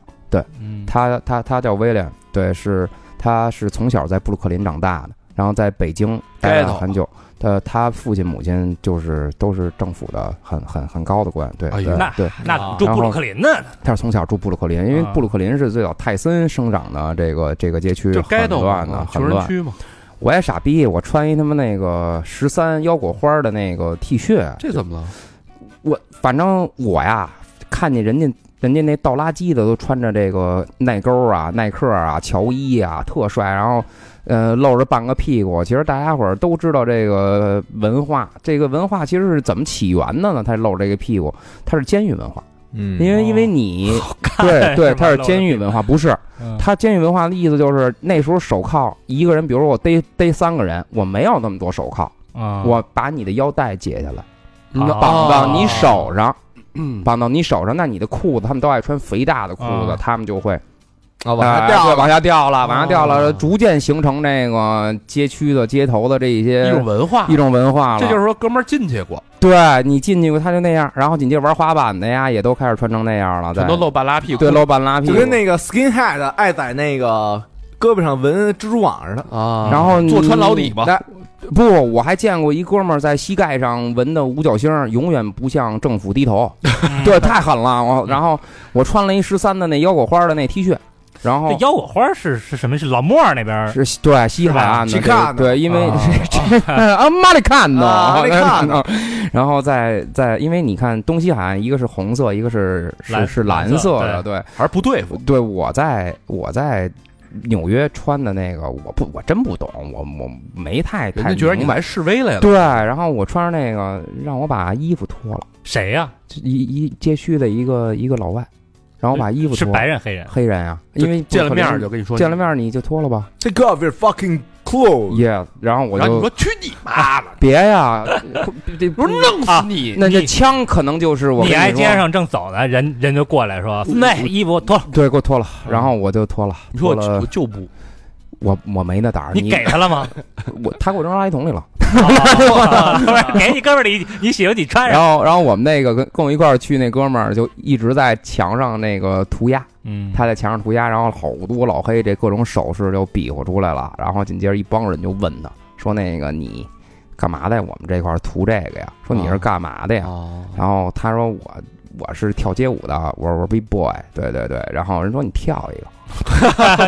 Speaker 4: 嗯，
Speaker 5: 他他他叫威廉，对，是他是从小在布鲁克林长大的，然后在北京待了
Speaker 2: Ghetto
Speaker 5: 很久。呃，他父亲母亲就是都是政府的很很很高的官，对
Speaker 2: 哎呦
Speaker 5: 对
Speaker 4: 那
Speaker 5: 对，
Speaker 4: 那怎么住布鲁克林呢？
Speaker 5: 他是从小住布鲁克林，因为
Speaker 4: 啊
Speaker 5: 布鲁克林是最早泰森生长的这个这个街区，
Speaker 2: 就该
Speaker 5: 很
Speaker 2: 斗
Speaker 5: 乱的，很
Speaker 2: 啊穷
Speaker 5: 乱
Speaker 2: 人。区嘛，
Speaker 5: 我也傻逼，我穿一他妈那个十三腰果花的那个 T 恤，
Speaker 2: 这怎么了？
Speaker 5: 我反正我呀，看见人家人家那倒垃圾的都穿着这个耐钩啊、耐克啊、乔伊啊，特帅，然后呃露着半个屁股。其实大家伙儿都知道这个文化，这个文化其实是怎么起源的呢？它露这个屁股，它是监狱文化，
Speaker 3: 嗯
Speaker 5: 因为因为你、对对，它是监狱文化，不是
Speaker 4: 嗯
Speaker 5: 它监狱文化的意思就是那时候手铐一个人，比如说我逮逮三个人，我没有那么多手铐，
Speaker 4: 啊，
Speaker 5: 我把你的腰带解下来，
Speaker 2: 嗯
Speaker 4: 啊
Speaker 5: 绑到你手上。
Speaker 2: 嗯
Speaker 5: 绑到你手上，那你的裤子，他们都爱穿肥大的裤子，
Speaker 4: 啊
Speaker 5: 他们就会
Speaker 2: 啊，往下
Speaker 5: 哎
Speaker 2: 掉
Speaker 5: 对往下掉了，往下掉了，
Speaker 2: 哦
Speaker 5: 逐渐形成这个街区的街头的这一些
Speaker 2: 一种文化
Speaker 5: 一，种文化了。
Speaker 2: 这就是说哥们儿进去过，
Speaker 5: 对你进去过，他就那样，然后紧接着玩滑板的呀，也都开始穿成那样了，
Speaker 2: 全
Speaker 5: 在
Speaker 2: 都露半拉屁股，
Speaker 5: 对露半拉屁
Speaker 3: 就
Speaker 5: 股，
Speaker 3: 跟那个 skinhead 爱在那个胳膊上纹蜘蛛网似的，
Speaker 2: 啊，
Speaker 5: 然后你
Speaker 2: 坐穿牢底吧，
Speaker 5: 但不，我还见过一哥们儿在膝盖上纹的五角星，永远不向政府低头， 对，太狠了。我然后我穿了一十三的那腰果花的那 T 恤，然后
Speaker 4: 这腰果花是是什么？是老莫那边儿
Speaker 5: 哦是对西海岸的
Speaker 3: 是吧
Speaker 5: 这个，对，因为
Speaker 4: 啊
Speaker 5: 这这 啊，马里看呢，
Speaker 3: 啊 马里看呢
Speaker 5: 然后在在，因为你看东西海岸，一个是红色，一个是是
Speaker 4: 蓝
Speaker 5: 是蓝
Speaker 4: 蓝色
Speaker 5: 色的，对
Speaker 2: 还是不对付，
Speaker 5: 对，我在我在纽约穿的那个，我不我真不懂，我我没太
Speaker 2: 人
Speaker 5: 太
Speaker 2: 家觉得你
Speaker 5: 明白
Speaker 2: 来示威来了，
Speaker 5: 对，然后我穿上那个，让我把衣服脱了，
Speaker 4: 谁呀？
Speaker 5: 就一一街区的一个一个老外，然后把衣服
Speaker 4: 是
Speaker 5: 脱了，
Speaker 4: 白人黑人？
Speaker 5: 黑人啊，因为
Speaker 2: 见了面
Speaker 5: 不可
Speaker 2: 儿
Speaker 5: 能
Speaker 2: 就跟你说
Speaker 5: 见了面，儿你就脱了吧
Speaker 3: 这个 we're fucking close，
Speaker 5: ，yeah，然后我
Speaker 2: 然后你
Speaker 5: 就
Speaker 2: 说去你妈 的，
Speaker 5: 别呀，这
Speaker 2: 我说弄
Speaker 5: 啊
Speaker 2: 死你，
Speaker 5: 那这
Speaker 4: 你
Speaker 5: 枪可能就是我跟
Speaker 4: 你
Speaker 5: 说
Speaker 4: 挨街上正走呢，人人就过来说：“那衣服脱了。
Speaker 5: 对，给我脱了，然后我就脱了，
Speaker 2: 你说我
Speaker 5: 脱了
Speaker 2: 我就不，
Speaker 5: 我我没那胆儿，
Speaker 4: 你
Speaker 5: 你
Speaker 4: 给他了吗？
Speaker 5: 我他给我扔垃圾桶里了。
Speaker 4: 哦不是给你哥们儿你你喜欢你穿
Speaker 5: 然
Speaker 4: 上，
Speaker 5: 后然后我们那个跟跟我一块儿去那哥们儿就一直在墙上那个涂鸦，
Speaker 4: 嗯，
Speaker 5: 他在墙上涂鸦，然后好多老黑这各种手势就比划出来了，然后紧接着一帮人就问他说：“那个你干嘛在我们这块儿涂这个呀？说你是干嘛的呀？”
Speaker 2: 哦，
Speaker 5: 然后他说我我是跳街舞的，我我 B boy，对对对。然后人说你跳一 个，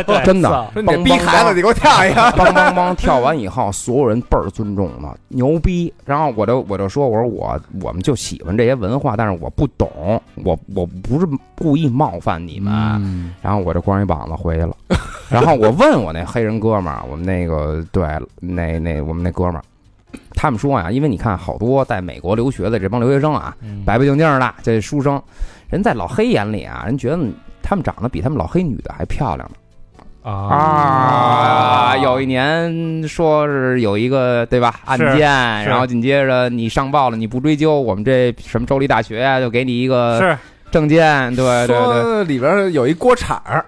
Speaker 4: 对
Speaker 5: 真的
Speaker 4: 操
Speaker 3: 哎说你这
Speaker 5: 梆
Speaker 3: 逼
Speaker 5: 梆
Speaker 3: 孩子，
Speaker 5: 梆
Speaker 3: 你给我跳一个。
Speaker 5: 梆梆梆跳完以后，所有人倍儿尊重他，牛逼。然后我就我就说我说我我们就喜欢这些文化，但是我不懂，我我不是故意冒犯你们。
Speaker 1: 嗯，
Speaker 5: 然后我就光一膀子回去了。 然后我问我那黑人哥们儿，我们那个对那那我们那哥们儿，他们说呀、因为你看好多在美国留学的这帮留学生啊，
Speaker 4: 嗯
Speaker 5: 白白净净的这书生，人在老黑眼里啊，人觉得他们长得比他们老黑女的还漂亮呢啊！有一年说是有一个对吧案
Speaker 4: 是
Speaker 5: 件，
Speaker 4: 是
Speaker 5: 然后紧接着你上报了，你不追究，我们这什么州立大学啊，就给你一个
Speaker 4: 是
Speaker 5: 证件， 对对对，
Speaker 3: 说里边有一锅铲儿，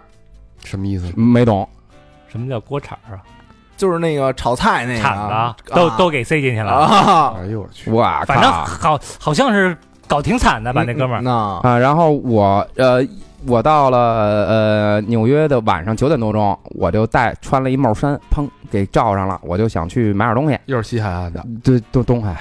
Speaker 2: 什么意思？
Speaker 5: 没懂。
Speaker 4: 什么叫锅铲儿啊？
Speaker 3: 就是那个炒菜那个
Speaker 4: 铲子啊都都给塞进去了，
Speaker 3: 啊，
Speaker 2: 哎呦我去！
Speaker 5: 我靠！
Speaker 4: 反正好好像是搞挺惨的吧
Speaker 3: 嗯
Speaker 4: 那哥们儿，
Speaker 3: 那
Speaker 5: 啊，然后我呃，我到了呃纽约的晚上九点多钟，我就带穿了一帽衫，砰给罩上了，我就想去买点东西，
Speaker 2: 又是西海岸的，
Speaker 5: 对，东东海，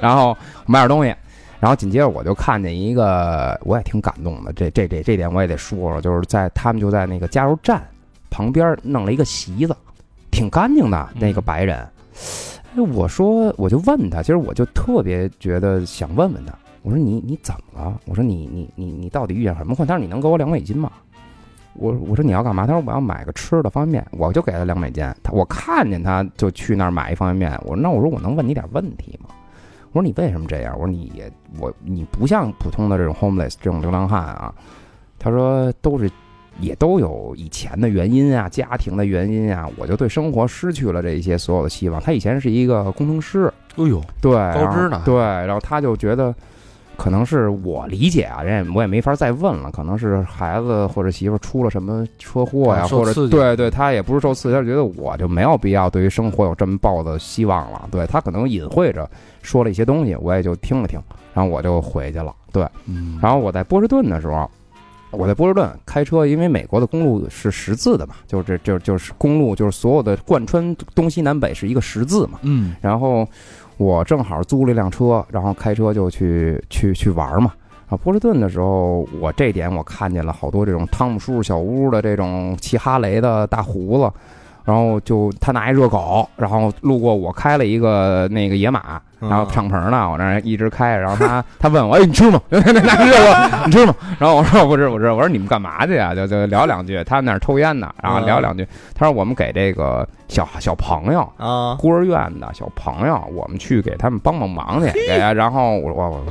Speaker 5: 然后买点东西。然后紧接着我就看见一个，我也挺感动的，这这这这点我也得说了，就是在他们就在那个加油站旁边弄了一个席子，挺干净的那个白人。哎，我说我就问他，其实我就特别觉得想问问他，我说你你怎么了？我说你你你你到底遇见什么困？他说你能给我两美金吗？我我说你要干嘛？他说我要买个吃的方便面，我就给他两美金。他我看见他就去那儿买一方便面，我说那我说我能问你点问题吗？我说你为什么这样？我说你也我你不像普通的这种 homeless 这种流浪汉啊。他说都是也都有以前的原因啊，家庭的原因啊，我就对生活失去了这一些所有的希望。他以前是一个工程师，
Speaker 1: 哎呦，
Speaker 5: 对，
Speaker 2: 高
Speaker 5: 然后
Speaker 2: 知呢
Speaker 5: 对，然后他就觉得，可能是我理解啊，人也我也没法再问了，可能是孩子或者媳妇出了什么车祸呀、
Speaker 1: 啊受
Speaker 5: 或者
Speaker 1: 刺激
Speaker 5: 对对，他也不是受刺激，他就觉得我就没有必要对于生活有这么抱的希望了。对他可能隐晦着说了一些东西，我也就听了听，然后我就回去了。对，
Speaker 1: 嗯，
Speaker 5: 然后我在波士顿的时候，我在波士顿开车，因为美国的公路是十字的嘛，就是这就就是公路就是所有的贯穿东西南北是一个十字嘛。
Speaker 1: 嗯，
Speaker 5: 然后我正好租了一辆车，然后开车就去去去玩儿嘛。啊，波士顿的时候，我这点我看见了好多这种汤姆叔叔小屋的这种骑哈雷的大胡子，然后就他拿一热狗，然后路过我开了一个那个野马，然后敞篷呢，我那儿一直开，然后他他问我，哎，你吃吗？那拿热狗，你吃吗？然后我说我不吃，不吃。我说你们干嘛去呀、就就聊两句，他们那儿抽烟呢，然后聊两句。他说我们给这个小小朋友，
Speaker 3: 啊，
Speaker 5: 孤儿院的小朋友，我们去给他们帮帮忙去。给啊然后我我我，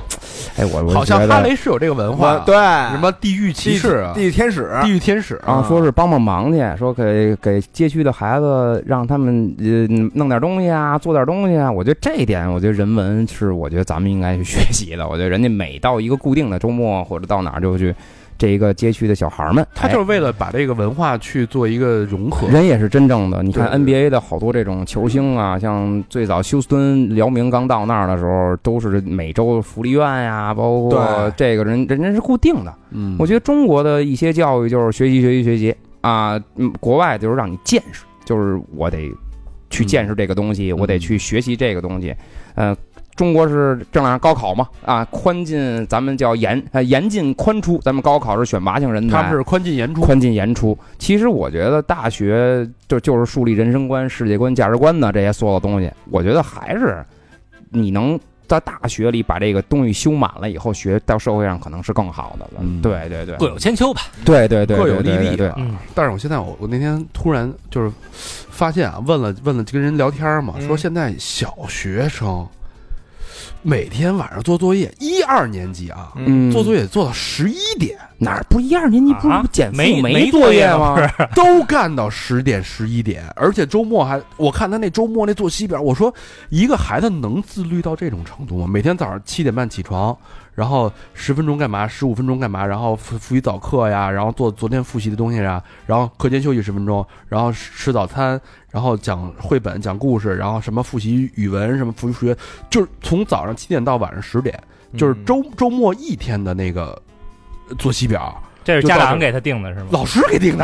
Speaker 5: 哎我我
Speaker 2: 好
Speaker 5: 觉
Speaker 2: 像
Speaker 5: 得
Speaker 2: 哈雷是有这个文化
Speaker 3: 我
Speaker 2: 啊，
Speaker 3: 对
Speaker 2: 什
Speaker 3: 什
Speaker 2: 么地狱骑士啊，
Speaker 3: 地狱天使，
Speaker 2: 地狱天使
Speaker 5: 啊，说是帮帮忙去，说给给街区的孩子让他们呃弄点东西啊，做点东西啊。我觉得这一点，我觉得人文是我觉得咱们应该去学习的。我觉得人家每到一个固定的周末或者到哪儿就去这一个街区的小孩儿们，
Speaker 2: 他
Speaker 5: 哎
Speaker 2: 就是为了把这个文化去做一个融合。
Speaker 5: 人也是真正的。你看
Speaker 2: 对
Speaker 5: NBA 的好多这种球星啊，像最早休斯敦姚明刚到那儿的时候，都是每周福利院呀，包括
Speaker 3: 对
Speaker 5: 这个人人家是固定的。
Speaker 2: 嗯
Speaker 5: 我觉得中国的一些教育就是学习学习学习啊，嗯，国外就是让你见识，就是我得去见
Speaker 2: 嗯
Speaker 5: 识这个东西，我得去学习这个东西，呃。中国是正赶上高考嘛？啊，宽进咱们叫严，呃，严进宽出。咱们高考是选拔性人才，
Speaker 2: 他们是宽进严出，
Speaker 5: 宽进严出。其实我觉得大学就就是树立人生观、世界观、价值观的这些所有东西，我觉得还是你能在大学里把这个东西修满了以后，学到社会上可能是更好的了。
Speaker 1: 嗯
Speaker 5: 对对对，
Speaker 4: 各有千秋吧，
Speaker 5: 对对对，
Speaker 2: 各有利
Speaker 5: 对对
Speaker 2: 弊
Speaker 5: 对，
Speaker 2: 啊
Speaker 4: 嗯，
Speaker 2: 但是我现在我我那天突然就是发现啊，问了问了跟人聊天嘛，
Speaker 3: 嗯
Speaker 2: 说现在小学生每天晚上做作业，一二年级啊，
Speaker 5: 嗯，
Speaker 2: 做作业做到十一点，
Speaker 5: 哪儿不一样？您您不
Speaker 4: 啊
Speaker 5: 是减负
Speaker 4: 没没
Speaker 5: 作
Speaker 4: 业
Speaker 5: 吗
Speaker 4: 不？是
Speaker 2: 都干到十点十一点，而且周末还我看他那周末那作息表，我说一个孩子能自律到这种程度吗？每天早上七点半起床，然后十分钟干嘛，十五分钟干嘛，然后复复习早课呀，啊然后做昨天复习的东西呀，然后课间休息十分钟，啊然后吃早餐，然后讲绘本、讲故事，然后什么复习语文，什么复习数学，就是从早上七点到晚上十点，就是
Speaker 3: 嗯
Speaker 2: 周周末一天的那个呃作息表，
Speaker 4: 这是家长给他定的是吗？
Speaker 2: 老师给定的，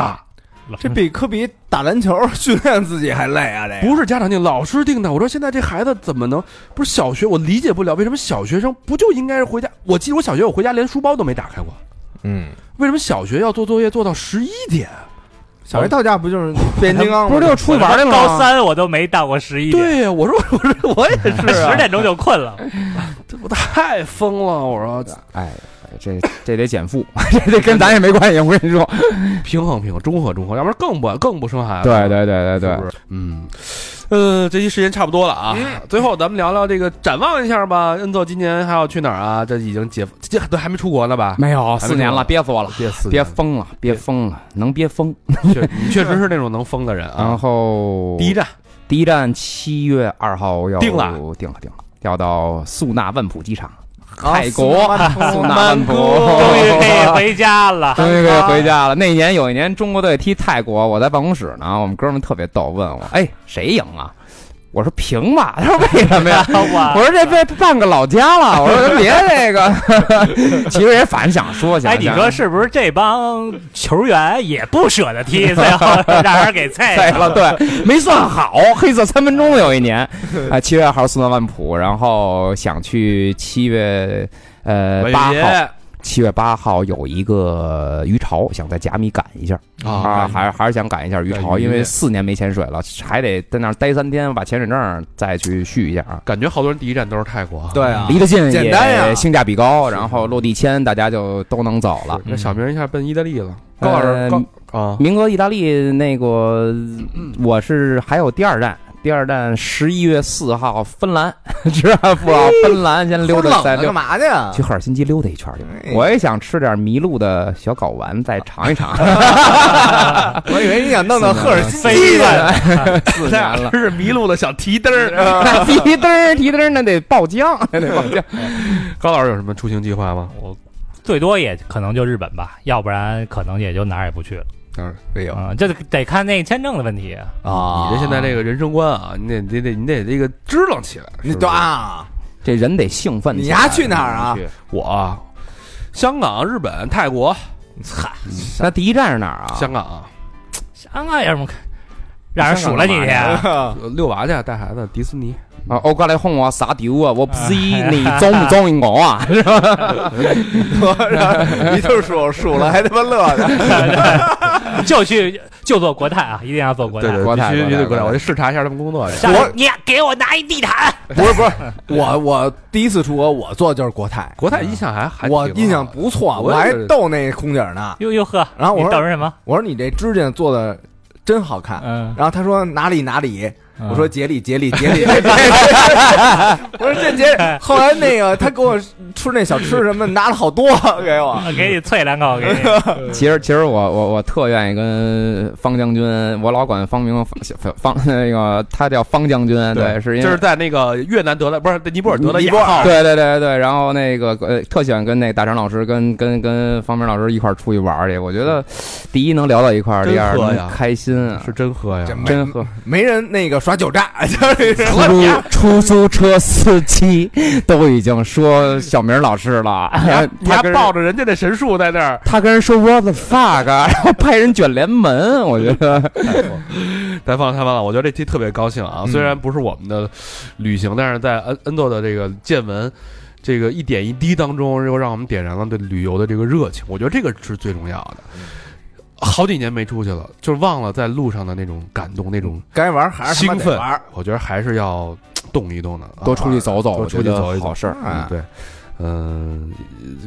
Speaker 4: 老嗯
Speaker 3: 这比科比打篮球 训练自己还累啊！这个
Speaker 2: 不是家长定，老师定的。我说现在这孩子怎么能不是小学？我理解不了为什么小学生不就应该是回家？我记得我小学我回家连书包都没打开过，
Speaker 3: 嗯，
Speaker 2: 为什么小学要做作业做到十一点？
Speaker 3: 小学到家不就是变形金刚吗？
Speaker 5: 不是就出去玩去了
Speaker 4: 高
Speaker 5: 吗？
Speaker 4: 三我都没到过十一点，
Speaker 2: 对呀，我说我说 我也是
Speaker 4: 十
Speaker 2: 啊，
Speaker 4: 点钟就困了。
Speaker 2: 这我太疯了！我说
Speaker 5: 哎，这这得减负， 这这跟咱也没关系。我跟你说，
Speaker 2: 平衡平衡，中和中和，要不然更不更不生孩子。
Speaker 5: 对对对对
Speaker 2: 是
Speaker 5: 对
Speaker 2: 不，是，嗯，呃，这期时间差不多了啊。最后咱们聊聊这个展望一下吧。恩佐今年还要去哪儿啊？这已经解这都还没出国呢吧？
Speaker 5: 没有四年
Speaker 2: 还没
Speaker 5: 了，憋死我了，
Speaker 2: 憋死你
Speaker 5: 憋
Speaker 2: 了，
Speaker 5: 疯了，憋疯了，能憋疯。
Speaker 2: 确你确实是那种能疯的人
Speaker 5: 然
Speaker 2: 啊。
Speaker 5: 后
Speaker 2: 第一站
Speaker 5: 第一站七月二号要
Speaker 2: 定了，
Speaker 5: 定了，定了，要到素纳万普机场，
Speaker 3: 啊
Speaker 5: 泰国
Speaker 3: 苏
Speaker 5: 素纳
Speaker 3: 曼
Speaker 5: 万普，
Speaker 4: 终于可以回家了。
Speaker 5: 终于可以回家了。那年有一年中国队踢泰国，我在办公室呢，我们哥们儿特别逗，问我：“哎，谁赢啊？”我说：“平吧。”他说：“为什 么呀？”
Speaker 4: 啊我
Speaker 5: 我说：“这被半个老家了。”我说：“别这个。” 其实也反正想说想，
Speaker 4: 哎，你说是不是这帮球员也不舍得踢，最后 让人给菜
Speaker 5: 对了，对，没算好，黑色三分钟有一年，啊，七月二号送到万普，然后想去七月呃
Speaker 2: 伟
Speaker 5: 八号，
Speaker 2: 爷
Speaker 5: 七月八号有一个鱼潮，想在甲米赶一下啊，还是还是想赶一下鱼潮，
Speaker 2: 赶鱼
Speaker 5: 因为四年没潜水了，还得在那儿待三天，把潜水证再去续一下啊。
Speaker 2: 感觉好多人第一站都是泰国啊。
Speaker 3: 对啊
Speaker 5: 离，得近，
Speaker 3: 简单呀
Speaker 5: 性价比高，然后落地签，大家就都能走了
Speaker 2: 是。那小明一下奔意大利了。嗯
Speaker 5: 嗯
Speaker 2: 高老师，
Speaker 5: 呃
Speaker 2: 高啊，
Speaker 5: 明哥，意大利那个，
Speaker 3: 嗯
Speaker 5: 我是还有第二站，第二站十一月四号芬兰， 知道不？啊芬兰先溜达再
Speaker 3: 干
Speaker 5: 溜，
Speaker 3: 嘛去？
Speaker 5: 去赫尔辛基溜达一圈去。
Speaker 3: 啊哎
Speaker 5: 我也想吃点迷路的小睾丸，再尝一尝。
Speaker 3: 我以为你想弄到赫尔辛基
Speaker 4: 飞
Speaker 3: 去
Speaker 4: 了。
Speaker 5: 四年 了，
Speaker 2: 是迷路的小提灯儿。
Speaker 5: 那提灯儿提灯儿，那得爆浆， 那得爆浆。
Speaker 2: 高老师有什么出行计划吗？
Speaker 4: 我最多也可能就日本吧，要不然可能也就哪儿也不去了。
Speaker 3: 哎呦
Speaker 4: 嗯，这得看那签证的问题。
Speaker 3: 啊
Speaker 2: 你这现在这个人生观啊，你得你得你得这个支棱起来。
Speaker 3: 你
Speaker 2: 是不是
Speaker 3: 对啊，
Speaker 5: 这人得兴奋起来。
Speaker 3: 你丫去哪儿啊
Speaker 5: 去？
Speaker 2: 我啊香港、日本、泰国、
Speaker 3: 嗨，
Speaker 5: 那第一站是哪儿啊？
Speaker 2: 香港啊
Speaker 4: 香港有什么看？让人数了你去
Speaker 5: 香
Speaker 2: 呃遛娃去，带孩子，迪士尼。
Speaker 5: 啊，我过来哄我撒丢啊！我不 知
Speaker 4: 哎
Speaker 5: 你中不中意我啊？
Speaker 3: 我让一通数数了，还他妈乐呢。
Speaker 4: 啊就去就做国泰啊，一定要做国泰。
Speaker 2: 对对，
Speaker 5: 国
Speaker 2: 必
Speaker 5: 泰
Speaker 2: 须必须得过
Speaker 5: 国泰
Speaker 2: 来，我得视察一下他们工作去。
Speaker 4: 下
Speaker 3: 国
Speaker 4: 你也给我拿一地毯，
Speaker 3: 不是不是，我我第一次出国，我坐的就是国泰，
Speaker 2: 国泰印象还还挺好啊
Speaker 3: 我
Speaker 2: 的
Speaker 3: 印象不错，
Speaker 2: 我
Speaker 3: 我
Speaker 2: 也
Speaker 3: 还
Speaker 2: 觉得
Speaker 3: 逗那空姐呢。
Speaker 4: 哟哟呵，
Speaker 3: 然后我
Speaker 4: 你
Speaker 3: 说
Speaker 4: 等着什么？
Speaker 3: 我说你这指甲做的真好看。
Speaker 4: 嗯，
Speaker 3: 然后他说哪里哪里，
Speaker 4: 嗯
Speaker 3: 我说杰里杰里杰 里，我说这杰里。后来那个他给我吃那小吃什么，拿了好多给我。
Speaker 4: 我嗯给你啐两口，给你。
Speaker 5: 其实，其实我我我特愿意跟方将军，我老管方明方方那个他叫方将军，对，是因
Speaker 2: 就是
Speaker 5: 为。
Speaker 2: 在那个越南得了，不是尼泊尔得了
Speaker 3: 尼
Speaker 2: 亚
Speaker 3: 泊尔
Speaker 2: 号，
Speaker 5: 对对对对，然后那个呃，特喜欢跟那大张老师、跟跟跟方明老师一块儿出去玩儿去。我觉得，第一能聊到一块儿，
Speaker 2: 真
Speaker 5: 第二
Speaker 2: 喝
Speaker 5: 能
Speaker 2: 呀
Speaker 5: 开心啊，
Speaker 2: 是真喝呀
Speaker 3: 这。没
Speaker 5: 真喝。
Speaker 3: 没人那个耍酒诈， 就是
Speaker 5: 出租出租车司机都已经说小明老师了，
Speaker 2: 你还你
Speaker 5: 他
Speaker 2: 还
Speaker 5: 跟人
Speaker 2: 抱着人家的神树在那儿，
Speaker 5: 他跟人说 what the fuck，啊然后派人卷帘门，我觉得。
Speaker 2: 太棒了，太棒了！我觉得这期特别高兴
Speaker 5: 嗯
Speaker 2: 啊，虽然不是我们的旅行，但是在恩恩豆的这个见闻。这个一点一滴当中，又让我们点燃了对旅游的这个热情，我觉得这个是最重要的。
Speaker 5: 嗯
Speaker 2: 好几年没出去了，就忘了在路上的那种感动，那种
Speaker 5: 嗯
Speaker 3: 该玩还是他
Speaker 2: 兴
Speaker 3: 妈得
Speaker 2: 奋
Speaker 3: 玩。。
Speaker 2: 我觉得还是要动一动的，啊
Speaker 5: 多出去走走，
Speaker 2: 多
Speaker 5: 我
Speaker 2: 出
Speaker 5: 觉
Speaker 2: 去
Speaker 5: 得
Speaker 2: 走一走
Speaker 5: 好事儿。
Speaker 2: 嗯
Speaker 3: 啊，
Speaker 2: 对，嗯、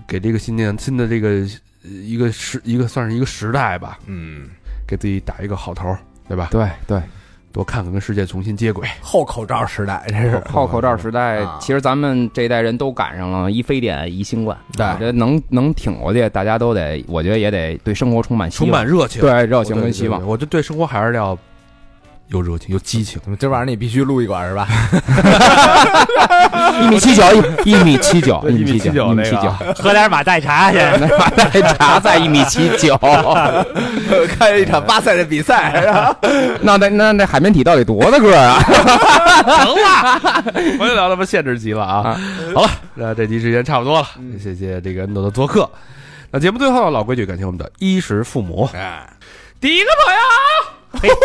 Speaker 2: 给这个新年新的这个呃一个时一个算是一个时代吧，
Speaker 3: 嗯，
Speaker 2: 给自己打一个好头儿，对吧？
Speaker 5: 对对，
Speaker 2: 多看看跟世界重新接轨。
Speaker 3: 后口罩时代这是
Speaker 5: 后口罩时代
Speaker 3: 啊，
Speaker 5: 其实咱们这一代人都赶上了，一非典一新冠，
Speaker 3: 对
Speaker 5: 我觉得能能挺过去，大家都得，我觉得也得对生活充满希
Speaker 2: 充
Speaker 5: 望，
Speaker 2: 满热情，
Speaker 5: 对热
Speaker 2: 热
Speaker 5: 情跟希望。
Speaker 2: 我这对生活还是要有热情，有激情。
Speaker 3: 怎么今晚上你必须录一管是吧？
Speaker 5: 一米七九，一一米七九，
Speaker 2: 对
Speaker 5: 一米七
Speaker 2: 1.79
Speaker 5: 一米七
Speaker 2: 那
Speaker 5: 九
Speaker 2: 个，啊
Speaker 4: 喝点马黛茶去。
Speaker 5: 马黛茶在一米七九，
Speaker 3: 看一场巴塞的比赛，然后
Speaker 5: 那那那那海绵体到底多大个儿啊？
Speaker 2: 我又聊他妈限制级了啊！ 嗯好了，那这期时间差不多了，谢谢这个恩斗的做客。那节目最后老规矩，感谢我们的衣食父母，哎
Speaker 3: 哎
Speaker 2: 第一个朋友啊，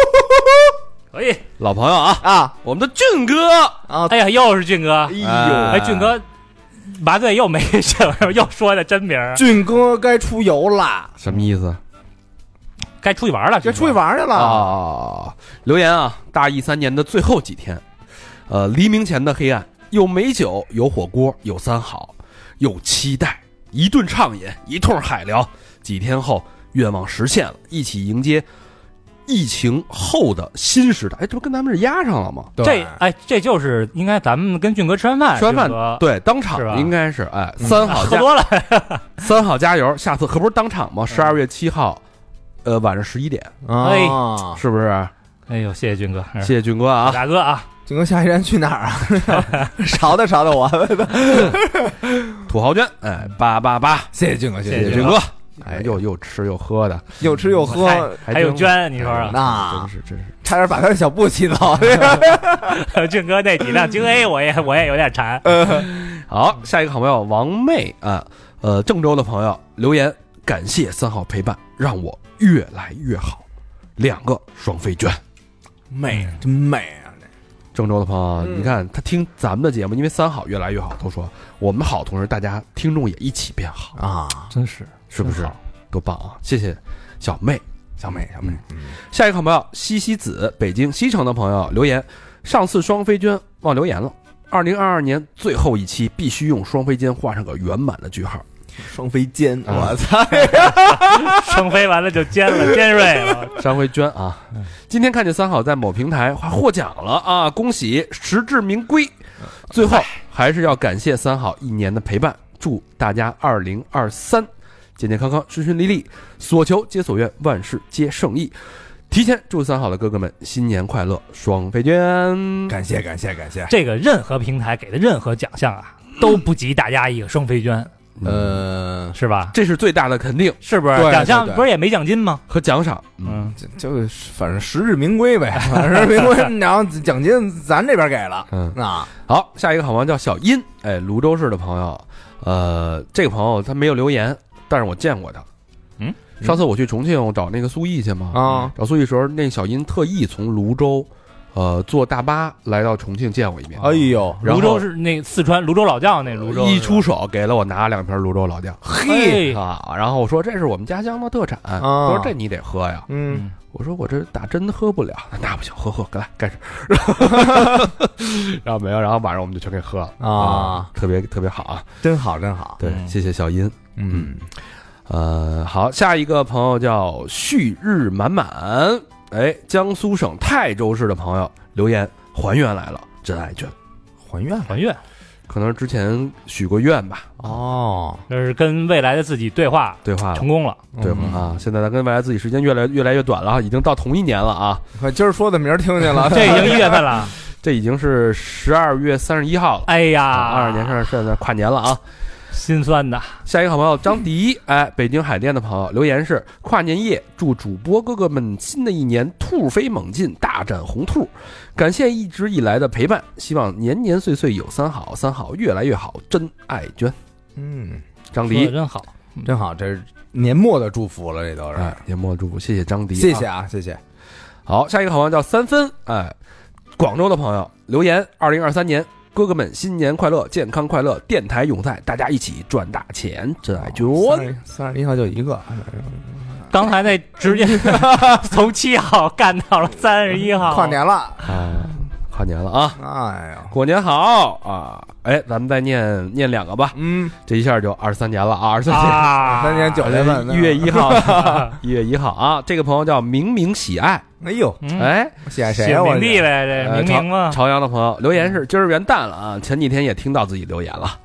Speaker 4: 可以，
Speaker 2: 老朋友啊，
Speaker 3: 啊
Speaker 2: 我们的俊哥，
Speaker 3: 啊，
Speaker 4: 哎呀，又是俊哥
Speaker 3: 哎，
Speaker 2: 哎
Speaker 3: 呦，
Speaker 4: 哎，俊哥，麻醉又没什么，又说的真名儿，
Speaker 3: 俊哥该出游啦，
Speaker 2: 什么意思
Speaker 4: 该出去玩了，
Speaker 3: 该
Speaker 4: 俊哥
Speaker 3: 出去。玩去了。
Speaker 2: 啊？留言啊，大一三年的最后几天，呃，黎明前的黑暗，有美酒，有火锅，有三好，有期待，一顿畅饮，一通海聊。几天后，愿望实现了，一起迎接疫情后的新时代。哎，这不跟咱们是压上了吗？
Speaker 4: 这哎，这就是应该咱们跟俊哥吃完饭，
Speaker 2: 吃完饭
Speaker 4: 俊哥
Speaker 2: 对，当
Speaker 4: 哎是吧嗯
Speaker 2: 场应该是哎，三好
Speaker 4: 喝
Speaker 2: 加
Speaker 4: 多了，
Speaker 2: 三好加油，下次可不是当场吗？十二月七号，呃，晚上十一点，
Speaker 4: 哎
Speaker 3: 啊，
Speaker 2: 是不是？
Speaker 4: 哎呦，谢谢俊哥，
Speaker 2: 谢谢俊哥啊！
Speaker 4: 大哥啊，
Speaker 3: 俊哥下一站去哪儿啊？ 勺的勺的我，
Speaker 2: 土豪捐，哎，八八八，
Speaker 3: 谢谢俊哥，
Speaker 4: 谢啊
Speaker 2: 谢
Speaker 4: 谢
Speaker 2: 谢
Speaker 4: 俊
Speaker 2: 俊
Speaker 4: 哥
Speaker 2: 哥，
Speaker 3: 哎
Speaker 2: 哎，又又吃又喝的，
Speaker 3: 又吃又喝，
Speaker 4: 还有娟，你说说，
Speaker 3: 那
Speaker 2: 真是真是，
Speaker 3: 差点把他的小布气走。
Speaker 4: 俊哥那几辆京 A，我也我也有点馋。
Speaker 2: 好，下一个好朋友王妹啊，呃，郑州的朋友留言，感谢三号陪伴，让我越来越好，两个双飞卷。
Speaker 3: 美，真美啊！
Speaker 2: 郑州的朋友，
Speaker 3: 嗯
Speaker 2: 你看他听咱们的节目，因为三好越来越好，都说我们好，同时大家听众也一起变好，
Speaker 3: 啊，
Speaker 2: 真是是不是
Speaker 4: 真好
Speaker 2: 多棒啊！谢谢小妹，嗯
Speaker 3: 小美，小美，
Speaker 2: 下一个好朋友西西子，北京西城的朋友留言，上次双飞娟忘留言了。二零二二年最后一期必须用双飞娟画上个圆满的句号。
Speaker 3: 双飞肩，
Speaker 2: 啊
Speaker 3: 我操！
Speaker 4: 生飞完了就尖了，尖锐了，
Speaker 2: 上回娟啊，今天看见三好在某平台获奖了啊，恭喜，实至名归。最后还是要感谢三好一年的陪伴，祝大家二零二三健健康康、顺顺利利，所求皆所愿，万事皆胜意。提前祝三好的哥哥们新年快乐，双飞娟。
Speaker 3: 感谢，感谢，感谢。
Speaker 4: 这个任何平台给的任何奖项啊，都不及大家一个双飞娟，
Speaker 3: 呃，
Speaker 4: 是吧？
Speaker 2: 这是最大的肯定
Speaker 4: 是不是
Speaker 3: 对
Speaker 4: 奖
Speaker 3: 对
Speaker 4: 项
Speaker 3: 对
Speaker 4: 不是也没奖金吗？
Speaker 2: 和奖赏。，
Speaker 4: 嗯，
Speaker 3: 就就是反正实至名归呗，实至名归。然后奖金咱这边给了，
Speaker 2: 嗯
Speaker 3: 啊，
Speaker 2: 好，下一个好朋友叫小殷，哎，泸州市的朋友，呃，这个朋友他没有留言，但是我见过他。
Speaker 4: 嗯，
Speaker 2: 上次我去重庆找那个苏毅去嘛，
Speaker 3: 啊，
Speaker 2: 找苏毅时候，那小殷特意从泸州，呃，坐大巴来到重庆见我一面。
Speaker 3: 哎呦，
Speaker 2: 然
Speaker 4: 泸州
Speaker 2: 后
Speaker 4: 是那四川泸州老窖那泸州
Speaker 2: 一出手给了我拿两瓶泸州老窖
Speaker 3: 嘿，
Speaker 4: 哎啊
Speaker 2: 啊，然后我说这是我们家乡的特产，他说这你得喝呀，
Speaker 3: 嗯，
Speaker 2: 我说我这打针喝不了， 那不行，喝喝，来 干事。 然后没有，然后晚上我们就全给喝了
Speaker 3: 啊
Speaker 2: 特别特别好啊！
Speaker 3: 真好，真好，
Speaker 2: 对，
Speaker 4: 嗯
Speaker 2: 谢谢小殷。
Speaker 3: 嗯，
Speaker 2: 呃，好，下一个朋友叫旭日满满，哎，江苏省泰州市的朋友留言还原来了，真爱卷，
Speaker 3: 还愿
Speaker 4: 还愿，
Speaker 2: 可能是之前许过愿吧，
Speaker 3: 哦，
Speaker 4: 这是跟未来的自己对话
Speaker 2: 对话了
Speaker 4: 成。嗯功了。
Speaker 2: 对吧？啊，现在咱跟未来自己时间越来越来越短了啊，已经到同一年了啊，
Speaker 3: 我今儿说的名儿听见 了，
Speaker 4: 这已经一月份了，
Speaker 2: 这已经是十二月三十一号了，啊
Speaker 4: 哎呀，
Speaker 2: 二十年上现在跨年了啊，
Speaker 4: 心酸的，
Speaker 2: 下一个好朋友张迪，哎，北京海淀的朋友留言是：跨年夜，祝主播哥哥们新的一年兔飞猛进，大展宏兔。感谢一直以来的陪伴，希望年年岁岁有三好，三好越来越好。真爱娟，
Speaker 3: 嗯，
Speaker 2: 张
Speaker 4: 说的
Speaker 2: 迪，
Speaker 4: 真好，
Speaker 3: 真好，这是年末的祝福了，这都是
Speaker 2: 哎，，年末祝福，谢谢张迪，
Speaker 3: 谢谢
Speaker 2: 啊。
Speaker 3: 啊，谢谢，
Speaker 2: 好，下一个好朋友叫三分，哎，广州的朋友留言：二零二三年。哥哥们，新年快乐，健康快乐，电台永在，大家一起赚大钱，真爱娟。
Speaker 3: 哎哦三十一号就一个，
Speaker 4: 刚才那直 接从七号干到了三十一号，
Speaker 3: 跨年了，
Speaker 2: 啊，跨年了啊！
Speaker 3: 哎呀，
Speaker 2: 过年好啊！哎，咱们再念念两个吧，
Speaker 3: 嗯，
Speaker 2: 这一下就二三年了啊，二三年。
Speaker 4: 啊，
Speaker 3: 三年九月份，嗯
Speaker 2: 一月一号，一月一号啊！这个朋友叫明明喜爱，
Speaker 3: 哎呦，
Speaker 4: 嗯，
Speaker 2: 哎，
Speaker 3: 我喜爱谁
Speaker 4: 写
Speaker 3: 啊？我
Speaker 4: 明帝呗，这
Speaker 2: 呃
Speaker 4: 明明嘛，
Speaker 3: 嗯
Speaker 2: 啊朝阳的朋友留言是：今儿元旦了啊，前几天也听到自己留言了。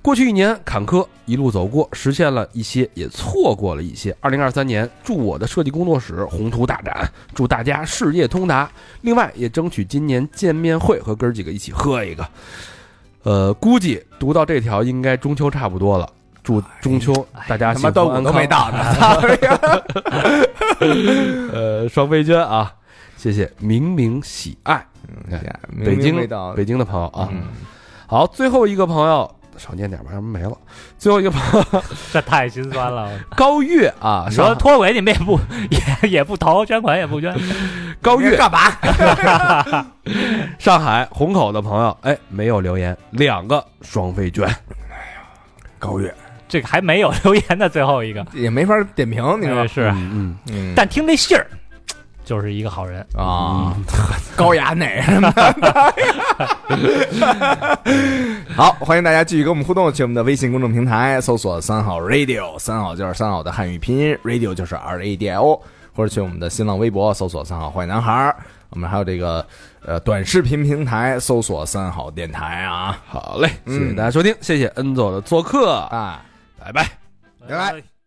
Speaker 2: 过去一年坎坷一路走过，实现了一些，也错过了一些。二零二三年，祝我的设计工作室宏图大展，祝大家事业通达。另外，也争取今年见面会和哥儿几个一起喝一个。呃，估计读到这条应该中秋差不多了。
Speaker 3: 哎
Speaker 2: 祝中秋大家
Speaker 3: 他妈
Speaker 2: 幸
Speaker 3: 端
Speaker 2: 福
Speaker 3: 午
Speaker 2: 安
Speaker 3: 都
Speaker 2: 康。
Speaker 3: 没到呢，
Speaker 2: 呃，双飞娟啊，谢谢明明喜爱哎北
Speaker 3: 嗯明明
Speaker 2: 京
Speaker 3: 没到，
Speaker 2: 北京的朋友啊。
Speaker 3: 嗯
Speaker 2: 好，最后一个朋友少念点吧，要不然没了。最后一个朋友
Speaker 4: 这太心酸了。
Speaker 2: 高月啊，
Speaker 4: 你说
Speaker 2: 上
Speaker 4: 脱轨你们也不 也也不投，捐款也不捐，
Speaker 2: 高月
Speaker 3: 干嘛？
Speaker 2: 上海虹口的朋友，哎，没有留言，两个双飞卷，
Speaker 3: 高月
Speaker 4: 这个还没有留言的最后一个，
Speaker 3: 也没法点评，你知道
Speaker 4: 哎
Speaker 3: 吗？
Speaker 4: 是，
Speaker 2: 嗯
Speaker 3: 嗯
Speaker 4: 但听这信儿，就是一个好人。
Speaker 3: 啊，高雅哪什么？ 好，欢迎大家继续跟我们互动，去我们的微信公众平台搜索“三好 radio”，三好就是三好的汉语拼音，radio 就是 R A D I O，或者去我们的新浪微博搜索“三好坏男孩儿”，我们还有这个呃短视频平台搜索“三好电台”啊
Speaker 2: 好嘞，谢谢
Speaker 3: 嗯
Speaker 2: 大家收听，谢谢恩总的做客，
Speaker 3: 啊。
Speaker 2: 拜拜。
Speaker 3: 拜拜